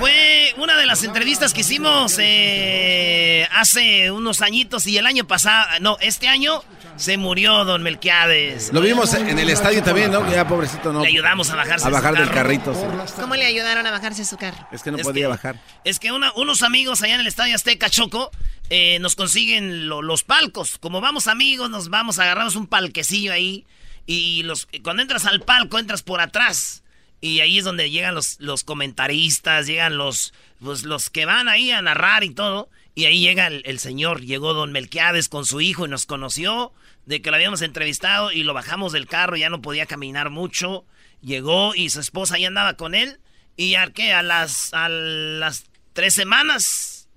S3: fue una de las entrevistas que hicimos eh, hace unos añitos y el año pasado, no, este año se murió Don Melquiades.
S5: Lo vimos en el estadio también, ¿no? Que Ya pobrecito no.
S3: Le ayudamos a bajarse
S5: A
S3: de
S5: bajar
S3: su
S5: del
S3: carro.
S5: carrito. sí.
S18: ¿Cómo le ayudaron a bajarse su carro?
S5: Es que no
S3: Es
S5: podía
S3: que- (laughs)
S5: bajar.
S3: Es que una- unos amigos allá en el Estadio Azteca Choco eh, nos consiguen lo- los palcos. Como vamos amigos, nos vamos, agarramos un palquecillo ahí. Y los, cuando entras al palco, entras por atrás. Y ahí es donde llegan los, los comentaristas, llegan los, pues, los que van ahí a narrar y todo. Y ahí llega el, el señor, llegó don Melquiades con su hijo y nos conoció de que lo habíamos entrevistado y lo bajamos del carro, ya no podía caminar mucho. Llegó y su esposa ya andaba con él. Y ya que a las, a las tres semanas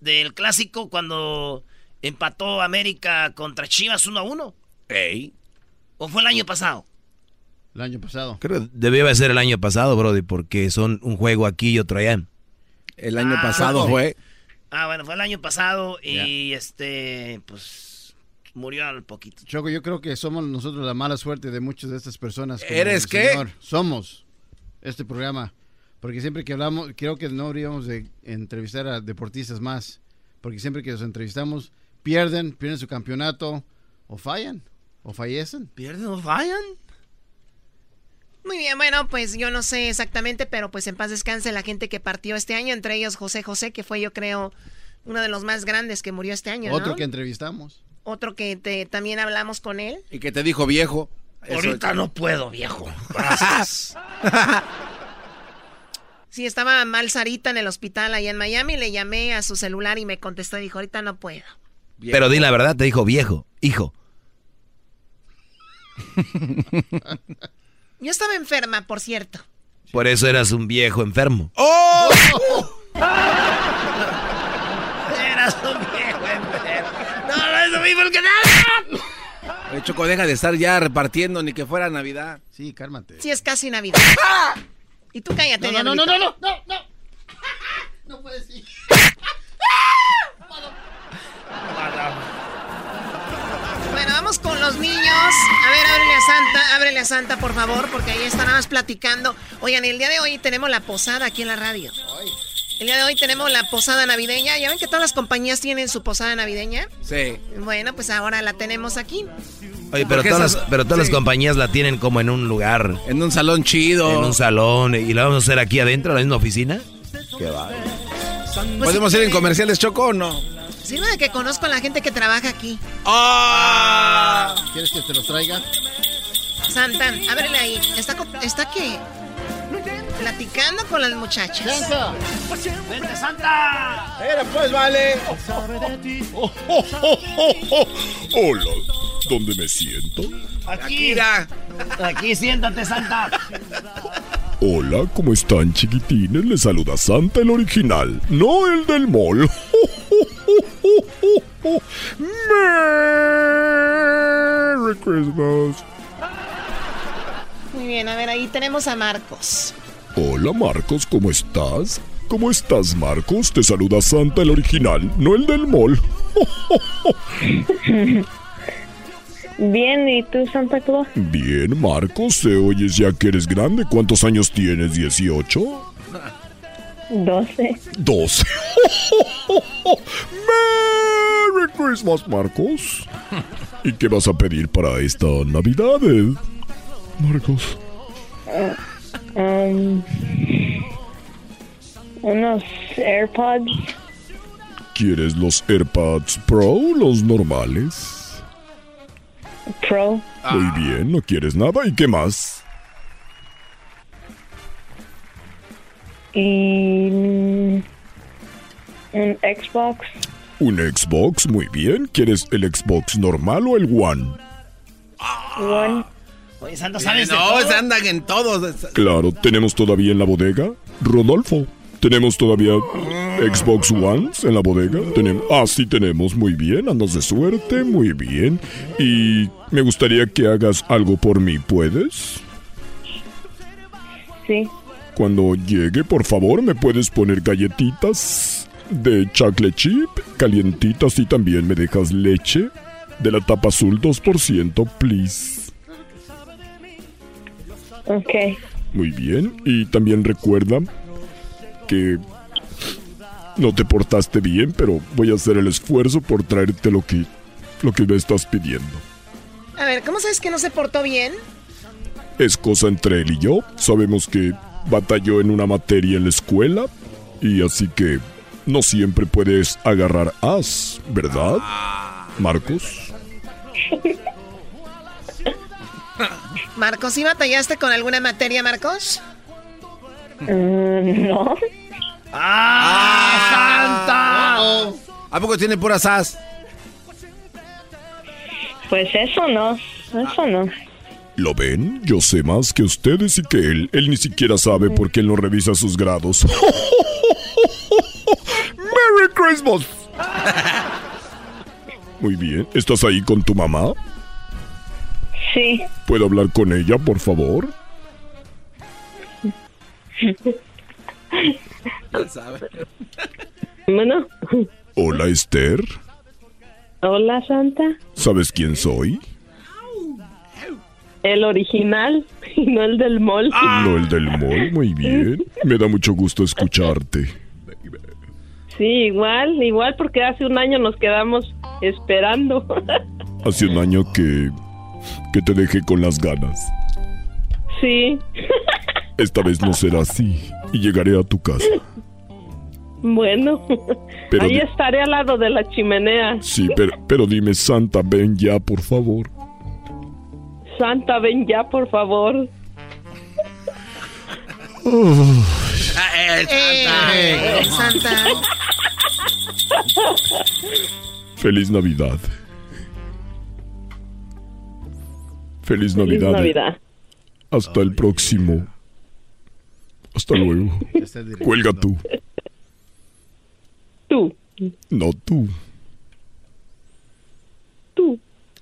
S3: del clásico, cuando empató América contra Chivas 1 a 1. ¿O fue el año pasado?
S9: El año pasado.
S4: Creo debió ser el año pasado, Brody, porque son un juego aquí y otro allá.
S5: El
S3: año Ah, pasado sí.
S4: fue.
S3: Ah, bueno, fue el año pasado y este, pues murió al poquito.
S9: (laughs) Choco, yo creo que somos nosotros la mala suerte de muchas de estas personas. como
S3: ¿Eres
S9: el
S3: qué?
S9: señor. Somos este programa. Porque siempre que hablamos, creo que no deberíamos de entrevistar a deportistas más. Porque siempre que los entrevistamos, pierden, pierden su campeonato o fallan. O fallecen.
S3: ¿Pierden o fallan?
S18: Muy bien, bueno, pues yo no sé exactamente, pero pues en paz descanse la gente que partió este año, entre ellos José José, que fue yo creo uno de los más grandes que murió este año, ¿no?
S9: Otro que entrevistamos.
S18: Otro que te- también hablamos con él.
S5: Y que te dijo viejo. Eso-
S3: Ahorita no puedo, viejo.
S18: (laughs) Sí, estaba mal Sarita en el hospital allá en Miami, le llamé a su celular y me contestó y dijo, ahorita no puedo.
S4: Pero di la verdad, te dijo viejo, (laughs) hijo.
S18: Yo estaba enferma, por cierto.
S4: Por eso eras un viejo enfermo.
S18: (laughs) ¡Oh!
S3: Eras un viejo enfermo. No, no es lo mismo que nada.
S5: Eh, Choco, deja de estar ya repartiendo ni que fuera Navidad.
S9: Sí, cálmate.
S18: Sí, es casi Navidad. Y tú cállate,
S9: ¡Ah! No, no, no,
S18: diablito.
S9: no, no, no, no. No puedes ir.
S18: Bueno, vamos con los niños. A ver, ábrele a Santa, ábrele a Santa, por favor, porque ahí están nada más platicando. Oigan, el día de hoy tenemos la posada aquí en la radio. El día de hoy tenemos la posada navideña. Ya ven que todas las compañías tienen su posada navideña.
S5: Sí.
S18: Bueno, pues ahora la tenemos aquí. Pues
S4: Oye, pero
S18: Porque
S4: todas,
S18: esas-
S4: las, pero todas las
S18: sí.
S4: compañías la tienen como en un lugar.
S5: En un salón chido.
S4: En un salón. ¿Y la vamos a hacer aquí adentro, en la misma oficina? Qué va.
S3: Pues
S5: ¿Podemos ir en comerciales, Choco, o no?
S18: Sirve de que conozco a la gente que trabaja aquí.
S9: (laughs) Ah. ¿Quieres que te los traiga?
S18: Santa, ábrele ahí. ¿Está, co- está qué? Platicando con las muchachas.
S9: Santa.
S3: ¡Vente, Santa!
S9: ¡Era pues, vale!
S29: Hola, ¿dónde me siento?
S3: Aquí. Aquí, siéntate, Santa.
S29: Hola, ¿cómo están chiquitines? Les saluda Santa el original, no el del mall. (laughs) Merry Christmas.
S18: Muy bien, a ver, ahí tenemos a Marcos.
S29: Hola Marcos, ¿cómo estás? ¿Cómo estás Marcos? Te saluda Santa el original, no el del mall.
S14: Bien, ¿y tú, Santa Claus?
S29: (laughs) Bien Marcos, te oyes ya que eres grande. ¿Cuántos años tienes? ¿18?
S14: 12.
S29: 12. Oh, Merry Christmas, Marcos. ¿Y qué vas a pedir para esta Navidad, eh? Marcos?
S14: Ah, um, unos AirPods.
S29: ¿Quieres los AirPods Pro o los normales?
S14: Pro.
S29: Muy bien, no quieres nada. ¿Y qué más?
S14: Y. mm, un Xbox.
S29: ¿Un Xbox? Muy bien. ¿Quieres el Xbox normal o el One?
S14: One.
S3: Oye, Santa, ¿sabes de
S5: Eh, no,
S3: todo?
S5: se andan en todos.
S29: Claro, ¿tenemos todavía en la bodega? Rodolfo, ¿tenemos todavía Xbox Ones en la bodega? Tenemos, ah, sí tenemos, muy bien, andas de suerte, muy bien. Y me gustaría que hagas algo por mí, ¿puedes?
S14: Sí.
S29: Cuando llegue, por favor, me puedes poner galletitas de chocolate chip, calientitas y también me dejas leche de la tapa azul 2%, please.
S14: Ok.
S29: Muy bien, y también recuerda que no te portaste bien, pero voy a hacer el esfuerzo por traerte lo que, lo que me estás pidiendo.
S18: A ver, ¿cómo sabes que no se portó bien?
S29: Es cosa entre él y yo. Sabemos que batalló en una materia en la escuela y así que no siempre puedes agarrar as, ¿verdad? Marcos.
S18: Marcos, ¿sí batallaste con alguna materia, Marcos?
S14: no.
S5: ¡Ah, Santa! ¿A poco tiene puras as?
S14: Pues eso no. Eso no.
S29: ¿Lo ven? Yo sé más que ustedes y que él. Él ni siquiera sabe porque él no revisa sus grados. (laughs) ¡Merry Christmas! Muy bien. ¿Estás ahí con tu mamá?
S14: Sí.
S29: ¿Puedo hablar con ella, por favor?
S10: Ah.
S14: Bueno.
S29: Hola, Esther.
S14: Hola, Santa.
S29: ¿Sabes quién soy?
S14: El original (laughs) y no el del mall.
S29: No, el del mall, muy bien. Me da mucho gusto escucharte.
S14: Sí, igual, igual porque hace un año nos quedamos esperando. (laughs)
S29: Hace un año que... que te dejé con las ganas.
S14: sí.
S29: Esta vez no será así y llegaré a tu casa.
S14: Bueno.
S29: Pero
S14: Ahí
S29: di-
S14: estaré al lado de la chimenea.
S29: Sí, pero, pero dime, Santa, ven ya, por favor.
S14: Santa, ven ya, por favor.
S18: Eh,
S14: Santa.
S18: Santa.
S29: Feliz Navidad. Feliz Navidad. eh.
S14: Navidad.
S29: Hasta el próximo. Hasta luego. Cuelga tú.
S14: Tú.
S29: No tú.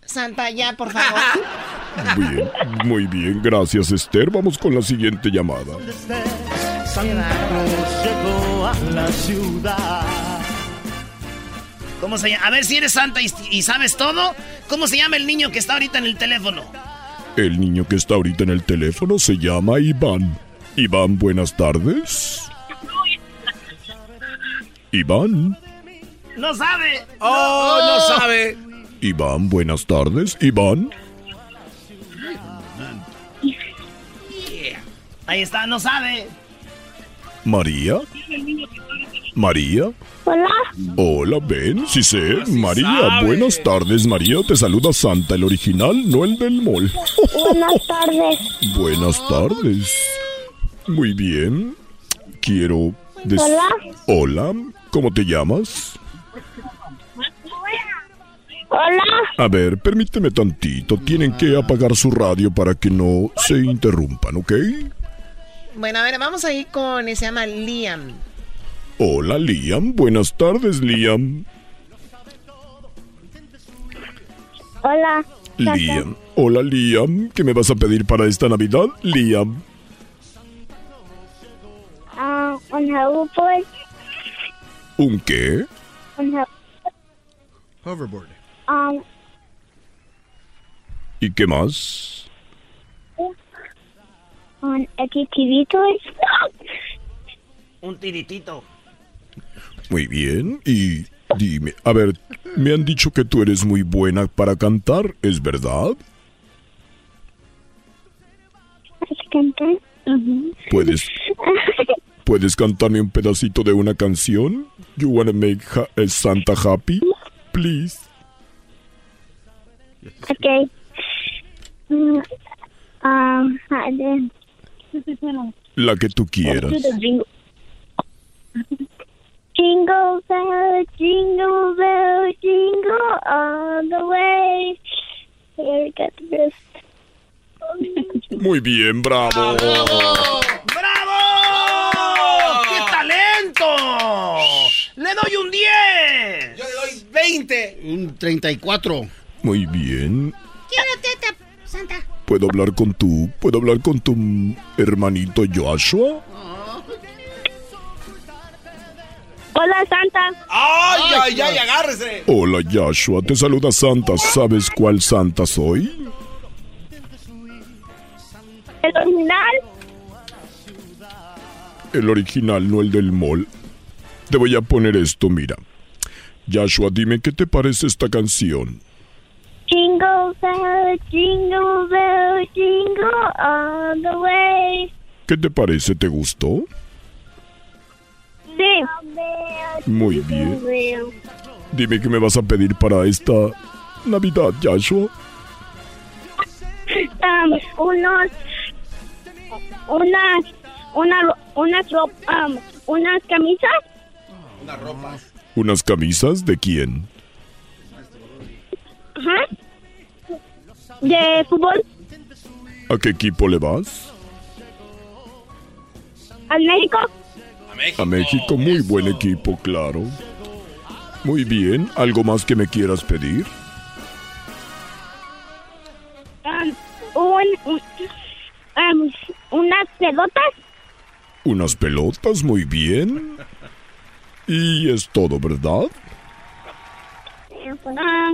S18: Santa, ya, por favor.
S29: Muy bien, muy bien. Gracias, Esther. Vamos con la siguiente llamada.
S15: Santa Claus llegó a la ciudad.
S3: ¿Cómo se llama? A ver si eres Santa y, y sabes todo. ¿Cómo se llama el niño que está ahorita en el teléfono?
S29: El niño que está ahorita en el teléfono se llama Iván. Iván, buenas tardes. Iván.
S3: No sabe.
S4: Oh, no sabe.
S29: Iván, buenas tardes. Iván.
S3: Ahí está, no sabe.
S29: María. María.
S30: Hola.
S29: Hola, Ben, sí sé. María, buenas tardes, María. Te saluda Santa, el original, no el del mall.
S30: Buenas tardes.
S29: Buenas tardes. Muy bien. Quiero... des-
S30: Hola.
S29: Hola, ¿cómo te llamas?
S30: Hola.
S29: A ver, permíteme tantito. Tienen que apagar su radio para que no se interrumpan, ¿ok?
S18: Bueno, a ver, vamos ahí con, se llama Liam.
S29: Hola, Liam. Buenas tardes, Liam.
S30: Hola.
S29: Liam. Hola, Liam. ¿Qué me vas a pedir para esta Navidad, Liam?
S30: Ah, on Hawaii board.
S29: ¿Un qué?
S30: On her,
S9: Hoverboard.
S30: um,
S29: ¿Y qué más?
S30: on TV toys. (laughs)
S3: Un tiritito.
S29: Muy bien. Y dime, a ver, me han dicho que tú eres muy buena para cantar, ¿es verdad?
S30: ¿Puedes cantar? Ujú.
S29: ¿Puedes, ¿puedes cantarme un pedacito de una canción? You wanna make ha- eh, Santa happy? Please.
S30: Okay. Mm, Um, I did.
S29: La que tú quieras.
S30: Do the jingle. Jingle bell, jingle bell, jingle all the way. Here we got the best.
S29: Muy bien, bravo.
S3: ¡Bravo! ¡Qué talento! ¡Le doy un 10! Yo le doy 20.
S9: Un 34.
S29: Muy bien.
S30: Santa.
S29: ¿Puedo hablar con tu, puedo hablar con tu mm, hermanito Joshua?
S30: Hola, Santa.
S4: ¡Ay, ay, ay! ¡Agárrese!
S29: Hola, Joshua. Te saluda Santa. ¿Sabes cuál Santa soy?
S30: El original.
S29: El original, no el del mall. Te voy a poner esto, mira. Joshua, dime qué te parece esta canción.
S30: Jingle bell, jingle bell, jingle all the way.
S29: ¿Qué te parece? ¿Te gustó?
S30: Sí.
S29: Muy bien. Dime qué me vas a pedir para esta Navidad, Joshua.
S30: Um, unos, unas, una, ro- unas, ro- um, unas camisas
S5: Una ropa.
S29: ¿Unas camisas de quién?
S30: ajá, de fútbol
S29: ¿A qué equipo le vas?
S30: al México.
S29: A México, muy buen equipo, claro. Muy bien, ¿algo más que me quieras pedir?
S30: Um, un, un- um, unas pelotas.
S29: Unas pelotas, muy bien. Y es todo, ¿verdad?
S30: Ah,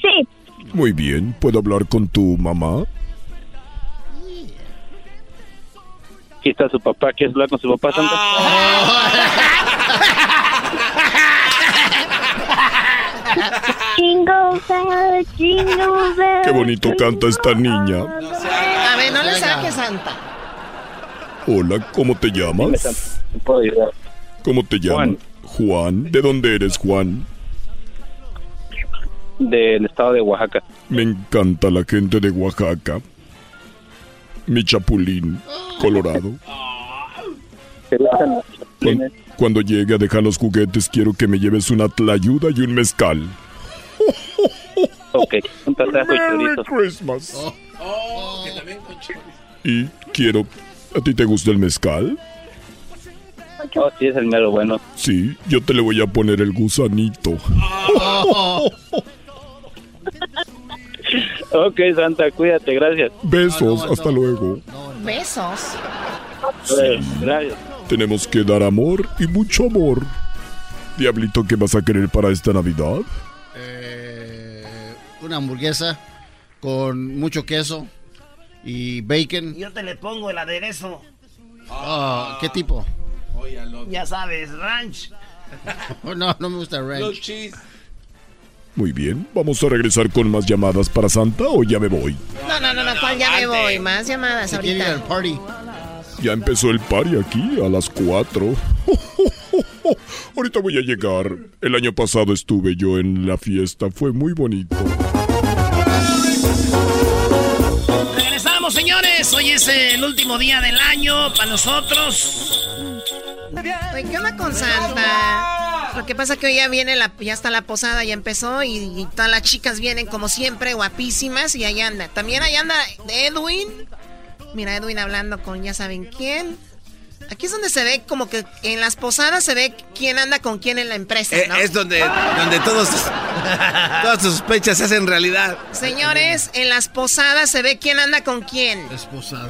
S30: sí.
S29: Muy bien, ¿puedo hablar con tu mamá?
S13: (laughs) Aquí está su papá, que es hablar con su papá, Santa.
S18: Ah.
S30: Jingle bell, jingle bell.
S29: Qué bonito canta esta niña.
S18: A ver, no le saques, Santa.
S29: Hola, ¿cómo te llamas? ¿Cómo te llamas? Juan. ¿De dónde eres, Juan?
S13: Del estado de Oaxaca.
S29: Me encanta la gente de Oaxaca. Mi chapulín, Colorado.
S18: Ah.
S29: Cuando, cuando llegue a dejar los juguetes, quiero que me lleves una tlayuda y un mezcal.
S13: Ok, un tasajo y chorizo.
S29: Christmas. Y quiero. ¿A ti te gusta el mezcal?
S13: Oh, sí, es el mero bueno.
S29: Sí, yo te le voy a poner el gusanito.
S13: Ok, Santa, cuídate, gracias.
S29: Besos, hasta luego.
S18: Besos.
S13: Gracias.
S29: Tenemos que dar amor y mucho amor. Diablito, ¿qué vas a querer para esta Navidad?
S9: Eh, Una hamburguesa con mucho queso y bacon.
S3: Yo te le pongo el aderezo.
S9: Oh, ¿Qué tipo? (laughs)
S31: Ya sabes, ranch.
S9: Oh, no, no me gusta ranch.
S31: Blue cheese.
S29: Muy bien, vamos a regresar con más llamadas para Santa o ya me voy.
S18: No, no, no, no, ¿cuál? ya me voy. Más llamadas ahorita.
S29: Ya empezó el party aquí a las 4. (laughs) Ahorita voy a llegar. El año pasado estuve yo en la fiesta, fue muy bonito.
S3: Regresamos, señores. Hoy es el último día del año para nosotros.
S18: Oye, ¿qué onda con Santa? Lo que pasa que hoy ya viene la, ya está la posada, ya empezó y, y todas las chicas vienen como siempre, guapísimas, y ahí anda. También ahí anda Edwin. Mira, Edwin hablando con ya saben quién. Aquí es donde se ve como que en las posadas se ve quién anda con quién en la empresa,
S5: Eh,
S18: ¿no?
S5: Es donde, donde todos, todas sus sospechas se hacen realidad.
S18: Señores, en las posadas se ve quién anda con quién.
S9: Es posada.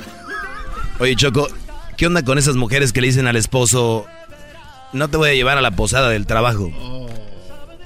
S4: Oye, Choco, ¿qué onda con esas mujeres que le dicen al esposo, no te voy a llevar a la posada del trabajo?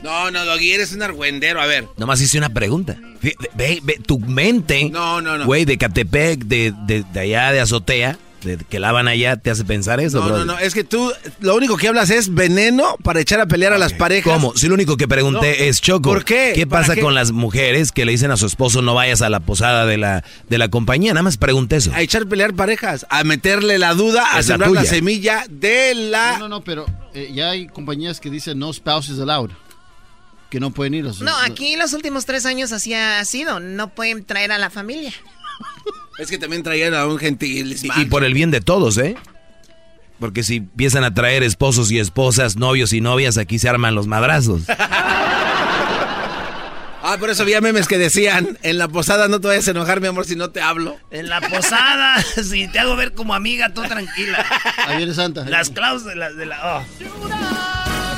S5: No, no, Doggy, eres un argüendero. A ver,
S4: Nomás hice una pregunta. Fí- Ve, ve tu mente,
S5: no, no, no.
S4: güey, de Catepec, de, de- de allá, de Azotea, de, que lavan allá, ¿te hace pensar eso,
S5: No,
S4: bro?
S5: no, no, es que tú lo único que hablas es veneno para echar a pelear a las parejas.
S4: ¿Cómo? Si lo único que pregunté
S5: No.
S4: es, Choco,
S5: ¿Por qué? ¿Para
S4: pasa
S5: qué?
S4: con las mujeres que le dicen a su esposo no vayas a la posada de la, de la compañía? Nada más pregunté eso.
S5: A echar a pelear parejas, a meterle la duda, a
S4: Es la
S5: sembrar Ah, la,
S4: tuya.
S5: semilla de la...
S9: No, no, no, pero eh, ya hay compañías que dicen no spouses allowed. Que no pueden ir. los-
S18: No, aquí los últimos tres años así ha sido. No pueden traer a la familia.
S5: Es que también traían a un gentil.
S4: Y por el bien de todos, ¿eh? Porque si empiezan a traer esposos y esposas, novios y novias, aquí se arman los madrazos.
S5: Ah, por eso había memes que decían, en la posada no te vayas a enojar, mi amor, si no te hablo.
S3: En la posada, (laughs) si te hago ver como amiga, tú tranquila.
S9: Ahí viene Santa.
S3: Las cláusulas de la... oh.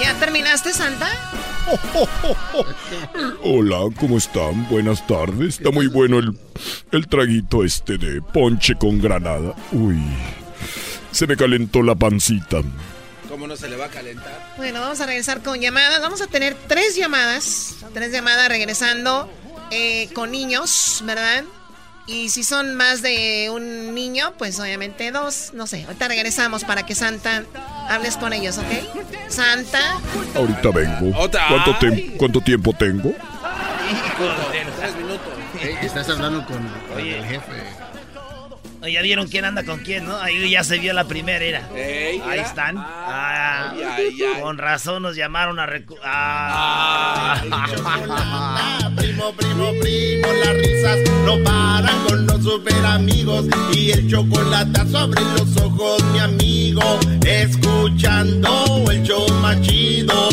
S18: ¿Ya terminaste, Santa?
S29: Hola, ¿cómo están? Buenas tardes. Está muy bueno el, el traguito este de ponche con granada. Uy, se me calentó la pancita.
S5: ¿Cómo no se le va a calentar?
S18: Bueno, vamos a regresar con llamadas. Vamos a tener tres llamadas. Tres llamadas regresando eh, con niños, ¿verdad? Y si son más de un niño, pues obviamente dos. No sé, ahorita regresamos para que Santa hables con ellos, ¿ok? Santa.
S29: Ahorita vengo.
S18: Otra.
S29: ¿Cuánto, tem- cuánto tiempo tengo?
S5: Tres minutos.
S9: estás hablando con, con el jefe.
S3: Oye, Ya vieron quién anda con quién, ¿no? Ahí ya se vio la primera, era. Ahí están. Ah, Con razón nos llamaron a recu- Ah.
S1: Primo, primo, primo, las risas no paran con los super amigos y el chocolate sobre los ojos, mi amigo, escuchando el show más chido.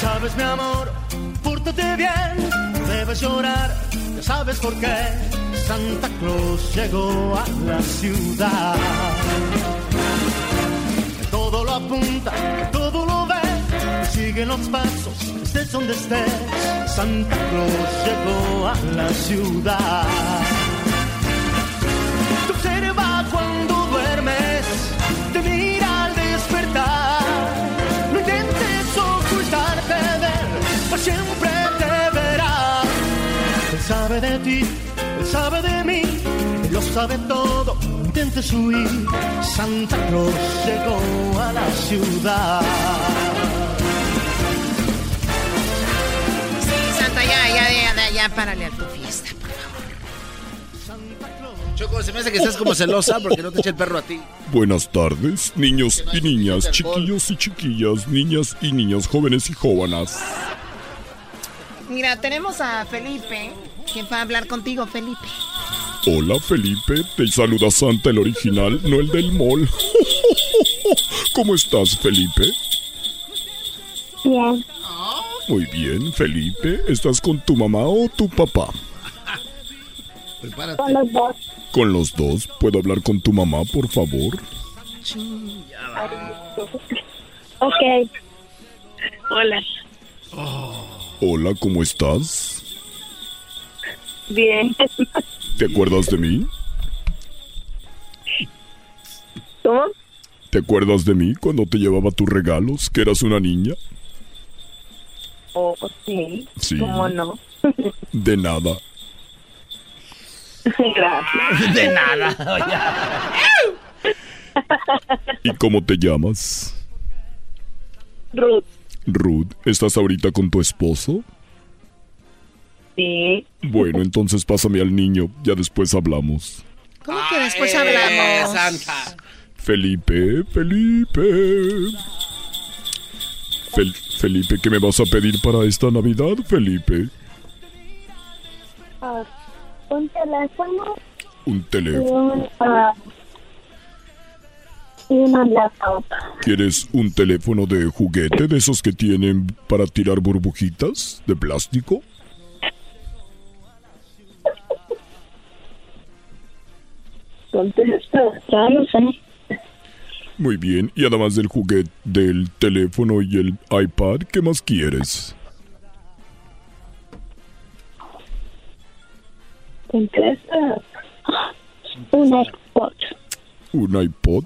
S28: Sabes, mi amor, pórtate bien, no debes llorar, ya sabes por qué. Santa Claus llegó a la ciudad. Todo lo apunta, todo lo ve, sigue los pasos, estés donde estés. Santa Claus llegó a la ciudad. Te observa cuando duermes, te mira al despertar. No intentes ocultarte de él, pues siempre te verá. Él sabe de ti, él sabe de mí, él lo sabe todo. no Intentes huir, Santa Claus llegó a la ciudad.
S18: Sí, Santa, ya, ya, ya, ya, ya, párale a tu fiesta.
S5: Choco, se me hace que estás como celosa porque no te echa el perro a ti.
S29: Buenas tardes, niños y niñas, chiquillos y chiquillas, niñas y niños, jóvenes y jóvenes.
S18: Mira, tenemos a Felipe, quien va a hablar contigo, Felipe.
S29: Hola Felipe, te saluda Santa el original, no el del mall. (laughs) ¿Cómo estás Felipe?
S30: Bien.
S29: Muy bien, Felipe, ¿estás con tu mamá o tu papá?
S30: Con los dos.
S29: Con los dos, ¿puedo hablar con tu mamá, por favor?
S30: Ok. Hola.
S29: Hola, ¿cómo estás?
S30: Bien.
S29: ¿Te acuerdas de mí?
S30: ¿Cómo?
S29: ¿Te acuerdas de mí cuando te llevaba tus regalos, que eras una niña?
S8: Oh, sí.
S29: Sí.
S8: ¿Cómo no? (laughs)
S29: De nada.
S8: Gracias.
S24: De nada.
S29: ¿Y cómo te llamas?
S8: Ruth,
S29: Ruth, ¿estás ahorita con tu esposo?
S8: sí.
S29: Bueno, entonces pásame al niño, ya después hablamos.
S18: ¿Cómo que después hablamos?
S28: (laughs)
S29: Felipe, Felipe. Fel- Felipe, ¿qué me vas a pedir para esta Navidad, Felipe?
S30: Ah, un teléfono
S29: Un
S30: y
S29: teléfono.
S30: un... ah, y una laptop.
S29: ¿Quieres un teléfono de juguete de esos que tienen para tirar burbujitas de plástico?
S30: Contesta, ya no sé.
S29: Muy bien, y además del juguete, del teléfono y el iPad, ¿qué más quieres?
S30: Contesta. Un Ah, Xbox.
S29: ¿Un iPod?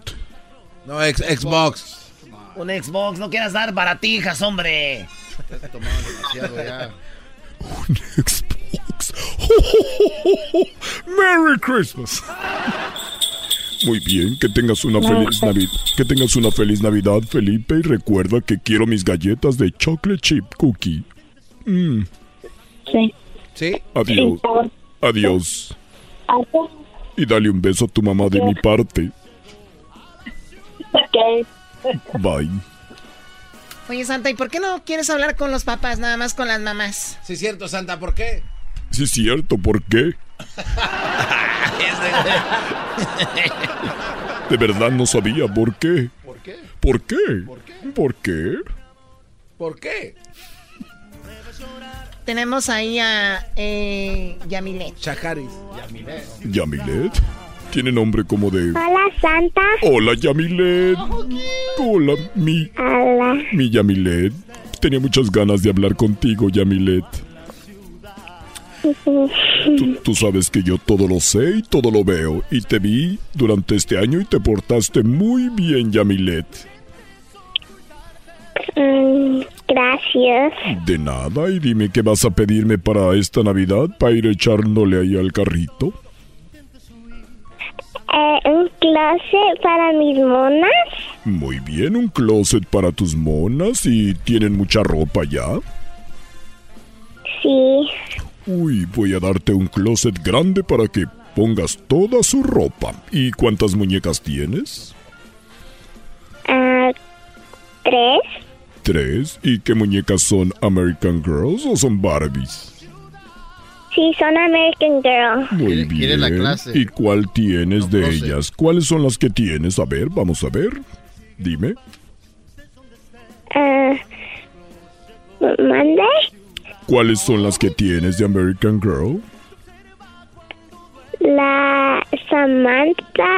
S5: No, ex- Xbox.
S3: (laughs) Un Xbox, no quieras dar baratijas, hombre.
S29: Un Xbox. Merry Christmas. Muy bien, que tengas una
S30: No,
S29: feliz
S30: pues-
S29: Navidad. Que tengas una feliz Navidad, Felipe, y recuerda que quiero mis galletas de chocolate chip cookie. Mm,
S30: Sí.
S5: Sí.
S29: adiós. Adiós.
S30: Adiós.
S29: Y dale un beso a tu mamá de mi parte.
S30: Ok.
S29: Bye.
S18: (laughs) Oye, Santa, ¿y por qué no quieres hablar con los papás, nada más con las mamás?
S5: Sí, cierto, Santa, ¿por qué?
S29: Sí, es cierto, ¿por qué? De verdad no sabía por qué. ¿Por qué? ¿Por qué? ¿Por qué?
S5: (laughs) ¿Por qué?
S18: Tenemos ahí a eh, Yamilet.
S5: Chacaris.
S29: Yamilet. Tiene nombre como de...
S30: Hola, Santa.
S29: Hola, Yamilet. Hola, mi...
S30: Hola.
S29: Mi Yamilet. Tenía muchas ganas de hablar contigo, Yamilet. Tú, tú sabes que yo todo lo sé y todo lo veo. Y te vi durante este año y te portaste muy bien, Yamilet.
S30: Mm, (laughs) gracias.
S29: De nada, y dime qué vas a pedirme para esta Navidad, para ir echándole ahí al carrito.
S30: Eh, un closet para mis monas.
S29: Muy bien, un closet para tus monas y tienen mucha ropa ya.
S30: Sí.
S29: Uy, voy a darte un closet grande para que pongas toda su ropa. ¿Y cuántas muñecas tienes?
S30: Ah, tres.
S29: Tres. ¿Y qué muñecas son American Girls o son Barbies?
S30: Sí, son American Girl.
S29: Muy bien.
S9: quiere la clase.
S29: ¿Y cuál tienes de ellas? ¿Cuáles son las que tienes? A ver, vamos a ver. Dime.
S30: Ah, ¿Mande?
S29: ¿Cuáles son las que tienes de American Girl?
S30: La Samantha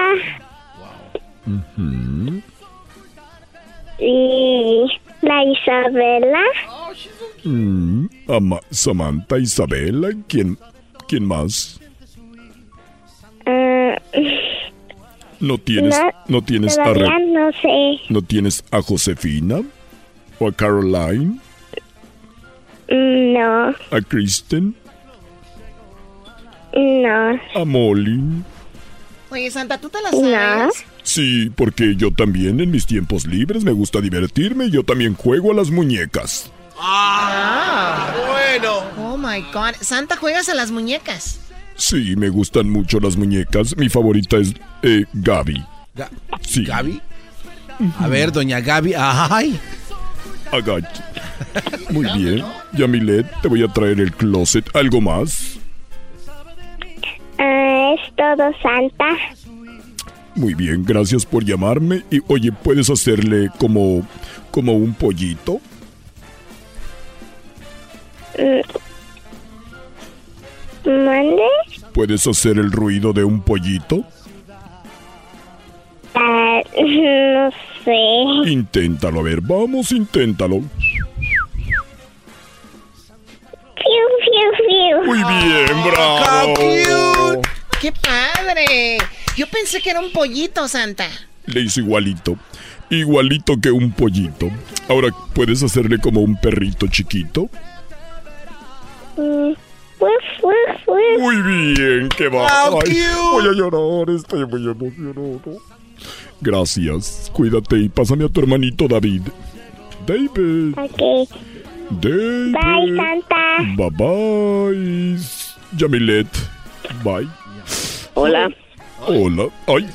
S29: Ujú.
S30: y la Isabela.
S29: Mm, Ama- Samantha, Isabela, ¿quién, ¿quién más?
S30: Ah,
S29: ¿No tienes, no, tienes a
S30: todavía
S29: Re-
S30: no sé.
S29: no tienes a Josefina o a Caroline,
S30: Mm, No,
S29: a Kristen,
S30: no.
S29: a Molly.
S18: Oye, Santa, ¿tú te las sabes?
S29: Sí, porque yo también en mis tiempos libres me gusta divertirme y yo también juego a las muñecas.
S5: Ah,
S18: bueno. Oh my God. Santa, juegas a las muñecas.
S29: Sí, me gustan mucho las muñecas. Mi favorita es eh, Gaby.
S5: Ga-
S29: Sí.
S5: ¿Gaby? A ver, doña Gaby. ¡Ay!
S29: Agacho. Muy bien. Yamilet, te voy a traer el closet. ¿Algo más?
S30: Ah, es todo Santa.
S29: Muy bien, gracias por llamarme. Y oye, ¿puedes hacerle como, como un pollito?
S30: Mm. ¿Mande?
S29: ¿Puedes hacer el ruido de un pollito?
S30: Ah, (laughs) no sé.
S29: Inténtalo, a ver, vamos, inténtalo.
S30: Fiu, fiu, fiu.
S29: Muy bien, bravo.
S18: ¡Qué padre! Yo pensé que era un pollito, Santa.
S29: Le hizo igualito. Igualito que un pollito. Ahora, ¿puedes hacerle como un perrito chiquito? Muy bien, qué va.
S2: How
S29: Ay,
S2: cute.
S29: Voy a llorar, estoy muy emocionado. Gracias, cuídate y pásame a tu hermanito David. David.
S30: Ok.
S29: David.
S30: Bye, Santa.
S29: Bye bye. Yamilet. Bye.
S14: Hola.
S29: Hola. Ay,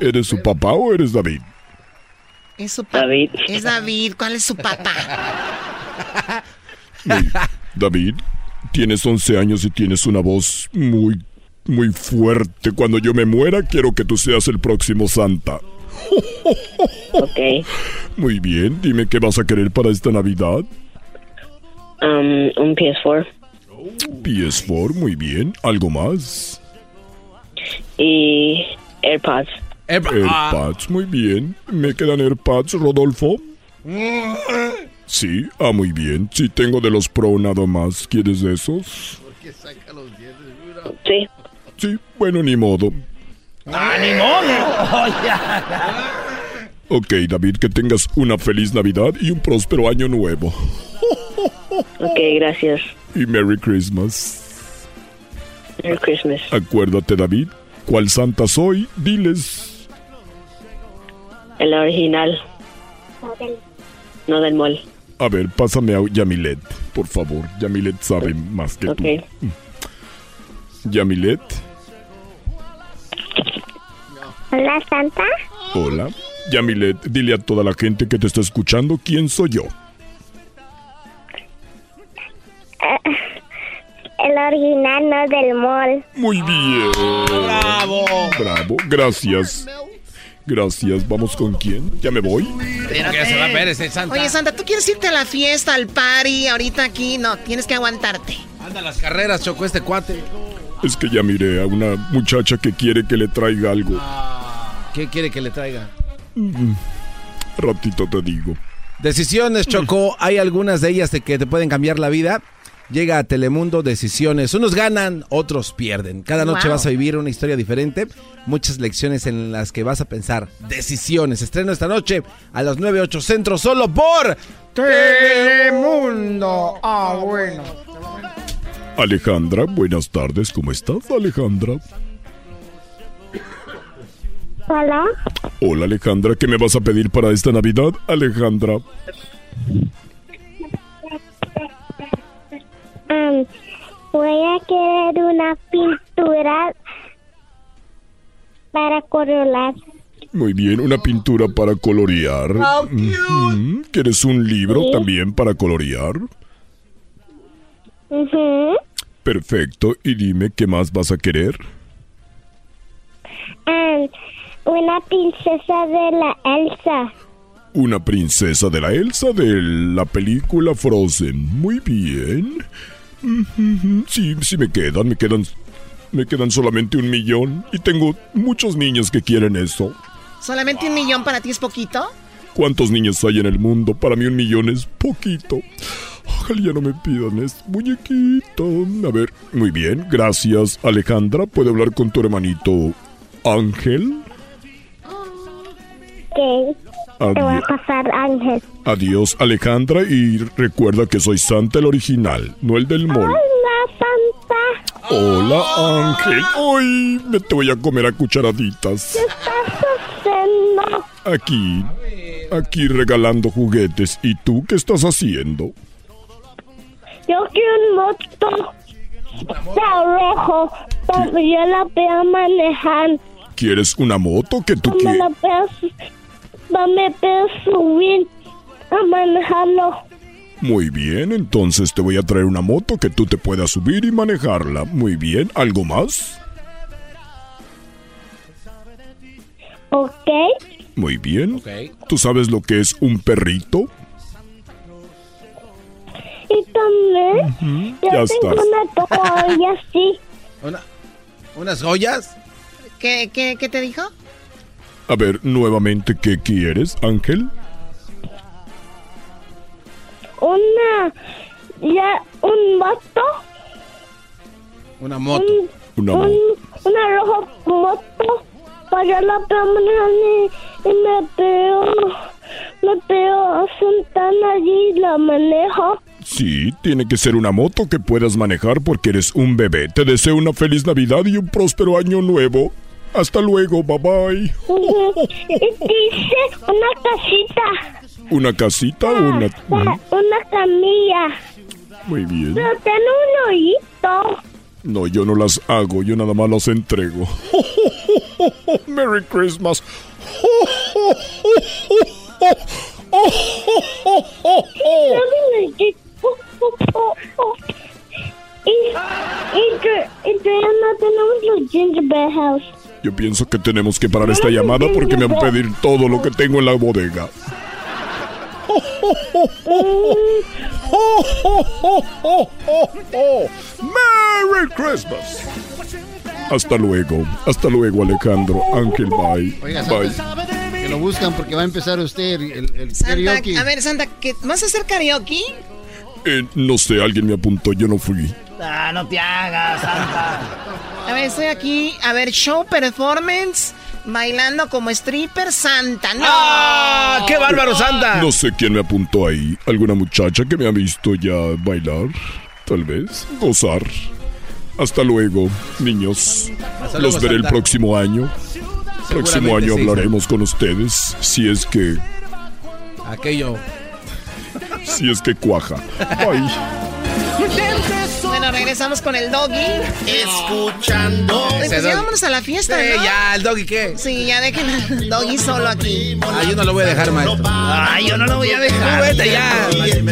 S29: ¿eres su papá o eres David?
S18: Es su papá. David. Es David. ¿Cuál es su papá?
S5: (laughs)
S29: Muy- David, tienes 11 años y tienes una voz muy, muy fuerte. Cuando yo me muera, quiero que tú seas el próximo Santa.
S14: Ok.
S29: Muy bien, dime qué vas a querer para esta Navidad.
S14: Um, un PS4
S29: PS4, muy bien. ¿Algo más?
S14: y AirPods.
S29: Eh, AirPads, muy bien. ¿Me quedan AirPads, Rodolfo? Sí, ah, muy bien. Sí, tengo de los Pro nada más. ¿Quieres de esos?
S14: Sí.
S29: Sí, bueno, ni modo. Ok, David, que tengas una feliz Navidad y un próspero año nuevo.
S14: (laughs) Ok, gracias.
S29: Y Merry Christmas.
S14: Merry Christmas.
S29: Acuérdate, David, cuál santa soy, diles.
S14: El original. No del mall.
S29: A ver, pásame a Yamilet, por favor. Yamilet sabe más que
S14: Ok.
S29: tú. Yamilet,
S30: Hola, Santa.
S29: hola. Yamilet, dile a toda la gente que te está escuchando quién soy yo.
S30: Ah, El original no del mall.
S29: Muy bien.
S30: Bravo.
S29: Bravo, gracias. Gracias, vamos con quién. ¿Ya me voy?
S4: Porque se va a ver
S5: ¿eh,
S4: ese Santa.
S18: Oye, Santa, ¿tú quieres irte a la fiesta, al party, ahorita aquí? No, tienes que aguantarte.
S4: Anda las carreras, chocó este cuate.
S29: Es que ya miré a una muchacha que quiere que le traiga algo.
S4: ¿Qué quiere que le traiga?
S29: Mm, Ratito te digo.
S5: Decisiones, Choco. Hay algunas de ellas de que te pueden cambiar la vida. Llega a Telemundo Decisiones. Unos ganan, otros pierden. Cada noche
S4: Wow.
S5: vas a vivir una historia diferente. Muchas lecciones en las que vas a pensar. Decisiones. Estreno esta noche a las 9.8 Centro solo por
S7: Telemundo. Ah, bueno.
S29: Alejandra, buenas tardes, ¿cómo estás, Alejandra?
S30: Hola.
S29: Hola, Alejandra, ¿qué me vas a pedir para esta Navidad, Alejandra?
S30: Am, voy a querer una pintura para corolar.
S29: Muy bien, una pintura para colorear.
S30: How cute.
S29: Ujú. ¿Quieres un libro
S30: Sí.
S29: también para colorear?
S30: Ujú.
S29: Perfecto, y dime qué más vas a querer.
S30: Am, una princesa de la Elsa.
S29: Una princesa de la Elsa de la película Frozen. Muy bien. Ujú, Sí, sí me quedan, me quedan, me quedan solamente un millón y tengo muchos niños que quieren eso.
S18: ¿Solamente un millón para ti es poquito?
S29: ¿Cuántos niños hay en el mundo? Para mí un millón es poquito. Ojalá ya no me pidan es muñequito. A ver, muy bien, gracias Alejandra. ¿Puedo hablar con tu hermanito Ángel?
S30: Que te voy a
S29: Adiós.
S30: pasar, Ángel.
S29: Adiós Alejandra y recuerda que soy Santa el original, no el del mall.
S30: Hola, Santa.
S29: Hola Ángel. Hoy me te voy a comer a cucharaditas.
S30: ¿Estás haciendo?
S29: Aquí, aquí regalando juguetes. ¿Y tú qué estás haciendo?
S30: Yo quiero un moto. Está rojo. Pero yo la voy a manejar.
S29: ¿Quieres una moto que tú
S30: No me
S29: quieres?
S30: la voy a su- no me voy a subir a manejarlo.
S29: Muy bien, entonces te voy a traer una moto que tú te puedas subir y manejarla. Muy bien, ¿algo más?
S30: ¿Ok?
S29: Muy bien. ¿Tú sabes lo que es un perrito?
S30: Y también
S29: Mm-hmm.
S30: yo tengo
S29: ya estás.
S30: una toalla así.
S5: unas joyas.
S18: ¿Qué, qué, qué te dijo?
S29: A ver, nuevamente, ¿qué quieres, Ángel?
S30: Una. Ya, un moto.
S5: Una
S30: Un,
S29: Una
S30: un-
S29: moto.
S30: una roja moto. Para la cámara y, y me veo No, pero Santana allí la manejo.
S29: Sí, tiene que ser una moto que puedas manejar porque eres un bebé. Te deseo una feliz Navidad y un próspero año nuevo. Hasta luego, bye bye.
S30: Dice una casita,
S29: Una casita, una... Mm,
S30: una camilla.
S29: Muy bien.
S30: Pero tiene un hoyito.
S29: No, yo no las hago, yo nada más las entrego. Merry Christmas.
S30: Luego me dice, "Oh, oh, oh, oh". Y, y, que- y todavía no tenemos los gingerbread house.
S29: Yo pienso que tenemos que parar esta llamada porque me van a pedir todo lo que tengo en la bodega.
S7: Merry Christmas.
S29: Hasta luego, hasta luego Alejandro, Ángel, bye.
S9: Oiga,
S29: bye.
S9: Santa, que lo buscan porque va a empezar usted el, el
S18: Santa,
S9: karaoke.
S18: a ver, Santa, ¿qué, ¿vas a hacer karaoke?
S29: Eh, no sé, alguien me apuntó, yo no fui.
S18: Ah, no te hagas, Santa. A ver, estoy aquí, a ver, show performance, bailando como stripper Santa. ¡No! ¡Ah,
S4: qué bárbaro, Santa!
S29: No sé quién me apuntó ahí. ¿Alguna muchacha que me ha visto ya bailar? Tal vez. Gozar. Hasta luego, niños.
S4: Hasta luego,
S29: Los veré el
S4: Santa.
S29: próximo año. Próximo
S4: Seguramente
S29: año
S4: sí,
S29: hablaremos con ustedes si es que
S4: Aquello.
S29: si es que cuaja.
S18: Bueno, regresamos con el doggy.
S15: Escuchando.
S18: Pues
S15: Ese
S18: ya
S15: doggy.
S18: vámonos a la fiesta,
S15: Sí,
S18: ¿no?
S15: ya,
S18: ¿el doggy qué? Sí, ya dejen al doggy solo aquí.
S4: Ah, yo no lo voy a dejar, maestro.
S3: Ay, yo no lo voy a dejar.
S4: Tú vete ya.
S2: eh.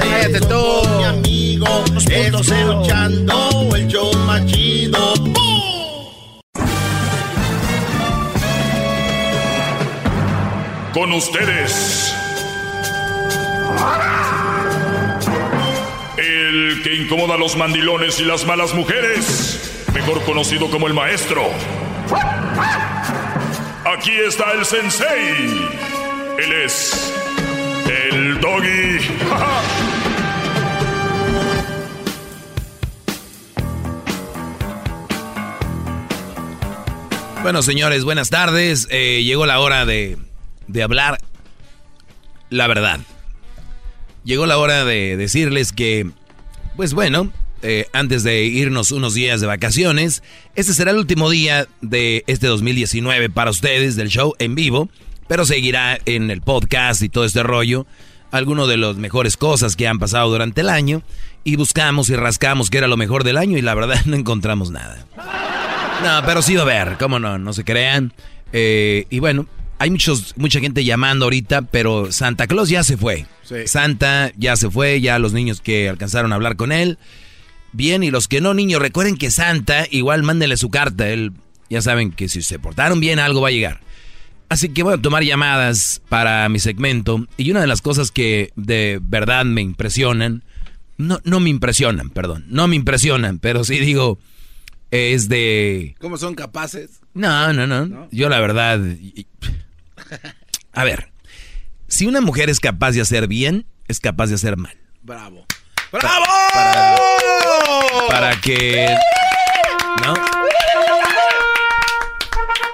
S3: Cállate
S15: tú. Mi amigo. Escuchando el show más chido.
S7: Con ustedes. El que incomoda a los mandilones y las malas mujeres. Mejor conocido como el maestro. Aquí está el sensei. Él es el doggy. (laughs) ¡Ja, ja!
S4: Bueno, señores, buenas tardes. Eh, llegó la hora de, de hablar la verdad. Llegó la hora de decirles que, pues bueno, eh, antes de irnos unos días de vacaciones, este será el último día de este 2019 para ustedes del show en vivo, pero seguirá en el podcast y todo este rollo. Algunos de las mejores cosas que han pasado durante el año y buscamos y rascamos qué era lo mejor del año y la verdad (laughs) no encontramos nada. No, pero sí va a haber, cómo no, no se crean. Eh, y bueno, hay muchos, mucha gente llamando ahorita, pero Santa Claus ya se fue.
S5: Sí.
S4: Santa ya se fue, ya los niños que alcanzaron a hablar con él. Bien, y los que no, niños, recuerden que Santa, igual mándenle su carta. Él, ya saben que si se portaron bien, algo va a llegar. Así que voy a tomar llamadas para mi segmento. Y una de las cosas que de verdad me impresionan, no, no me impresionan, perdón, no me impresionan, pero sí digo, es de...
S5: ¿Cómo son capaces?
S4: No, no, no, Yo la verdad... y- y- A ver, si una mujer es capaz de hacer bien, es capaz de hacer mal.
S5: Bravo.
S4: ¡Bravo! Para que... ¿No?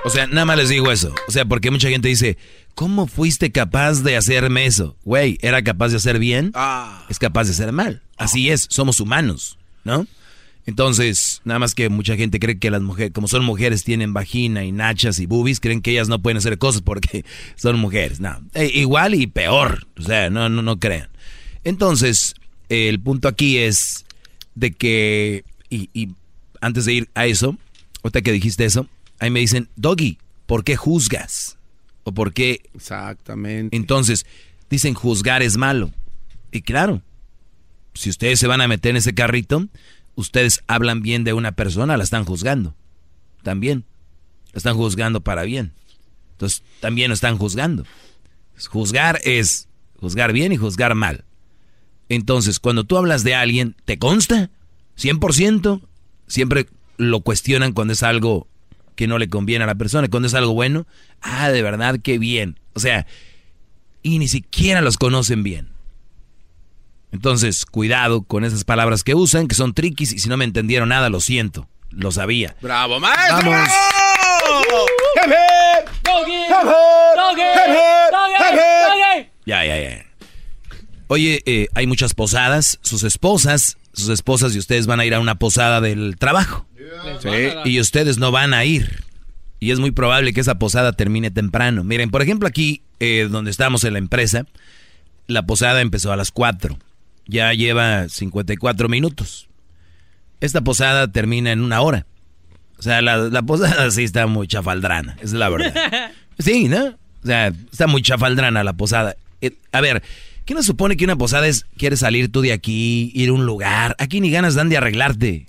S4: O sea, nada más les digo eso. O sea, porque mucha gente dice, ¿cómo fuiste capaz de hacerme eso? Güey, ¿era capaz de hacer bien? Es capaz de hacer mal. Así es, somos humanos, ¿no? Entonces, nada más que mucha gente cree que las mujeres, como son mujeres, tienen vagina y nachas y boobies, creen que ellas no pueden hacer cosas porque (laughs) son mujeres. No, Eh, igual y peor. O sea, no, no, no crean. Entonces, eh, el punto aquí es de que, y, y antes de ir a eso, ahorita que dijiste eso, ahí me dicen, Doggy, ¿por qué juzgas? ¿O por qué?
S5: Exactamente.
S4: Entonces, dicen juzgar es malo. Y claro, si ustedes se van a meter en ese carrito, ustedes hablan bien de una persona, la están juzgando. También. La están juzgando para bien. Entonces, también lo están juzgando. Juzgar es juzgar bien y juzgar mal. Entonces, cuando tú hablas de alguien, ¿te consta? 100%. Siempre lo cuestionan cuando es algo que no le conviene a la persona. Cuando es algo bueno, ah, de verdad, qué bien. O sea, y ni siquiera los conocen bien. Entonces, cuidado con esas palabras que usan, que son triquis, y si no me entendieron nada, lo siento, lo sabía.
S5: Bravo, maestro.
S4: Vamos.
S5: Bravo. Hip, hip. Hip, hip. Hip, hip. Hip, hip.
S4: Oye, eh, hay muchas posadas, sus esposas, sus esposas y ustedes van a ir a una posada del trabajo. Y ustedes no van a ir. Y es muy probable que esa posada termine temprano. Miren, por ejemplo, aquí eh, donde estamos en la empresa, la posada empezó a las 4. Ya lleva 54 minutos. Esta posada termina en una hora. O sea, la, la posada sí está muy chafaldrana, es la verdad.
S7: (laughs)
S4: Sí, ¿no? O sea, está muy chafaldrana la posada. Eh, a ver, ¿qué nos supone que una posada es quieres salir tú de aquí, ir a un lugar? Aquí ni ganas dan de arreglarte.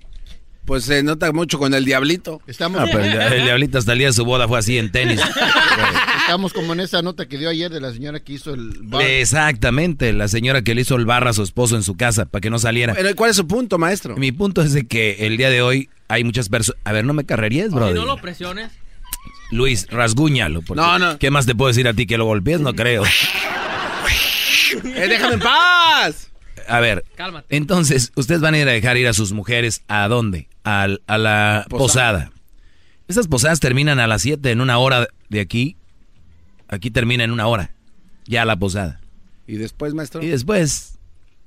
S5: Pues se nota mucho con el diablito. pues,
S9: Estamos,
S4: Ah, pero el,
S25: (laughs)
S4: el diablito hasta el día de su boda fue así en tenis.
S9: (laughs) estamos como en esa nota que dio ayer de la señora que hizo el bar.
S4: Exactamente, la señora que le hizo el barra a su esposo en su casa para que no saliera.
S5: Pero ¿cuál es su punto, maestro?
S4: Mi punto es de que el día de hoy hay muchas personas... A ver, no me carrerías, bro.
S25: Si no lo presiones.
S4: Luis, rasguñalo. porque-
S25: No, no.
S4: ¿Qué más te puedo decir a ti que lo golpees? No
S25: (laughs)
S4: creo.
S5: Eh, déjame en paz.
S4: A ver,
S5: Cálmate.
S4: entonces, ustedes van a ir a dejar ir a sus mujeres a dónde? Al- a la
S5: Posada.
S4: posada. Estas posadas terminan a las 7 en una hora de aquí. Aquí termina en una hora. Ya la posada.
S5: ¿Y después, maestro?
S4: Y después,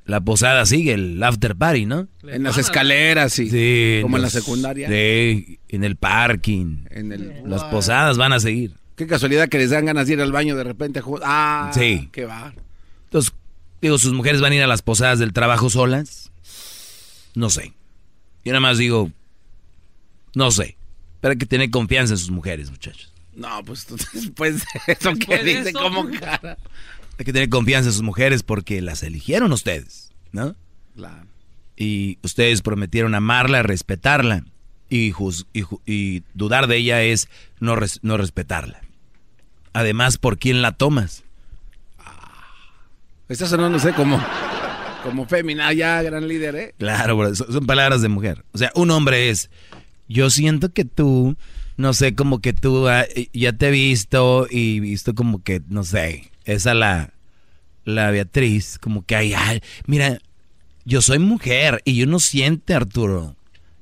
S4: la posada sigue, el after party, ¿no?
S5: En las escaleras, sí.
S4: Sí,
S5: Como en la
S4: los-
S5: secundaria.
S4: Sí, en el parking.
S5: En el-
S4: Las posadas van a seguir.
S5: Qué casualidad que les dan ganas de ir al baño de repente. ju- Ah,
S4: Sí.
S5: qué va.
S4: Entonces, digo, sus mujeres van a ir a las posadas del trabajo solas. No sé. Yo nada más digo, no sé. Pero hay que tener confianza en sus mujeres, muchachos.
S5: No, pues tú- después de Pues eso que
S10: Después de
S5: dice
S10: eso.
S5: como cara.
S4: Hay que tener confianza en sus mujeres porque las eligieron ustedes, ¿no? Y ustedes prometieron amarla, respetarla. Y, juz- y ju- y dudar de ella es no, res- no respetarla. Además, ¿por quién la tomas?
S5: Está sonando, sé, como, como fémina, ya gran líder, ¿eh?
S4: Claro, bro, son, son palabras de mujer. O sea, un hombre es, yo siento que tú, no sé, como que tú ah, eh, ya te he visto y visto como que, no sé, esa la, la Beatriz, como que, ay, ay, mira, yo soy mujer y uno siente, Arturo,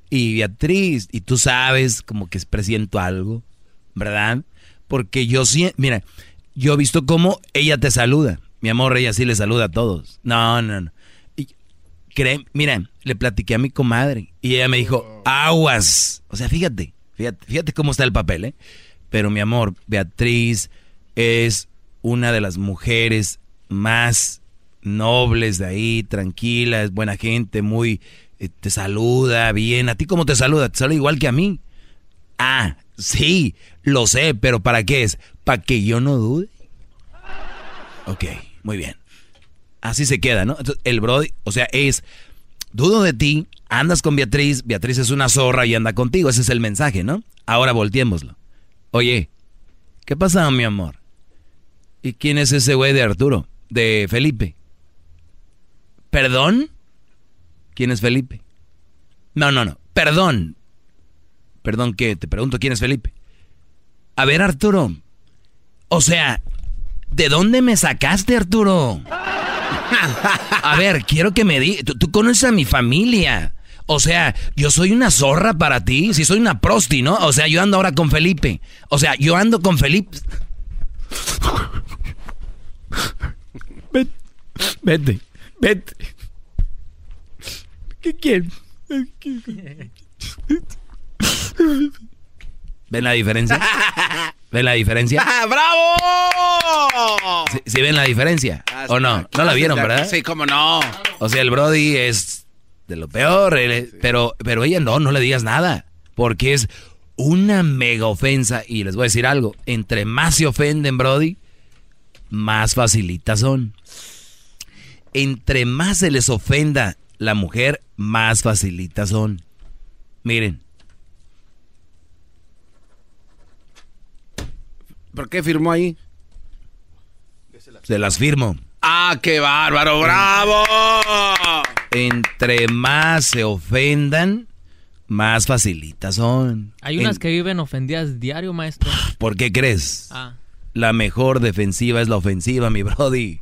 S4: y Beatriz, y tú sabes como que presiento algo, ¿verdad? Porque yo siento, mira, yo he visto cómo ella te saluda. Mi amor, ella sí le saluda a todos. No, no, no. Y- Cre- mira, le platiqué a mi comadre y ella me dijo, aguas. O sea, fíjate, fíjate, fíjate cómo está el papel, ¿eh? Pero mi amor, Beatriz es una de las mujeres más nobles de ahí, tranquila, es buena gente, muy... eh, te saluda bien. ¿A ti cómo te saluda? Te saluda igual que a mí. Ah, sí, lo sé, pero ¿para qué es? Para que yo no dude. Ok, muy bien. Así se queda, ¿no? Entonces, el Brody, o sea, es, dudo de ti, andas con Beatriz, Beatriz es una zorra y anda contigo, ese es el mensaje, ¿no? Ahora volteémoslo. Oye, ¿qué pasa, mi amor? ¿Y quién es ese güey de Arturo? De Felipe. ¿Perdón? ¿Quién es Felipe? No, no, no. Perdón. Perdón que te pregunto quién es Felipe. A ver, Arturo. O sea, ¿de dónde me sacaste, Arturo? A ver, quiero que me digas. Tú, tú conoces a mi familia. O sea, yo soy una zorra para ti. Si soy una prosti, ¿no? O sea, yo ando ahora con Felipe. O sea, yo ando con Felipe. Vete. Vete. Vete. ¿Qué quieres? ¿Ven la diferencia? ¿Ven la diferencia?
S5: ¡Bravo!
S4: ¿Sí, sí ven la diferencia? ¿O no? No la vieron, ¿verdad?
S5: Ah, Sí, cómo no.
S4: O sea, el Brody es de lo peor, él es- pero, pero ella no, no le digas nada, porque es una mega ofensa. Y les voy a decir algo, entre más se ofenden, Brody, más facilitas son. Entre más se les ofenda la mujer, más facilitas son. Miren,
S5: ¿Por qué firmó ahí?
S4: se las firmo.
S5: ¡Ah, qué bárbaro! ¡Bravo!
S4: Entre más se ofendan, más facilitas son.
S25: Hay
S4: En-
S25: unas que viven ofendidas diario, maestro.
S4: ¿Por qué crees?
S25: Ah.
S4: La mejor defensiva es la ofensiva, mi brody.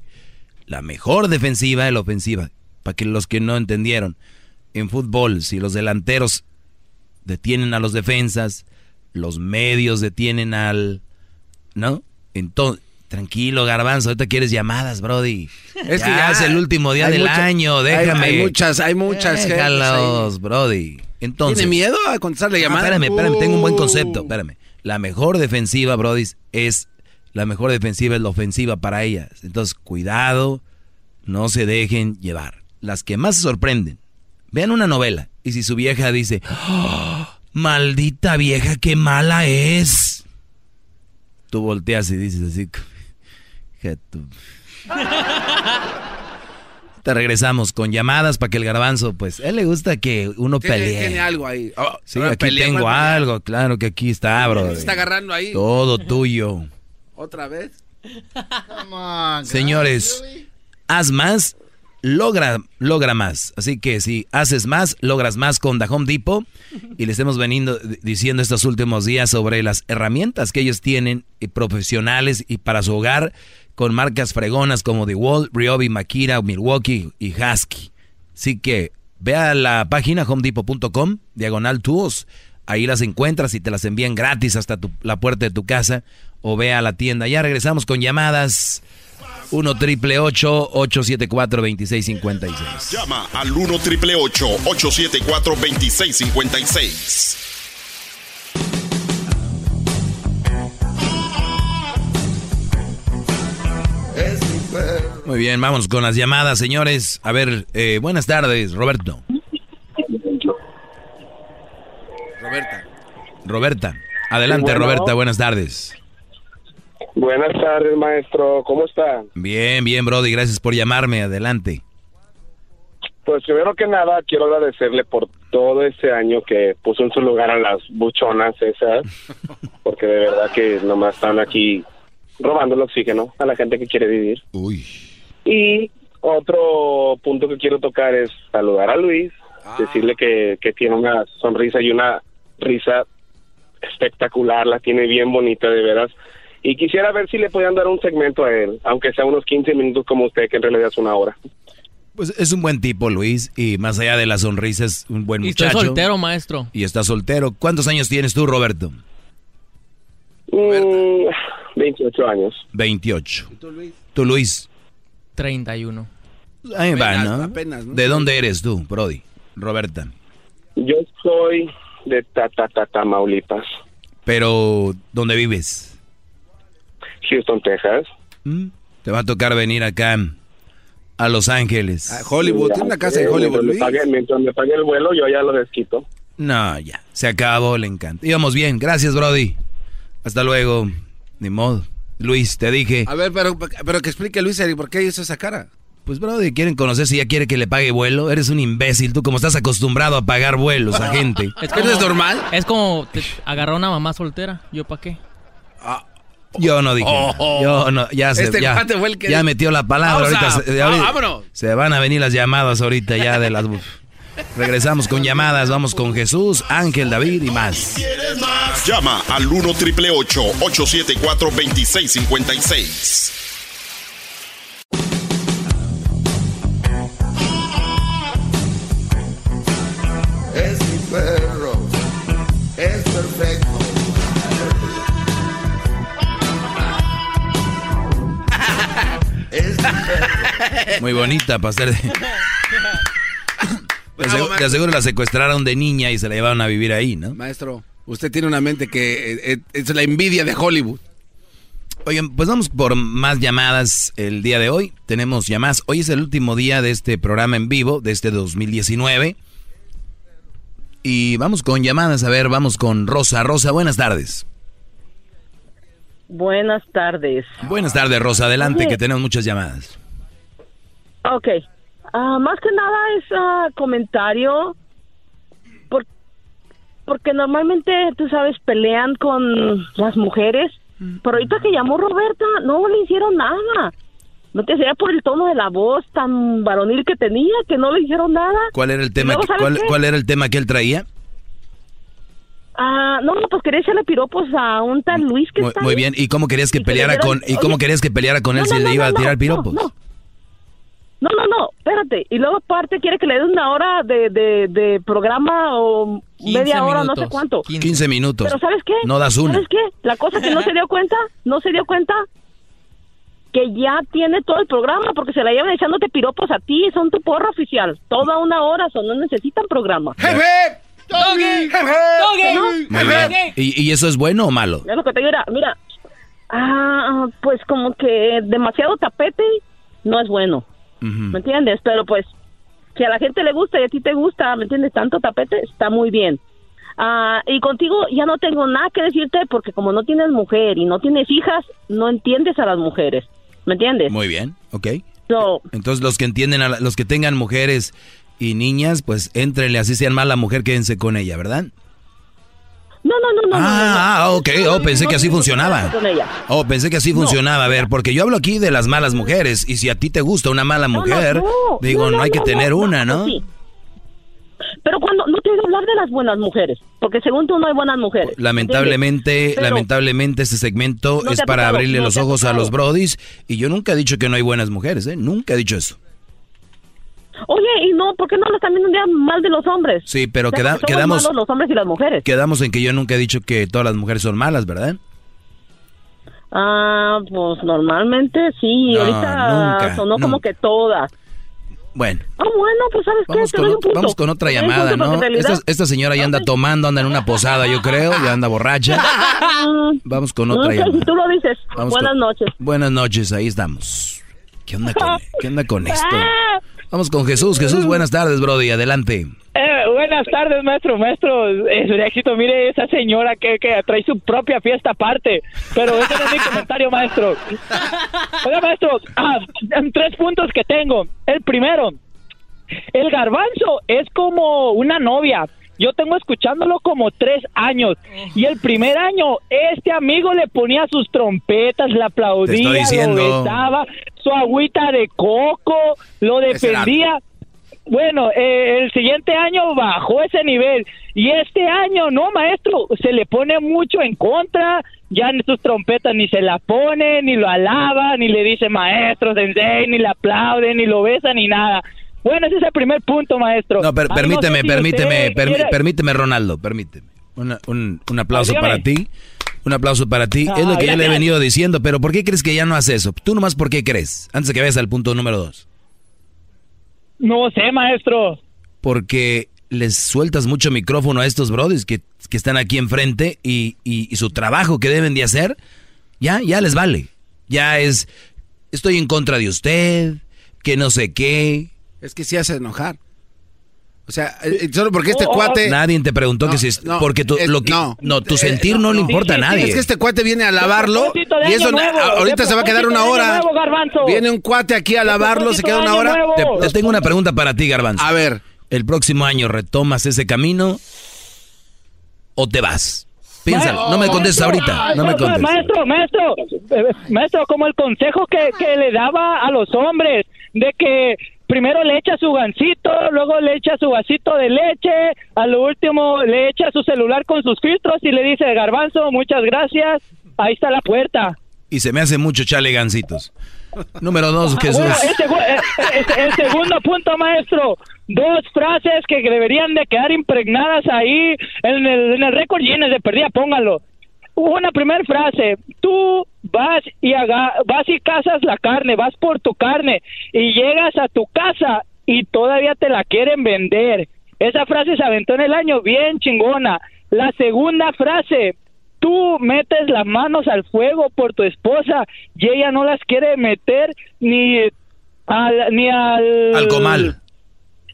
S4: La mejor defensiva es la ofensiva. Para que los que no entendieron, en fútbol, si los delanteros detienen a los defensas, los medios detienen al... ¿No? Entonces, Tranquilo, garbanzo, ahorita quieres llamadas, Brody.
S5: Es
S4: Es
S5: que
S4: que
S5: ya
S4: ya es el último día
S5: hay
S4: del
S5: mucha-
S4: año,
S5: hay-
S4: déjame.
S5: hay muchas- hay muchas gentes
S4: Déjalos, Eh, Brody. Entonces,
S5: ¿Tiene miedo a contestarle
S4: Ah,
S5: llamadas?
S4: espérame, espérame, tengo un buen
S5: Uh.
S4: concepto, espérame. La mejor defensiva, Brody, es la mejor defensiva es la ofensiva para ellas. Entonces, cuidado, no se dejen llevar. Las que más se sorprenden, vean una novela y si su vieja dice, "Oh, maldita vieja, qué mala es. Tú volteas y dices así, "Hija de tu te regresamos con llamadas para que el garbanzo, pues, a él le gusta que uno
S5: Tiene,
S4: pelee.
S5: tiene algo ahí. Oh,
S4: sí,
S5: ahora
S4: aquí
S5: pelea,
S4: tengo
S5: ¿cuál pelea?
S4: algo, claro que aquí está, bro.
S5: Se está agarrando ahí.
S4: Todo tuyo.
S5: ¿Otra vez?
S4: Señores, haz más, logra, logra más. Así que si haces más, logras más con The Home Depot. Y le estemos veniendo, d- diciendo estos últimos días sobre las herramientas que ellos tienen eh, profesionales y para su hogar con marcas fregonas como The Wall, Ryobi, Makira, Milwaukee y Husky. Así que ve a la página homedepot.com, diagonal tools. Ahí las encuentras y te las envían gratis hasta tu- la puerta de tu casa o ve a la tienda. Ya regresamos con llamadas. 1 triple 874 2656.
S7: Llama al 1 triple 874 2656.
S4: Muy bien, vamos con las llamadas, señores. A ver, eh, buenas tardes, Roberto.
S5: Roberta.
S4: Roberta, adelante,
S23: Sí, bueno.
S4: Roberta, buenas tardes.
S23: Buenas tardes, maestro. ¿Cómo está?
S4: Bien, bien, Brody, gracias por llamarme, adelante.
S23: Pues primero que nada, quiero agradecerle por todo ese año que puso en su lugar a las buchonas esas, porque de verdad que nomás están aquí robando el oxígeno a la gente que quiere vivir.
S4: Uy.
S23: Y otro punto que quiero tocar es saludar a Luis, decirle que, que tiene una sonrisa y una risa espectacular, la tiene bien bonita de veras. Y quisiera ver si le podían dar un segmento a él, aunque sea unos 15 minutos como usted, que en realidad es una hora.
S4: Pues es un buen tipo, Luis, y más allá de las sonrisas, un buen
S25: Y estoy
S4: muchacho.
S25: soltero, maestro.
S4: Y está soltero. ¿Cuántos años tienes tú, Roberto?
S23: Mm, 28 años.
S4: 28. ¿Tú, Luis?
S25: 31.
S4: Ahí va, ¿no?
S23: apenas, ¿no?
S4: ¿De dónde eres tú, Brody? Roberta.
S23: Yo soy de Tatatamaulipas,
S4: Pero, ¿dónde vives?
S23: Houston, Texas.
S4: Te va a tocar venir acá a Los Ángeles.
S23: Ya sé, Mientras Eh, me, pague, mientras me pague el vuelo, yo ya lo desquito.
S4: No, ya. Se acabó, le encanta. Íbamos bien. Gracias, Brody. Hasta luego. Ni modo. Luis, te dije.
S5: A ver, pero, pero que explique Luis Eric, por qué hizo esa cara.
S4: Pues, Brody, quieren conocer si ya quiere que le pague vuelo. Eres un imbécil. Tú, como estás acostumbrado a pagar vuelos a
S25: (laughs)
S4: gente.
S25: como- Es como te agarró una mamá soltera. ¿Yo para qué?
S4: Yo no dije.
S25: Oh,
S4: nada. Yo no, ya se,
S25: Este
S4: ya,
S25: cuate fue el que
S4: ya
S25: dijo.
S4: metió la palabra
S25: Pausa.
S4: ahorita. Se, de ahorita-
S25: Vámonos.
S4: se van a venir las llamadas ahorita ya de las uf. Regresamos con llamadas, vamos con Jesús, Ángel, David y más.
S7: Llama al 1 triple 874 2656.
S15: Es mi perro. Es perfecto. Es mi perro.
S4: Muy bonita para
S25: (laughs)
S4: ser de- (laughs) Te aseguro, te aseguro la secuestraron de niña y se la llevaron a vivir ahí, ¿no?
S5: Maestro, usted tiene una mente que eh, eh, es la envidia de Hollywood.
S4: Oigan, pues vamos por más llamadas el día de hoy. Tenemos llamadas. Hoy es el último día de este programa en vivo de este 2019. Y vamos con llamadas. A ver, vamos con Rosa. Rosa, buenas tardes.
S16: Buenas tardes.
S4: Buenas tardes, Rosa. Adelante,
S16: Oye.
S4: que tenemos muchas llamadas.
S16: Ok. Ah, más que nada es ah, comentario. por- porque normalmente, tú sabes, pelean con las mujeres. Pero ahorita que llamó Roberta, no le hicieron nada. No te sería por el tono de la voz tan varonil que tenía, que no le hicieron nada.
S4: ¿Cuál era el tema?
S16: luego,
S4: que-
S16: ¿sabes
S4: cuál,
S16: qué?
S4: cuál era el tema que él traía?
S16: Ah, no, pues quería echarle piropos a un tal Luis que
S4: Muy,
S16: está
S4: muy
S16: ahí.
S4: bien. ¿Y cómo querías que
S16: Y que le
S4: peleara
S16: dieron-
S4: con y cómo
S16: oye.
S4: querías que peleara con él
S16: No,
S4: si
S16: no,
S4: le
S16: no,
S4: iba a
S16: no,
S4: tirar
S16: no,
S4: piropos?
S16: no. No, no, no, espérate. Y luego aparte quiere que le dé una hora de, de, de programa o
S4: 15
S16: media hora, no
S4: minutos,
S16: sé cuánto.
S4: 15. 15 minutos.
S16: Pero ¿sabes qué?
S4: No das una.
S16: ¿Sabes qué? La cosa que no se dio cuenta, no se dio cuenta que ya tiene todo el programa porque se la llevan echándote piropos a ti, son tu porra oficial. Toda una hora, son, no necesitan programa.
S2: ¡Doggy!
S16: ¿No?
S4: Muy bien. ¿Y, y eso es bueno o malo?
S16: Es lo que te digo, mira, mira. Ah, pues como que demasiado tapete no es bueno, ¿me entiendes? Pero pues, si a la gente le gusta y a ti te gusta, ¿me entiendes? Tanto tapete está muy bien. Ah, y contigo ya no tengo nada que decirte porque como no tienes mujer y no tienes hijas, no entiendes a las mujeres, ¿me entiendes?
S4: Muy bien, ok.
S16: So,
S4: Entonces los que entienden, a la- los que tengan mujeres y niñas, pues éntrenle, así sean mala mujer, quédense con ella, ¿verdad?
S16: no, no, no, no. no, no, no.
S4: Ah, ah, ok, oh, pensé que así funcionaba.
S16: Con ella.
S4: Oh, pensé que así funcionaba, a ver, porque yo hablo aquí de las malas mujeres, y si a ti te gusta una mala
S16: No, no,
S4: mujer,
S16: no,
S4: digo,
S16: no,
S4: no,
S16: no,
S4: hay que
S16: no,
S4: tener
S16: no,
S4: una,
S16: no,
S4: ¿no?
S16: sí. Pero cuando no te digo hablar de las buenas mujeres, porque según tú no hay buenas mujeres.
S4: Lamentablemente,
S16: Pero-
S4: lamentablemente este segmento
S16: No te
S4: es
S16: ha
S4: para
S16: tocado,
S4: abrirle
S16: no
S4: los
S16: te ha
S4: ojos a
S16: tocado.
S4: los brodis, y yo nunca he dicho que no hay buenas mujeres, ¿eh? Nunca he dicho eso.
S16: Oye, y no, ¿por qué no hablas también un día mal de los hombres?
S4: Sí, pero
S16: O sea,
S4: queda-
S16: porque somos
S4: quedamos,
S16: malos los hombres y las mujeres.
S4: quedamos en que yo nunca he dicho que todas las mujeres son malas, ¿verdad?
S16: Ah, pues normalmente sí.
S4: No,
S16: Ahorita
S4: nunca,
S16: sonó como que todas.
S4: Bueno.
S16: Ah, bueno, pues sabes
S4: Vamos
S16: qué,
S4: con,
S16: te doy
S4: ot-
S16: un punto.
S4: vamos con otra
S16: Te doy un
S4: llamada,
S16: punto porque
S4: ¿no?
S16: en realidad-
S4: Esta, esta señora ya anda tomando, anda en una posada, yo creo, ya anda borracha.
S16: (laughs)
S4: Vamos con
S16: Ah. No
S4: otra
S16: sé,
S4: llamada.
S16: si tú lo dices.
S4: Vamos
S16: buenas
S4: con-
S16: noches.
S4: Buenas noches, ahí estamos. ¿Qué onda
S16: (laughs)
S4: con, qué onda con esto?
S16: Ah.
S4: Vamos con Jesús. Jesús, buenas tardes, Brody, adelante.
S32: Eh, buenas tardes, maestro, maestro. Es un éxito. Mire esa señora que, que trae su propia fiesta aparte. Pero ese no es mi comentario, maestro. Oiga, maestro, ah, tres puntos que tengo. El primero, el garbanzo es como una novia. Yo tengo escuchándolo como tres años. Y el primer año, este amigo le ponía sus trompetas, le aplaudía,
S4: estoy diciendo.
S32: lo besaba, su agüita de coco, lo
S4: Ese era
S32: defendía. Bueno, eh, el siguiente año bajó ese nivel y este año, no maestro, se le pone mucho en contra, ya ni sus trompetas ni se la ponen, ni lo alaban, ni le dice maestro, sensei, ni le aplauden, ni lo besan, ni nada. Bueno, ese es el primer punto, maestro.
S4: No, per-
S32: Ah,
S4: permíteme,
S32: sé si
S4: permíteme,
S16: ¿eh?
S32: usted
S4: permi-
S32: quiera-
S4: permíteme, Ronaldo, permíteme. Una- un, un aplauso
S32: Ah, dígame.
S4: para ti. Un aplauso para ti.
S32: Ah,
S4: es lo que yo le he
S32: gracias.
S4: venido diciendo, pero ¿por qué crees que ya no hace eso? Tú nomás, ¿por qué crees? Antes de que vayas al punto número dos.
S32: No sé, maestro.
S4: Porque les sueltas mucho micrófono a estos brodies que, que están aquí enfrente y, y- y su trabajo que deben de hacer, ya, ya les vale. Ya es, estoy en contra de usted, que no sé qué.
S5: Es que sí hace enojar. O sea, eh, eh, solo
S4: Oh,
S5: porque este cuate...
S4: Nadie te preguntó que si es-
S5: no,
S4: porque tu,
S5: es-
S4: lo que- no,
S5: no.
S4: tu
S5: Eh,
S4: sentir no,
S5: no,
S4: le
S5: no.
S4: importa a
S5: Sí, sí, sí.
S4: nadie.
S5: Es que este cuate viene a
S4: De
S5: lavarlo
S4: propósito de
S5: y
S4: año
S5: eso na-
S4: nuevo,
S5: ahorita
S4: de
S5: se va a quedar una
S4: propósito de
S5: hora.
S4: año nuevo, garbanzo.
S5: Viene un cuate aquí a
S4: De
S5: lavarlo, se
S4: propósito
S5: queda
S4: de
S5: una
S4: año
S5: hora.
S4: nuevo. Te, te tengo una pregunta para ti, Garbanzo.
S5: A ver.
S4: ¿El próximo año retomas ese camino o te vas? Piénsalo, no me contestes ahorita, no me contestes.
S32: Maestro, maestro, eh, maestro, como el consejo que, que le daba a los hombres, de que primero le echa su gancito, luego le echa su vasito de leche, a lo último le echa su celular con sus filtros y le dice, garbanzo, muchas gracias, ahí está la puerta.
S4: Y se me hace mucho chale gancitos. Número dos, Jesús.
S32: Ah, Bueno, el, segu- eh, el- el segundo punto, maestro. Dos frases que deberían de quedar impregnadas ahí en el, en el récord Guinness de perdida, póngalo. Una primera frase, tú vas y haga- vas y cazas la carne, vas por tu carne y llegas a tu casa y todavía te la quieren vender. Esa frase se aventó en el año bien chingona. La segunda frase, tú metes las manos al fuego por tu esposa y ella no las quiere meter ni al ni al,
S4: Al comal.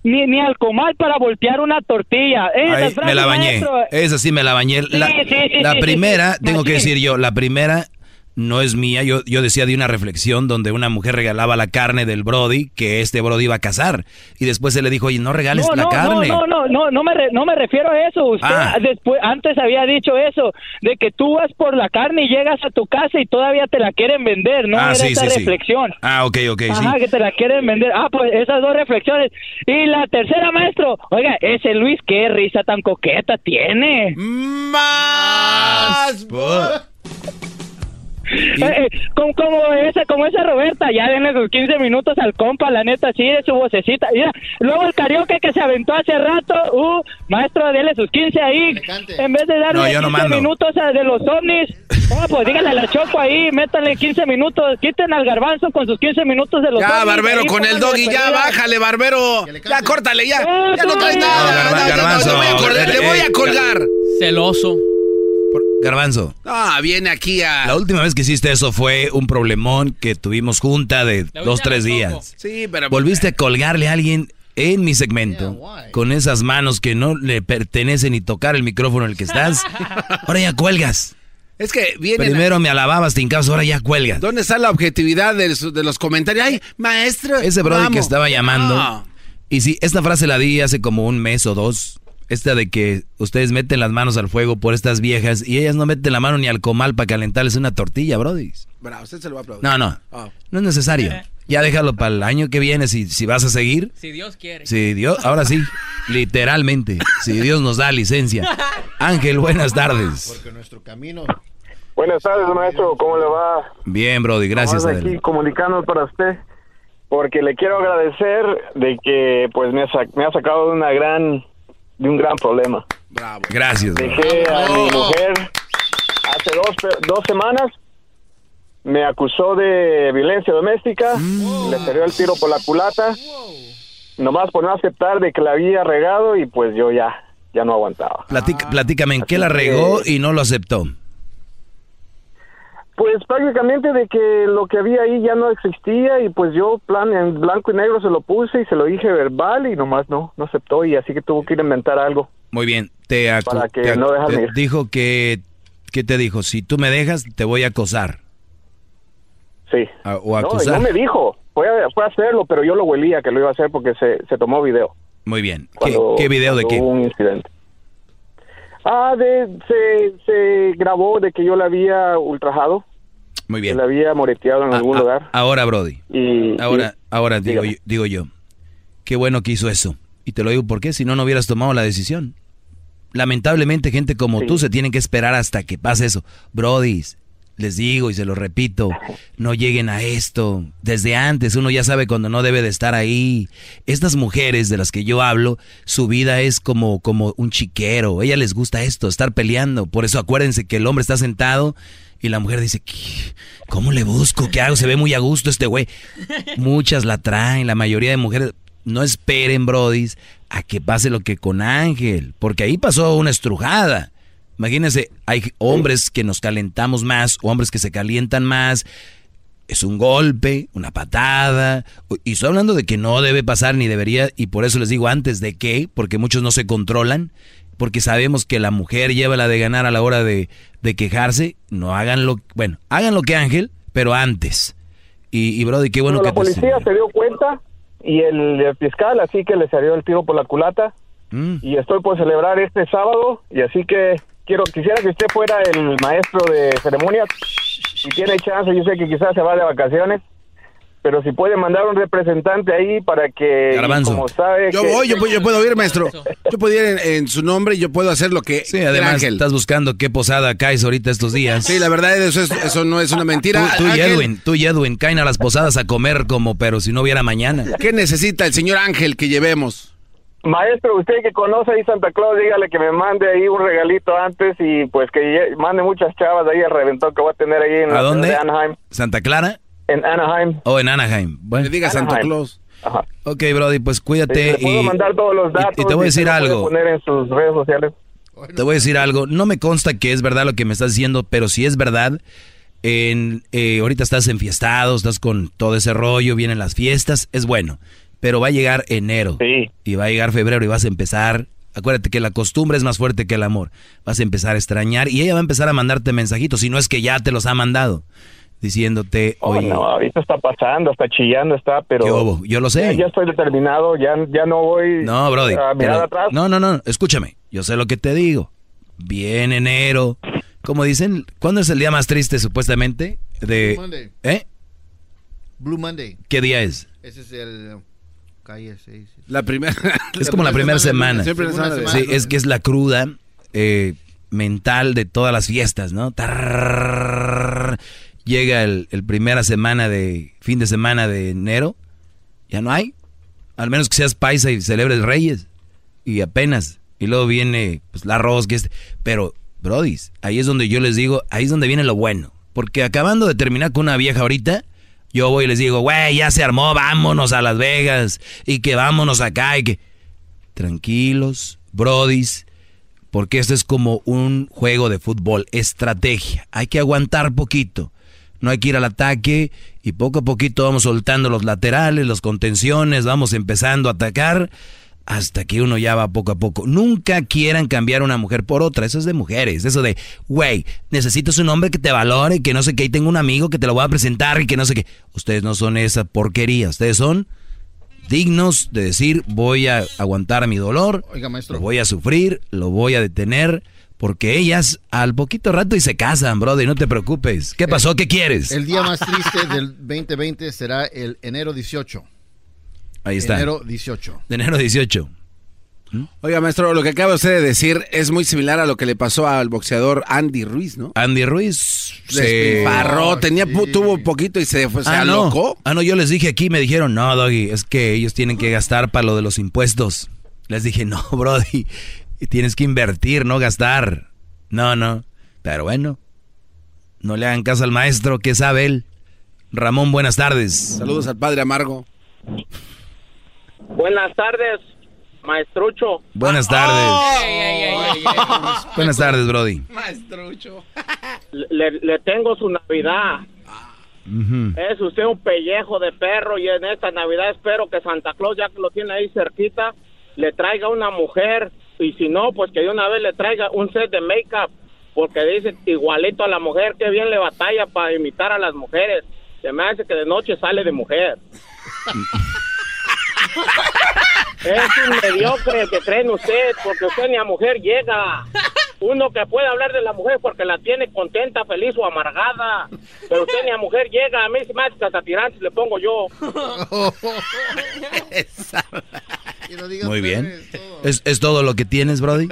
S32: ni, ni al comal para voltear una tortilla. Esas
S4: Ahí me
S32: frases,
S4: la bañé.
S32: maestro.
S4: Esa sí me la bañé. La,
S32: Sí, sí, sí,
S4: la
S32: sí,
S4: primera,
S32: sí.
S4: tengo que decir yo, la primera no es mía. Yo, yo decía de una reflexión donde una mujer regalaba la carne del Brody que este Brody iba a cazar. Y después se le dijo, oye, no regales
S32: no,
S4: la
S32: no,
S4: carne.
S32: No, no, no, no, no me, re- no me refiero a eso. Usted
S4: Ah.
S32: después, antes había dicho eso, de que tú vas por la carne y llegas a tu casa y todavía te la quieren vender, ¿no?
S4: ah,
S32: Era
S4: sí,
S32: esa
S4: sí, sí.
S32: reflexión.
S4: Ah, ok, ok,
S32: Ajá,
S4: sí.
S32: que te la quieren vender. Ah, pues esas dos reflexiones. Y la tercera, maestro. Oiga, ese Luis, qué risa tan coqueta tiene.
S4: Mm.
S5: ¡Más!
S32: como, Eh, como esa, como esa Roberta, ya denle sus 15 minutos al compa, la neta, sí, de su vocecita. Mira, luego el karaoke que se aventó hace rato, uh, maestro, denle sus 15 ahí. En vez de darle
S4: No, yo no
S32: 15
S4: mando.
S32: minutos a- de los ovnis, Ah, pues dígale a la Choco ahí, métale 15 minutos, quiten al garbanzo con sus 15 minutos de los
S5: Ya,
S32: doggys,
S5: Barbero,
S32: ahí
S5: con el
S32: pónganle
S5: doggy, ya
S32: pelea.
S5: bájale, Barbero. Ya, córtale, ya. Ya no traes
S7: No,
S5: nada.
S7: Garba-
S5: no, no, no,
S7: Garbanzo,
S5: le voy a colgar, le voy a
S7: eh,
S5: colgar.
S7: Celoso.
S4: Garbanzo.
S5: Ah, viene aquí a.
S4: La última vez que hiciste eso fue un problemón que tuvimos junta de dos, tres días.
S5: Sí, pero. pues
S4: Volviste a colgarle a alguien en mi segmento con esas manos que no le pertenecen ni tocar el micrófono en el que
S5: (laughs)
S4: estás. Ahora ya cuelgas.
S5: Es que viene.
S4: Primero me alababas, tincabas, ahora ya cuelgas.
S5: ¿Dónde está la objetividad de, los- de los comentarios? Ay, maestro.
S4: Ese brother
S5: vamos.
S4: este
S5: Ah.
S4: que estaba llamando.
S5: No.
S4: Y sí, esta frase la di hace como un mes o dos. Esta de que ustedes meten las manos al fuego por estas viejas y ellas no meten la mano ni al comal para calentarles una tortilla, Brody.
S5: Bravo, usted se lo va a aplaudir.
S4: No, no.
S5: Ah.
S4: No es necesario. Ya déjalo para el año que viene si, si vas a seguir.
S7: Eh, Si Dios quiere.
S4: Si Dios, ahora sí, literalmente. Si Dios nos da licencia. Ángel, buenas tardes.
S9: Porque nuestro camino.
S23: Buenas tardes, maestro. ¿Cómo le va?
S4: Bien, Brody, gracias.
S23: Estamos
S4: Adela.
S23: aquí comunicando para usted porque le quiero agradecer de que pues me ha, sac- me ha sacado de una gran de un gran problema.
S4: Gracias.
S23: Dejé a mi mujer hace dos, pe- dos semanas. Me acusó de violencia doméstica. Le salió el tiro por la culata. Nomás por no aceptar de que la había regado y pues yo ya, ya no aguantaba.
S4: Platica- platícame, ¿en qué la regó y no lo aceptó?
S23: Pues prácticamente de que lo que había ahí ya no existía y pues yo plan en blanco y negro se lo puse y se lo dije verbal y nomás no, no aceptó y así que tuvo que ir a inventar algo.
S4: Muy bien, te, acu-
S23: Para que
S4: te ac-
S23: no dejarme
S4: te
S23: ir.
S4: dijo que ¿qué te dijo? Si tú me dejas te voy a acosar.
S23: Sí.
S4: o
S23: No, y
S4: acusar.
S23: no me dijo, fue a, fue a hacerlo, pero yo lo huelía que lo iba a hacer porque se, se tomó video.
S4: Muy bien. ¿Qué,
S23: Cuando-
S4: qué video de
S23: cuando
S4: qué?
S23: hubo un incidente. Ah, de, se, se grabó de que yo la había ultrajado.
S4: Muy bien.
S23: Que la había moreteado en algún lugar.
S4: Ahora, Brody.
S23: Y,
S4: ahora,
S23: y-
S4: ahora digo yo,
S23: dígame.
S4: digo yo, qué bueno que hizo eso. Y te lo digo porque si no, no hubieras tomado la decisión. Lamentablemente, gente como tú se tienen que esperar hasta que pase eso. Brody, les digo y se lo repito, no lleguen a esto. Desde antes uno ya sabe cuando no debe de estar ahí. Estas mujeres de las que yo hablo, su vida es como, como un chiquero. A ella les gusta esto, estar peleando. Por eso acuérdense que el hombre está sentado y la mujer dice, "¿Qué? ¿cómo le busco? ¿Qué hago? Se ve muy a gusto este güey. Muchas la traen, la mayoría de mujeres. No esperen, brodis, a que pase lo que con Ángel, porque ahí pasó una estrujada. Imagínense, hay hombres que nos calentamos más, o hombres que se calientan más. Es un golpe, una patada. Y estoy hablando de que no debe pasar ni debería, y por eso les digo antes de qué, porque muchos no se controlan, porque sabemos que la mujer lleva la de ganar a la hora de, de quejarse. No hagan lo, bueno, hagan lo que Ángel, pero antes. Y, y Brody, qué bueno
S23: Bueno,
S4: que
S23: la
S4: te-
S23: policía se dio cuenta y el, el fiscal así que le salió el tiro por la culata
S4: Mm.
S23: y estoy por celebrar este sábado y así que quiero quisiera que usted fuera el maestro de ceremonias si tiene chance yo sé que quizás se va de vacaciones pero si puede mandar un representante ahí para que y
S5: Garbanzo.
S23: como sabe
S5: Yo
S23: que-
S5: voy, yo, pu- yo puedo ir, maestro. Yo puedo ir en, en su nombre y yo puedo hacer lo que
S4: Sí, además estás buscando qué posada caes ahorita estos días.
S5: Sí, la verdad, eso, es- eso no es una mentira.
S4: Tú, tú y
S5: Ángel,
S4: Edwin, tú y Edwin caen a las posadas a comer como pero si no hubiera mañana.
S5: ¿Qué necesita el señor Ángel que llevemos?
S23: maestro usted que conoce ahí Santa Claus dígale que me mande ahí un regalito antes y pues que lle- mande muchas chavas ahí el reventón que voy a tener ahí en
S4: ¿A
S23: la ciudad
S4: dónde?
S23: de Anaheim
S4: ¿Santa Clara?
S23: en Anaheim
S4: O en Anaheim. Bueno. Le
S5: diga Santa Anaheim. Claus.
S4: Ok, Brody, pues cuídate
S23: Eh, Le puedo
S4: y,
S23: mandar todos los datos
S4: y te voy a
S23: y se
S4: decir
S23: los puede
S4: algo.
S23: poner en sus redes sociales
S4: Te voy a decir algo. No me consta que es verdad lo que me estás diciendo, pero si es verdad, en, eh, ahorita estás enfiestado, estás con todo ese rollo, vienen las fiestas, es bueno. Pero va a llegar enero y va a llegar febrero y vas a empezar. Acuérdate que la costumbre es más fuerte que el amor. Vas a empezar a extrañar y ella va a empezar a mandarte mensajitos, si no es que ya te los ha mandado, diciéndote,
S23: Oh,
S4: oye,
S23: no, ahorita está pasando, está chillando, está, pero...
S4: ¿Qué hubo? Yo lo sé.
S23: Ya, ya estoy determinado, ya, ya no voy
S4: No, Brody.
S23: a mirar
S4: pero-
S23: atrás.
S4: No, no, no. Escúchame. Yo sé lo que te digo. Bien enero. Como dicen, ¿cuándo es el día más triste supuestamente?
S9: Blue
S4: De,
S9: Monday.
S4: ¿Eh?
S9: Blue Monday.
S4: ¿Qué día es?
S9: Ese es el. Calle 6.
S5: La
S9: (laughs)
S5: primera.
S4: Es como la primera semana.
S5: Siempre la semana de-
S4: Sí, es que es la cruda eh, mental de todas las fiestas, ¿no? Tarrrrrr. llega el, el primera semana de fin de semana de enero. Ya no hay. Al menos que seas paisa y celebres reyes. Y apenas. Y luego viene pues, la arroz, que es... Pero, Brodis, ahí es donde yo les digo, ahí es donde viene lo bueno. Porque acabando de terminar con una vieja ahorita, yo voy y les digo, güey, ya se armó, vámonos a Las Vegas y que vámonos acá y que... Tranquilos, Brodis, porque esto es como un juego de fútbol, estrategia. Hay que aguantar poquito. No hay que ir al ataque y poco a poquito vamos soltando los laterales, los contenciones, vamos empezando a atacar hasta que uno ya va poco a poco. Nunca quieran cambiar una mujer por otra, eso es de mujeres, eso de, güey, necesitas un hombre que te valore, que no sé qué, y tengo un amigo que te lo voy a presentar y que no sé qué. Ustedes no son esa porquería, ustedes son dignos de decir, voy a aguantar mi dolor,
S9: Oiga, maestro.
S4: lo voy a sufrir, lo voy a detener, porque ellas al poquito rato y se casan, brother, no te preocupes. ¿Qué pasó? ¿Qué quieres?
S9: El día más triste del 2020 será el enero 18.
S4: Ahí está.
S9: Enero 18.
S4: De enero 18.
S5: Oiga, maestro, lo que acaba usted de decir es muy similar a lo que le pasó al boxeador Andy Ruiz, ¿no?
S4: Andy Ruiz se
S5: Despilfarró,
S10: Oh,
S5: tenía, pu- tuvo poquito y se, fue, se
S4: ah, no.
S5: alocó.
S4: Ah, no, yo les dije aquí, me dijeron, no, Doggy, es que ellos tienen que gastar para lo de los impuestos. Les dije, no, (laughs) Brody, tienes que invertir, no gastar. No, no. Pero bueno, no le hagan caso al maestro, que sabe él. Ramón, buenas tardes.
S5: Saludos al padre Amargo.
S10: Buenas tardes, maestrucho.
S4: Buenas tardes. Buenas tardes, Brody.
S10: Maestrucho. Le, le tengo su Navidad.
S12: Mm-hmm. Mm.
S10: Es usted un pellejo de perro y en esta Navidad espero que Santa Claus, ya que lo tiene ahí cerquita, le traiga una mujer y si no, pues que de una vez le traiga un set de make-up porque dice igualito a la mujer, que bien le batalla para imitar a las mujeres. Se me hace que de noche sale de mujer. Es un mediocre que creen usted, porque usted ni a mujer llega. Uno que puede hablar de la mujer porque la tiene contenta, feliz o amargada. Pero usted ni a mujer llega. A mí si más tirantes le pongo
S4: (laughs)
S10: yo.
S4: Muy bien. ¿Es, ¿Es todo lo que tienes, Brody?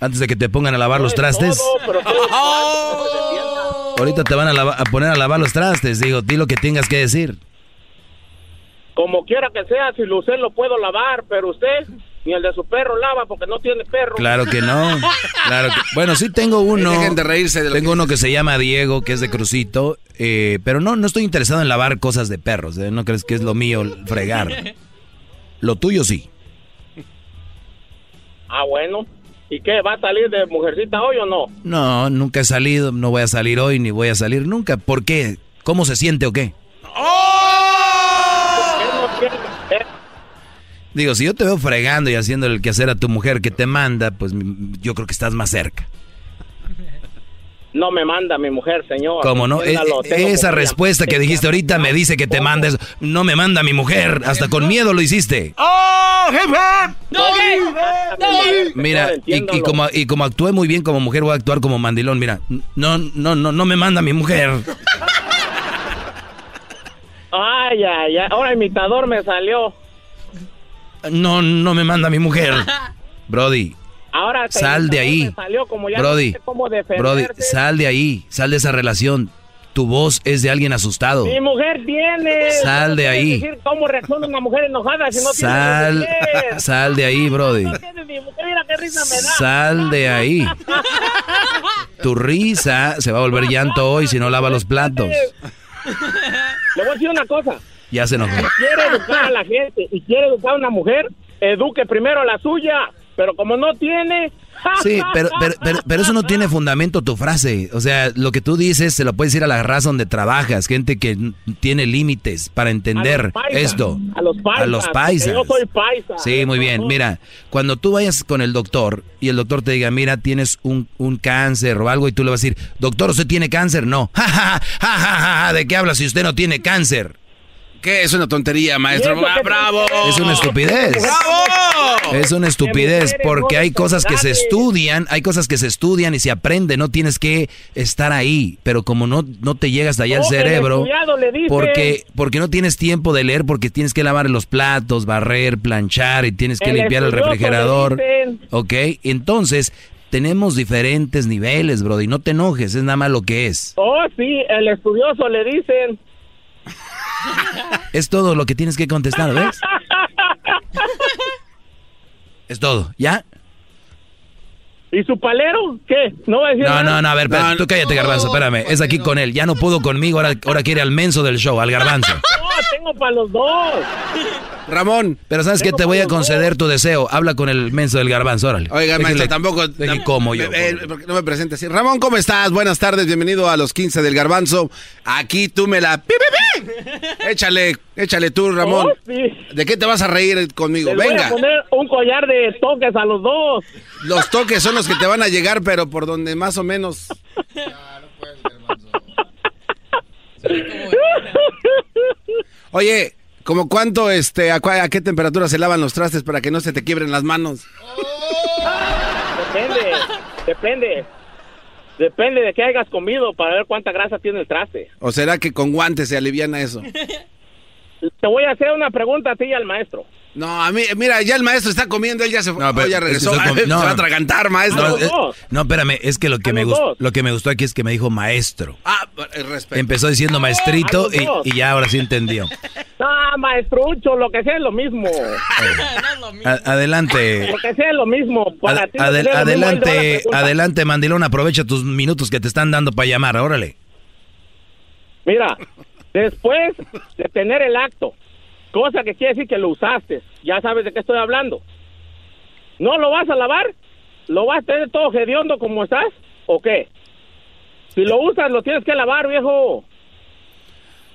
S4: Antes de que te pongan a lavar los trastes. Oh.
S10: Todo, pero usted es falso, no se piensa.
S4: Ahorita te van a, lava- a poner a lavar los trastes. Digo, di lo que tengas que decir.
S10: Como quiera que sea, si lo usted lo puedo lavar, pero usted ni el de su perro lava porque no tiene perro.
S4: Claro que no. Claro que- Bueno, sí tengo uno. tengo uno que se llama Diego, que es de Crucito. eh, pero no, no estoy interesado en lavar cosas de perros. eh, No crees que es lo mío fregar. Lo tuyo sí.
S10: (laughs) Ah, bueno. ¿Y qué? ¿Va a salir de mujercita hoy o no?
S4: No, nunca he salido. No voy a salir hoy ni voy a salir nunca. ¿Por qué? ¿Cómo se siente o qué?
S2: ¡Oh!
S4: Digo, si yo te veo fregando y haciendo el quehacer a tu mujer que te manda, pues mm, yo creo que estás más cerca.
S10: Pues, No me manda mi mujer, señor.
S4: ¿Cómo no? Eh,
S10: Entiéndalo,
S4: eh,
S10: tengo
S4: esa
S10: como-
S4: respuesta que dijiste ahorita me dice que te mandes. No me manda mi mujer. Hasta con miedo lo hiciste.
S10: ¡Oh, jefe!
S4: Mira, y, y como, y como actué muy bien como mujer, voy a actuar como mandilón. Mira, no, no, no, no me manda mi mujer. eh.
S10: Ay, ay, ay. Ahora imitador me salió.
S4: No, no me manda mi
S10: (laughs)
S4: mujer. Brody,
S10: Ahora hasta
S4: Sal de
S10: imitador
S4: ahí.
S10: me salió, como ya no
S4: Brody,
S10: sé cómo defenderse.
S4: Brody, sal de ahí. Sal de esa relación. Tu voz es de alguien asustado.
S10: Mi mujer tiene.
S4: Sal de
S10: No sé
S4: ahí.
S10: decir ¿Cómo reacciona una mujer enojada si no
S4: Sal, (laughs)
S10: tiene
S4: sal de ahí, Brody.
S10: tiene ni mujer? Mira qué risa
S4: (laughs)
S10: me da.
S4: Sal de ahí. Tu risa se va a volver llanto hoy si no lava los platos.
S10: Eh. Le voy a decir una cosa.
S4: Ya se enojó.
S10: quiere educar a la gente y quiere educar a una mujer, eduque primero a la suya. Pero como no tiene.
S4: Sí, pero, pero, pero, pero eso no tiene fundamento tu frase. O sea, lo que tú dices se lo puedes decir a la raza donde trabajas, gente que n- tiene límites para entender
S10: paisas,
S4: esto.
S10: A los paisas.
S4: A los
S10: porque
S4: paisas.
S10: Yo soy paisa.
S4: Sí, muy bien. Mira, cuando tú vayas con el doctor y el doctor te diga, mira, tienes un, un cáncer o algo, y tú le vas a decir, doctor, ¿usted tiene cáncer? No. Ja, ja, ja, ja, ja, ja, Ah, ¿De qué hablas si usted no tiene cáncer?
S5: ¿Qué? Es una tontería, maestro.
S4: ¿Y eso
S5: Ah,
S4: qué-
S5: ¡Bravo!
S4: Es una estupidez.
S5: ¡Bravo!
S4: Es una estupidez porque hay cosas que se
S5: verdades.
S4: estudian, hay cosas que se estudian y se aprende, no tienes que estar ahí, pero como no, no te llega hasta allá el
S15: Oh,
S10: No, el
S4: cerebro,
S10: estudiado le dice.
S4: porque, porque no tienes tiempo de leer, porque tienes que lavar los platos, barrer, planchar y tienes que
S10: El
S4: limpiar el
S10: estudioso le
S4: refrigerador.
S10: dicen.
S4: Ok, entonces tenemos diferentes niveles, Brody, no te enojes, es nada más lo que es.
S10: Oh, sí, el estudioso le dicen.
S4: Es todo lo que tienes que contestar, ¿ves? Es todo, ¿ya?
S10: ¿Y su palero? ¿Qué? No va a decir
S4: No,
S10: nada?
S4: no, no, a ver, espérate, tú cállate, garbanzo, espérame. Es aquí con él. Ya no pudo conmigo, ahora, ahora quiere al menso del show, al garbanzo.
S10: No, tengo para los dos.
S4: Ramón. Pero ¿sabes qué? Te voy a conceder tu deseo. Habla con el menso del garbanzo, órale.
S5: Oiga, maestro, tampoco.
S4: Dejen como yo. pues.
S5: Eh, eh, porque no me presente así. Ramón, ¿cómo estás? Buenas tardes, bienvenido a los 15 del Garbanzo. Aquí tú me la. ¡Pi, pi, pi! Échale, échale tú, Ramón.
S10: Oh, sí.
S5: ¿De qué te vas a reír conmigo?
S10: Les voy a
S5: Venga.
S10: poner un collar de toques a los dos.
S5: Los toques son los que te van a llegar, pero por donde más o
S10: (laughs)
S5: menos.
S10: pues,
S5: Oye, ¿como cuánto, este, a, cua- a qué temperatura se lavan los trastes para que no se te quiebren las manos?
S10: Depende, depende. Depende de qué hayas comido para ver cuánta grasa tiene el traste.
S5: ¿O será que con guantes se aliviana eso?
S10: Te voy a hacer una pregunta a ti y al maestro.
S5: No, a mí, mira, ya el maestro está comiendo, él ya se fue.
S4: No,
S5: No,
S4: pero-
S5: ya regresó.
S4: es que
S5: (laughs)
S4: estoy
S5: Se
S4: con- no.
S5: va a atragantar, maestro.
S4: No, es- no, espérame, es que lo que, me
S5: los
S4: gustó,
S5: dos.
S4: lo que me gustó aquí es que me dijo maestro.
S5: Ah, eh, respeto.
S4: Empezó diciendo maestrito
S10: A los
S4: y,
S10: dos.
S4: y ya ahora sí entendió.
S10: (laughs) No, maestrucho, lo que sea es lo mismo.
S4: A- adelante.
S10: Lo que sea es lo mismo. Para
S4: Eh, Ad-
S10: ti lo que
S4: adel-
S10: sea es lo mismo. Ahí te va la
S4: adelante,
S10: pregunta.
S4: adelante, Mandilón, aprovecha tus minutos que te están dando para llamar, órale.
S10: Mira, después de tener el acto, cosa que quiere decir que lo usaste, ya sabes de qué estoy hablando. ¿No lo vas a lavar? ¿Lo vas a tener todo hediondo como estás? ¿O qué? Si lo usas, lo tienes que lavar, viejo.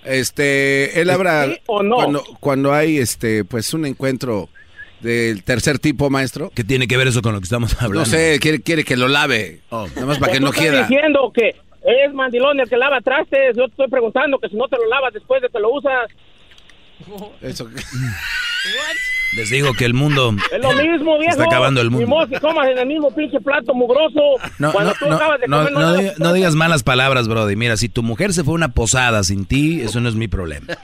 S5: Este, él habrá
S10: ¿Sí o no?
S5: cuando, cuando hay este pues un encuentro del tercer tipo, maestro.
S4: ¿Qué tiene que ver eso con lo que estamos hablando?
S5: No sé, quiere, quiere que lo lave.
S4: Oh.
S5: Nada más para que
S10: Pues
S5: no
S10: tú estás
S5: quede.
S10: diciendo que es mandilón el que lava trastes. Yo te estoy preguntando que si no te lo lavas después de que lo usas,
S5: Eso.
S4: Les digo que el mundo
S10: es lo mismo, viejo.
S4: está acabando el mundo.
S10: Ni modo que comas en el mismo pinche plato mugroso.
S4: No,
S10: Cuando
S4: no,
S10: tú
S4: no,
S10: acabas de
S4: no,
S10: comer, no
S4: no
S10: lavas
S4: diga- no digas malas palabras, Brody. Mira, si tu mujer se fue a una posada sin ti, eso no es mi problema.
S10: (laughs)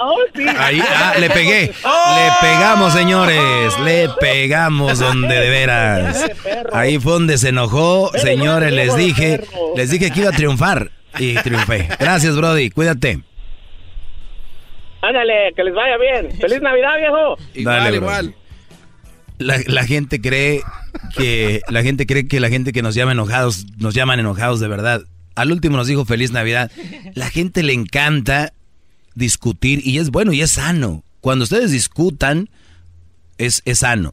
S10: Oh, sí.
S4: Ahí, ah, le pegué.
S10: Oh.
S4: Le pegamos, señores. Le pegamos donde de veras. Ahí fue donde se enojó, señores. Les dije, les dije que iba a triunfar y triunfé. Gracias, Brody. Cuídate.
S10: Ándale, que les vaya bien. ¡Feliz Navidad, viejo!
S4: Dale, bro. La, la gente cree que la gente cree que la gente que nos llama enojados nos llaman enojados de verdad. Al último nos dijo feliz Navidad. La gente le encanta discutir y es bueno y es sano. Cuando ustedes discutan es, es sano.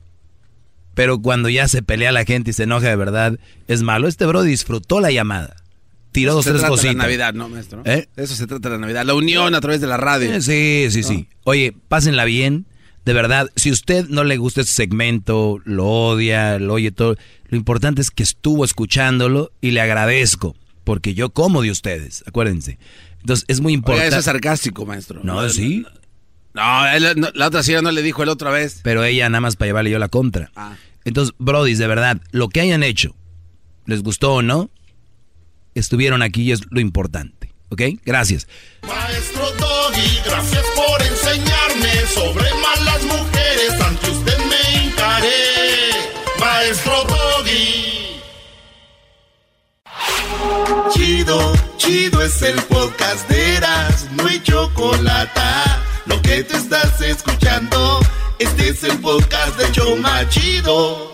S4: Pero cuando ya se pelea la gente y se enoja de verdad es malo. Este bro disfrutó la llamada. (laughs) Tiró
S5: Eso
S4: dos
S5: se
S4: tres
S5: trata
S4: cositas.
S5: La Navidad, ¿no, maestro?
S4: ¿Eh?
S5: De Eso se trata la Navidad. La unión a través de la radio. Ah.
S4: Eh, Sí, sí, sí. Oye, pásenla bien. De verdad, si usted no le gusta este segmento, lo odia, lo oye todo, lo importante es que estuvo escuchándolo y le agradezco, porque yo como de ustedes, acuérdense. Entonces, es muy
S5: Oiga,
S4: importante.
S5: eso es sarcástico, maestro.
S4: No, sí,
S5: No, él- no, la otra señora no le dijo el otra vez.
S4: pero ella nada más para llevarle yo la contra.
S5: Ah.
S4: Entonces, brodis, de verdad, lo que hayan hecho, les gustó o no, estuvieron aquí y es lo importante, ¿ok? Gracias.
S1: Maestro Doggy, gracias por enseñarme sobre malas mujeres. Ante usted me encaré. Maestro Doggy. Chido, chido es el podcast de Eras. No hay chocolate. Lo que te estás escuchando, este es el podcast de Choma Chido.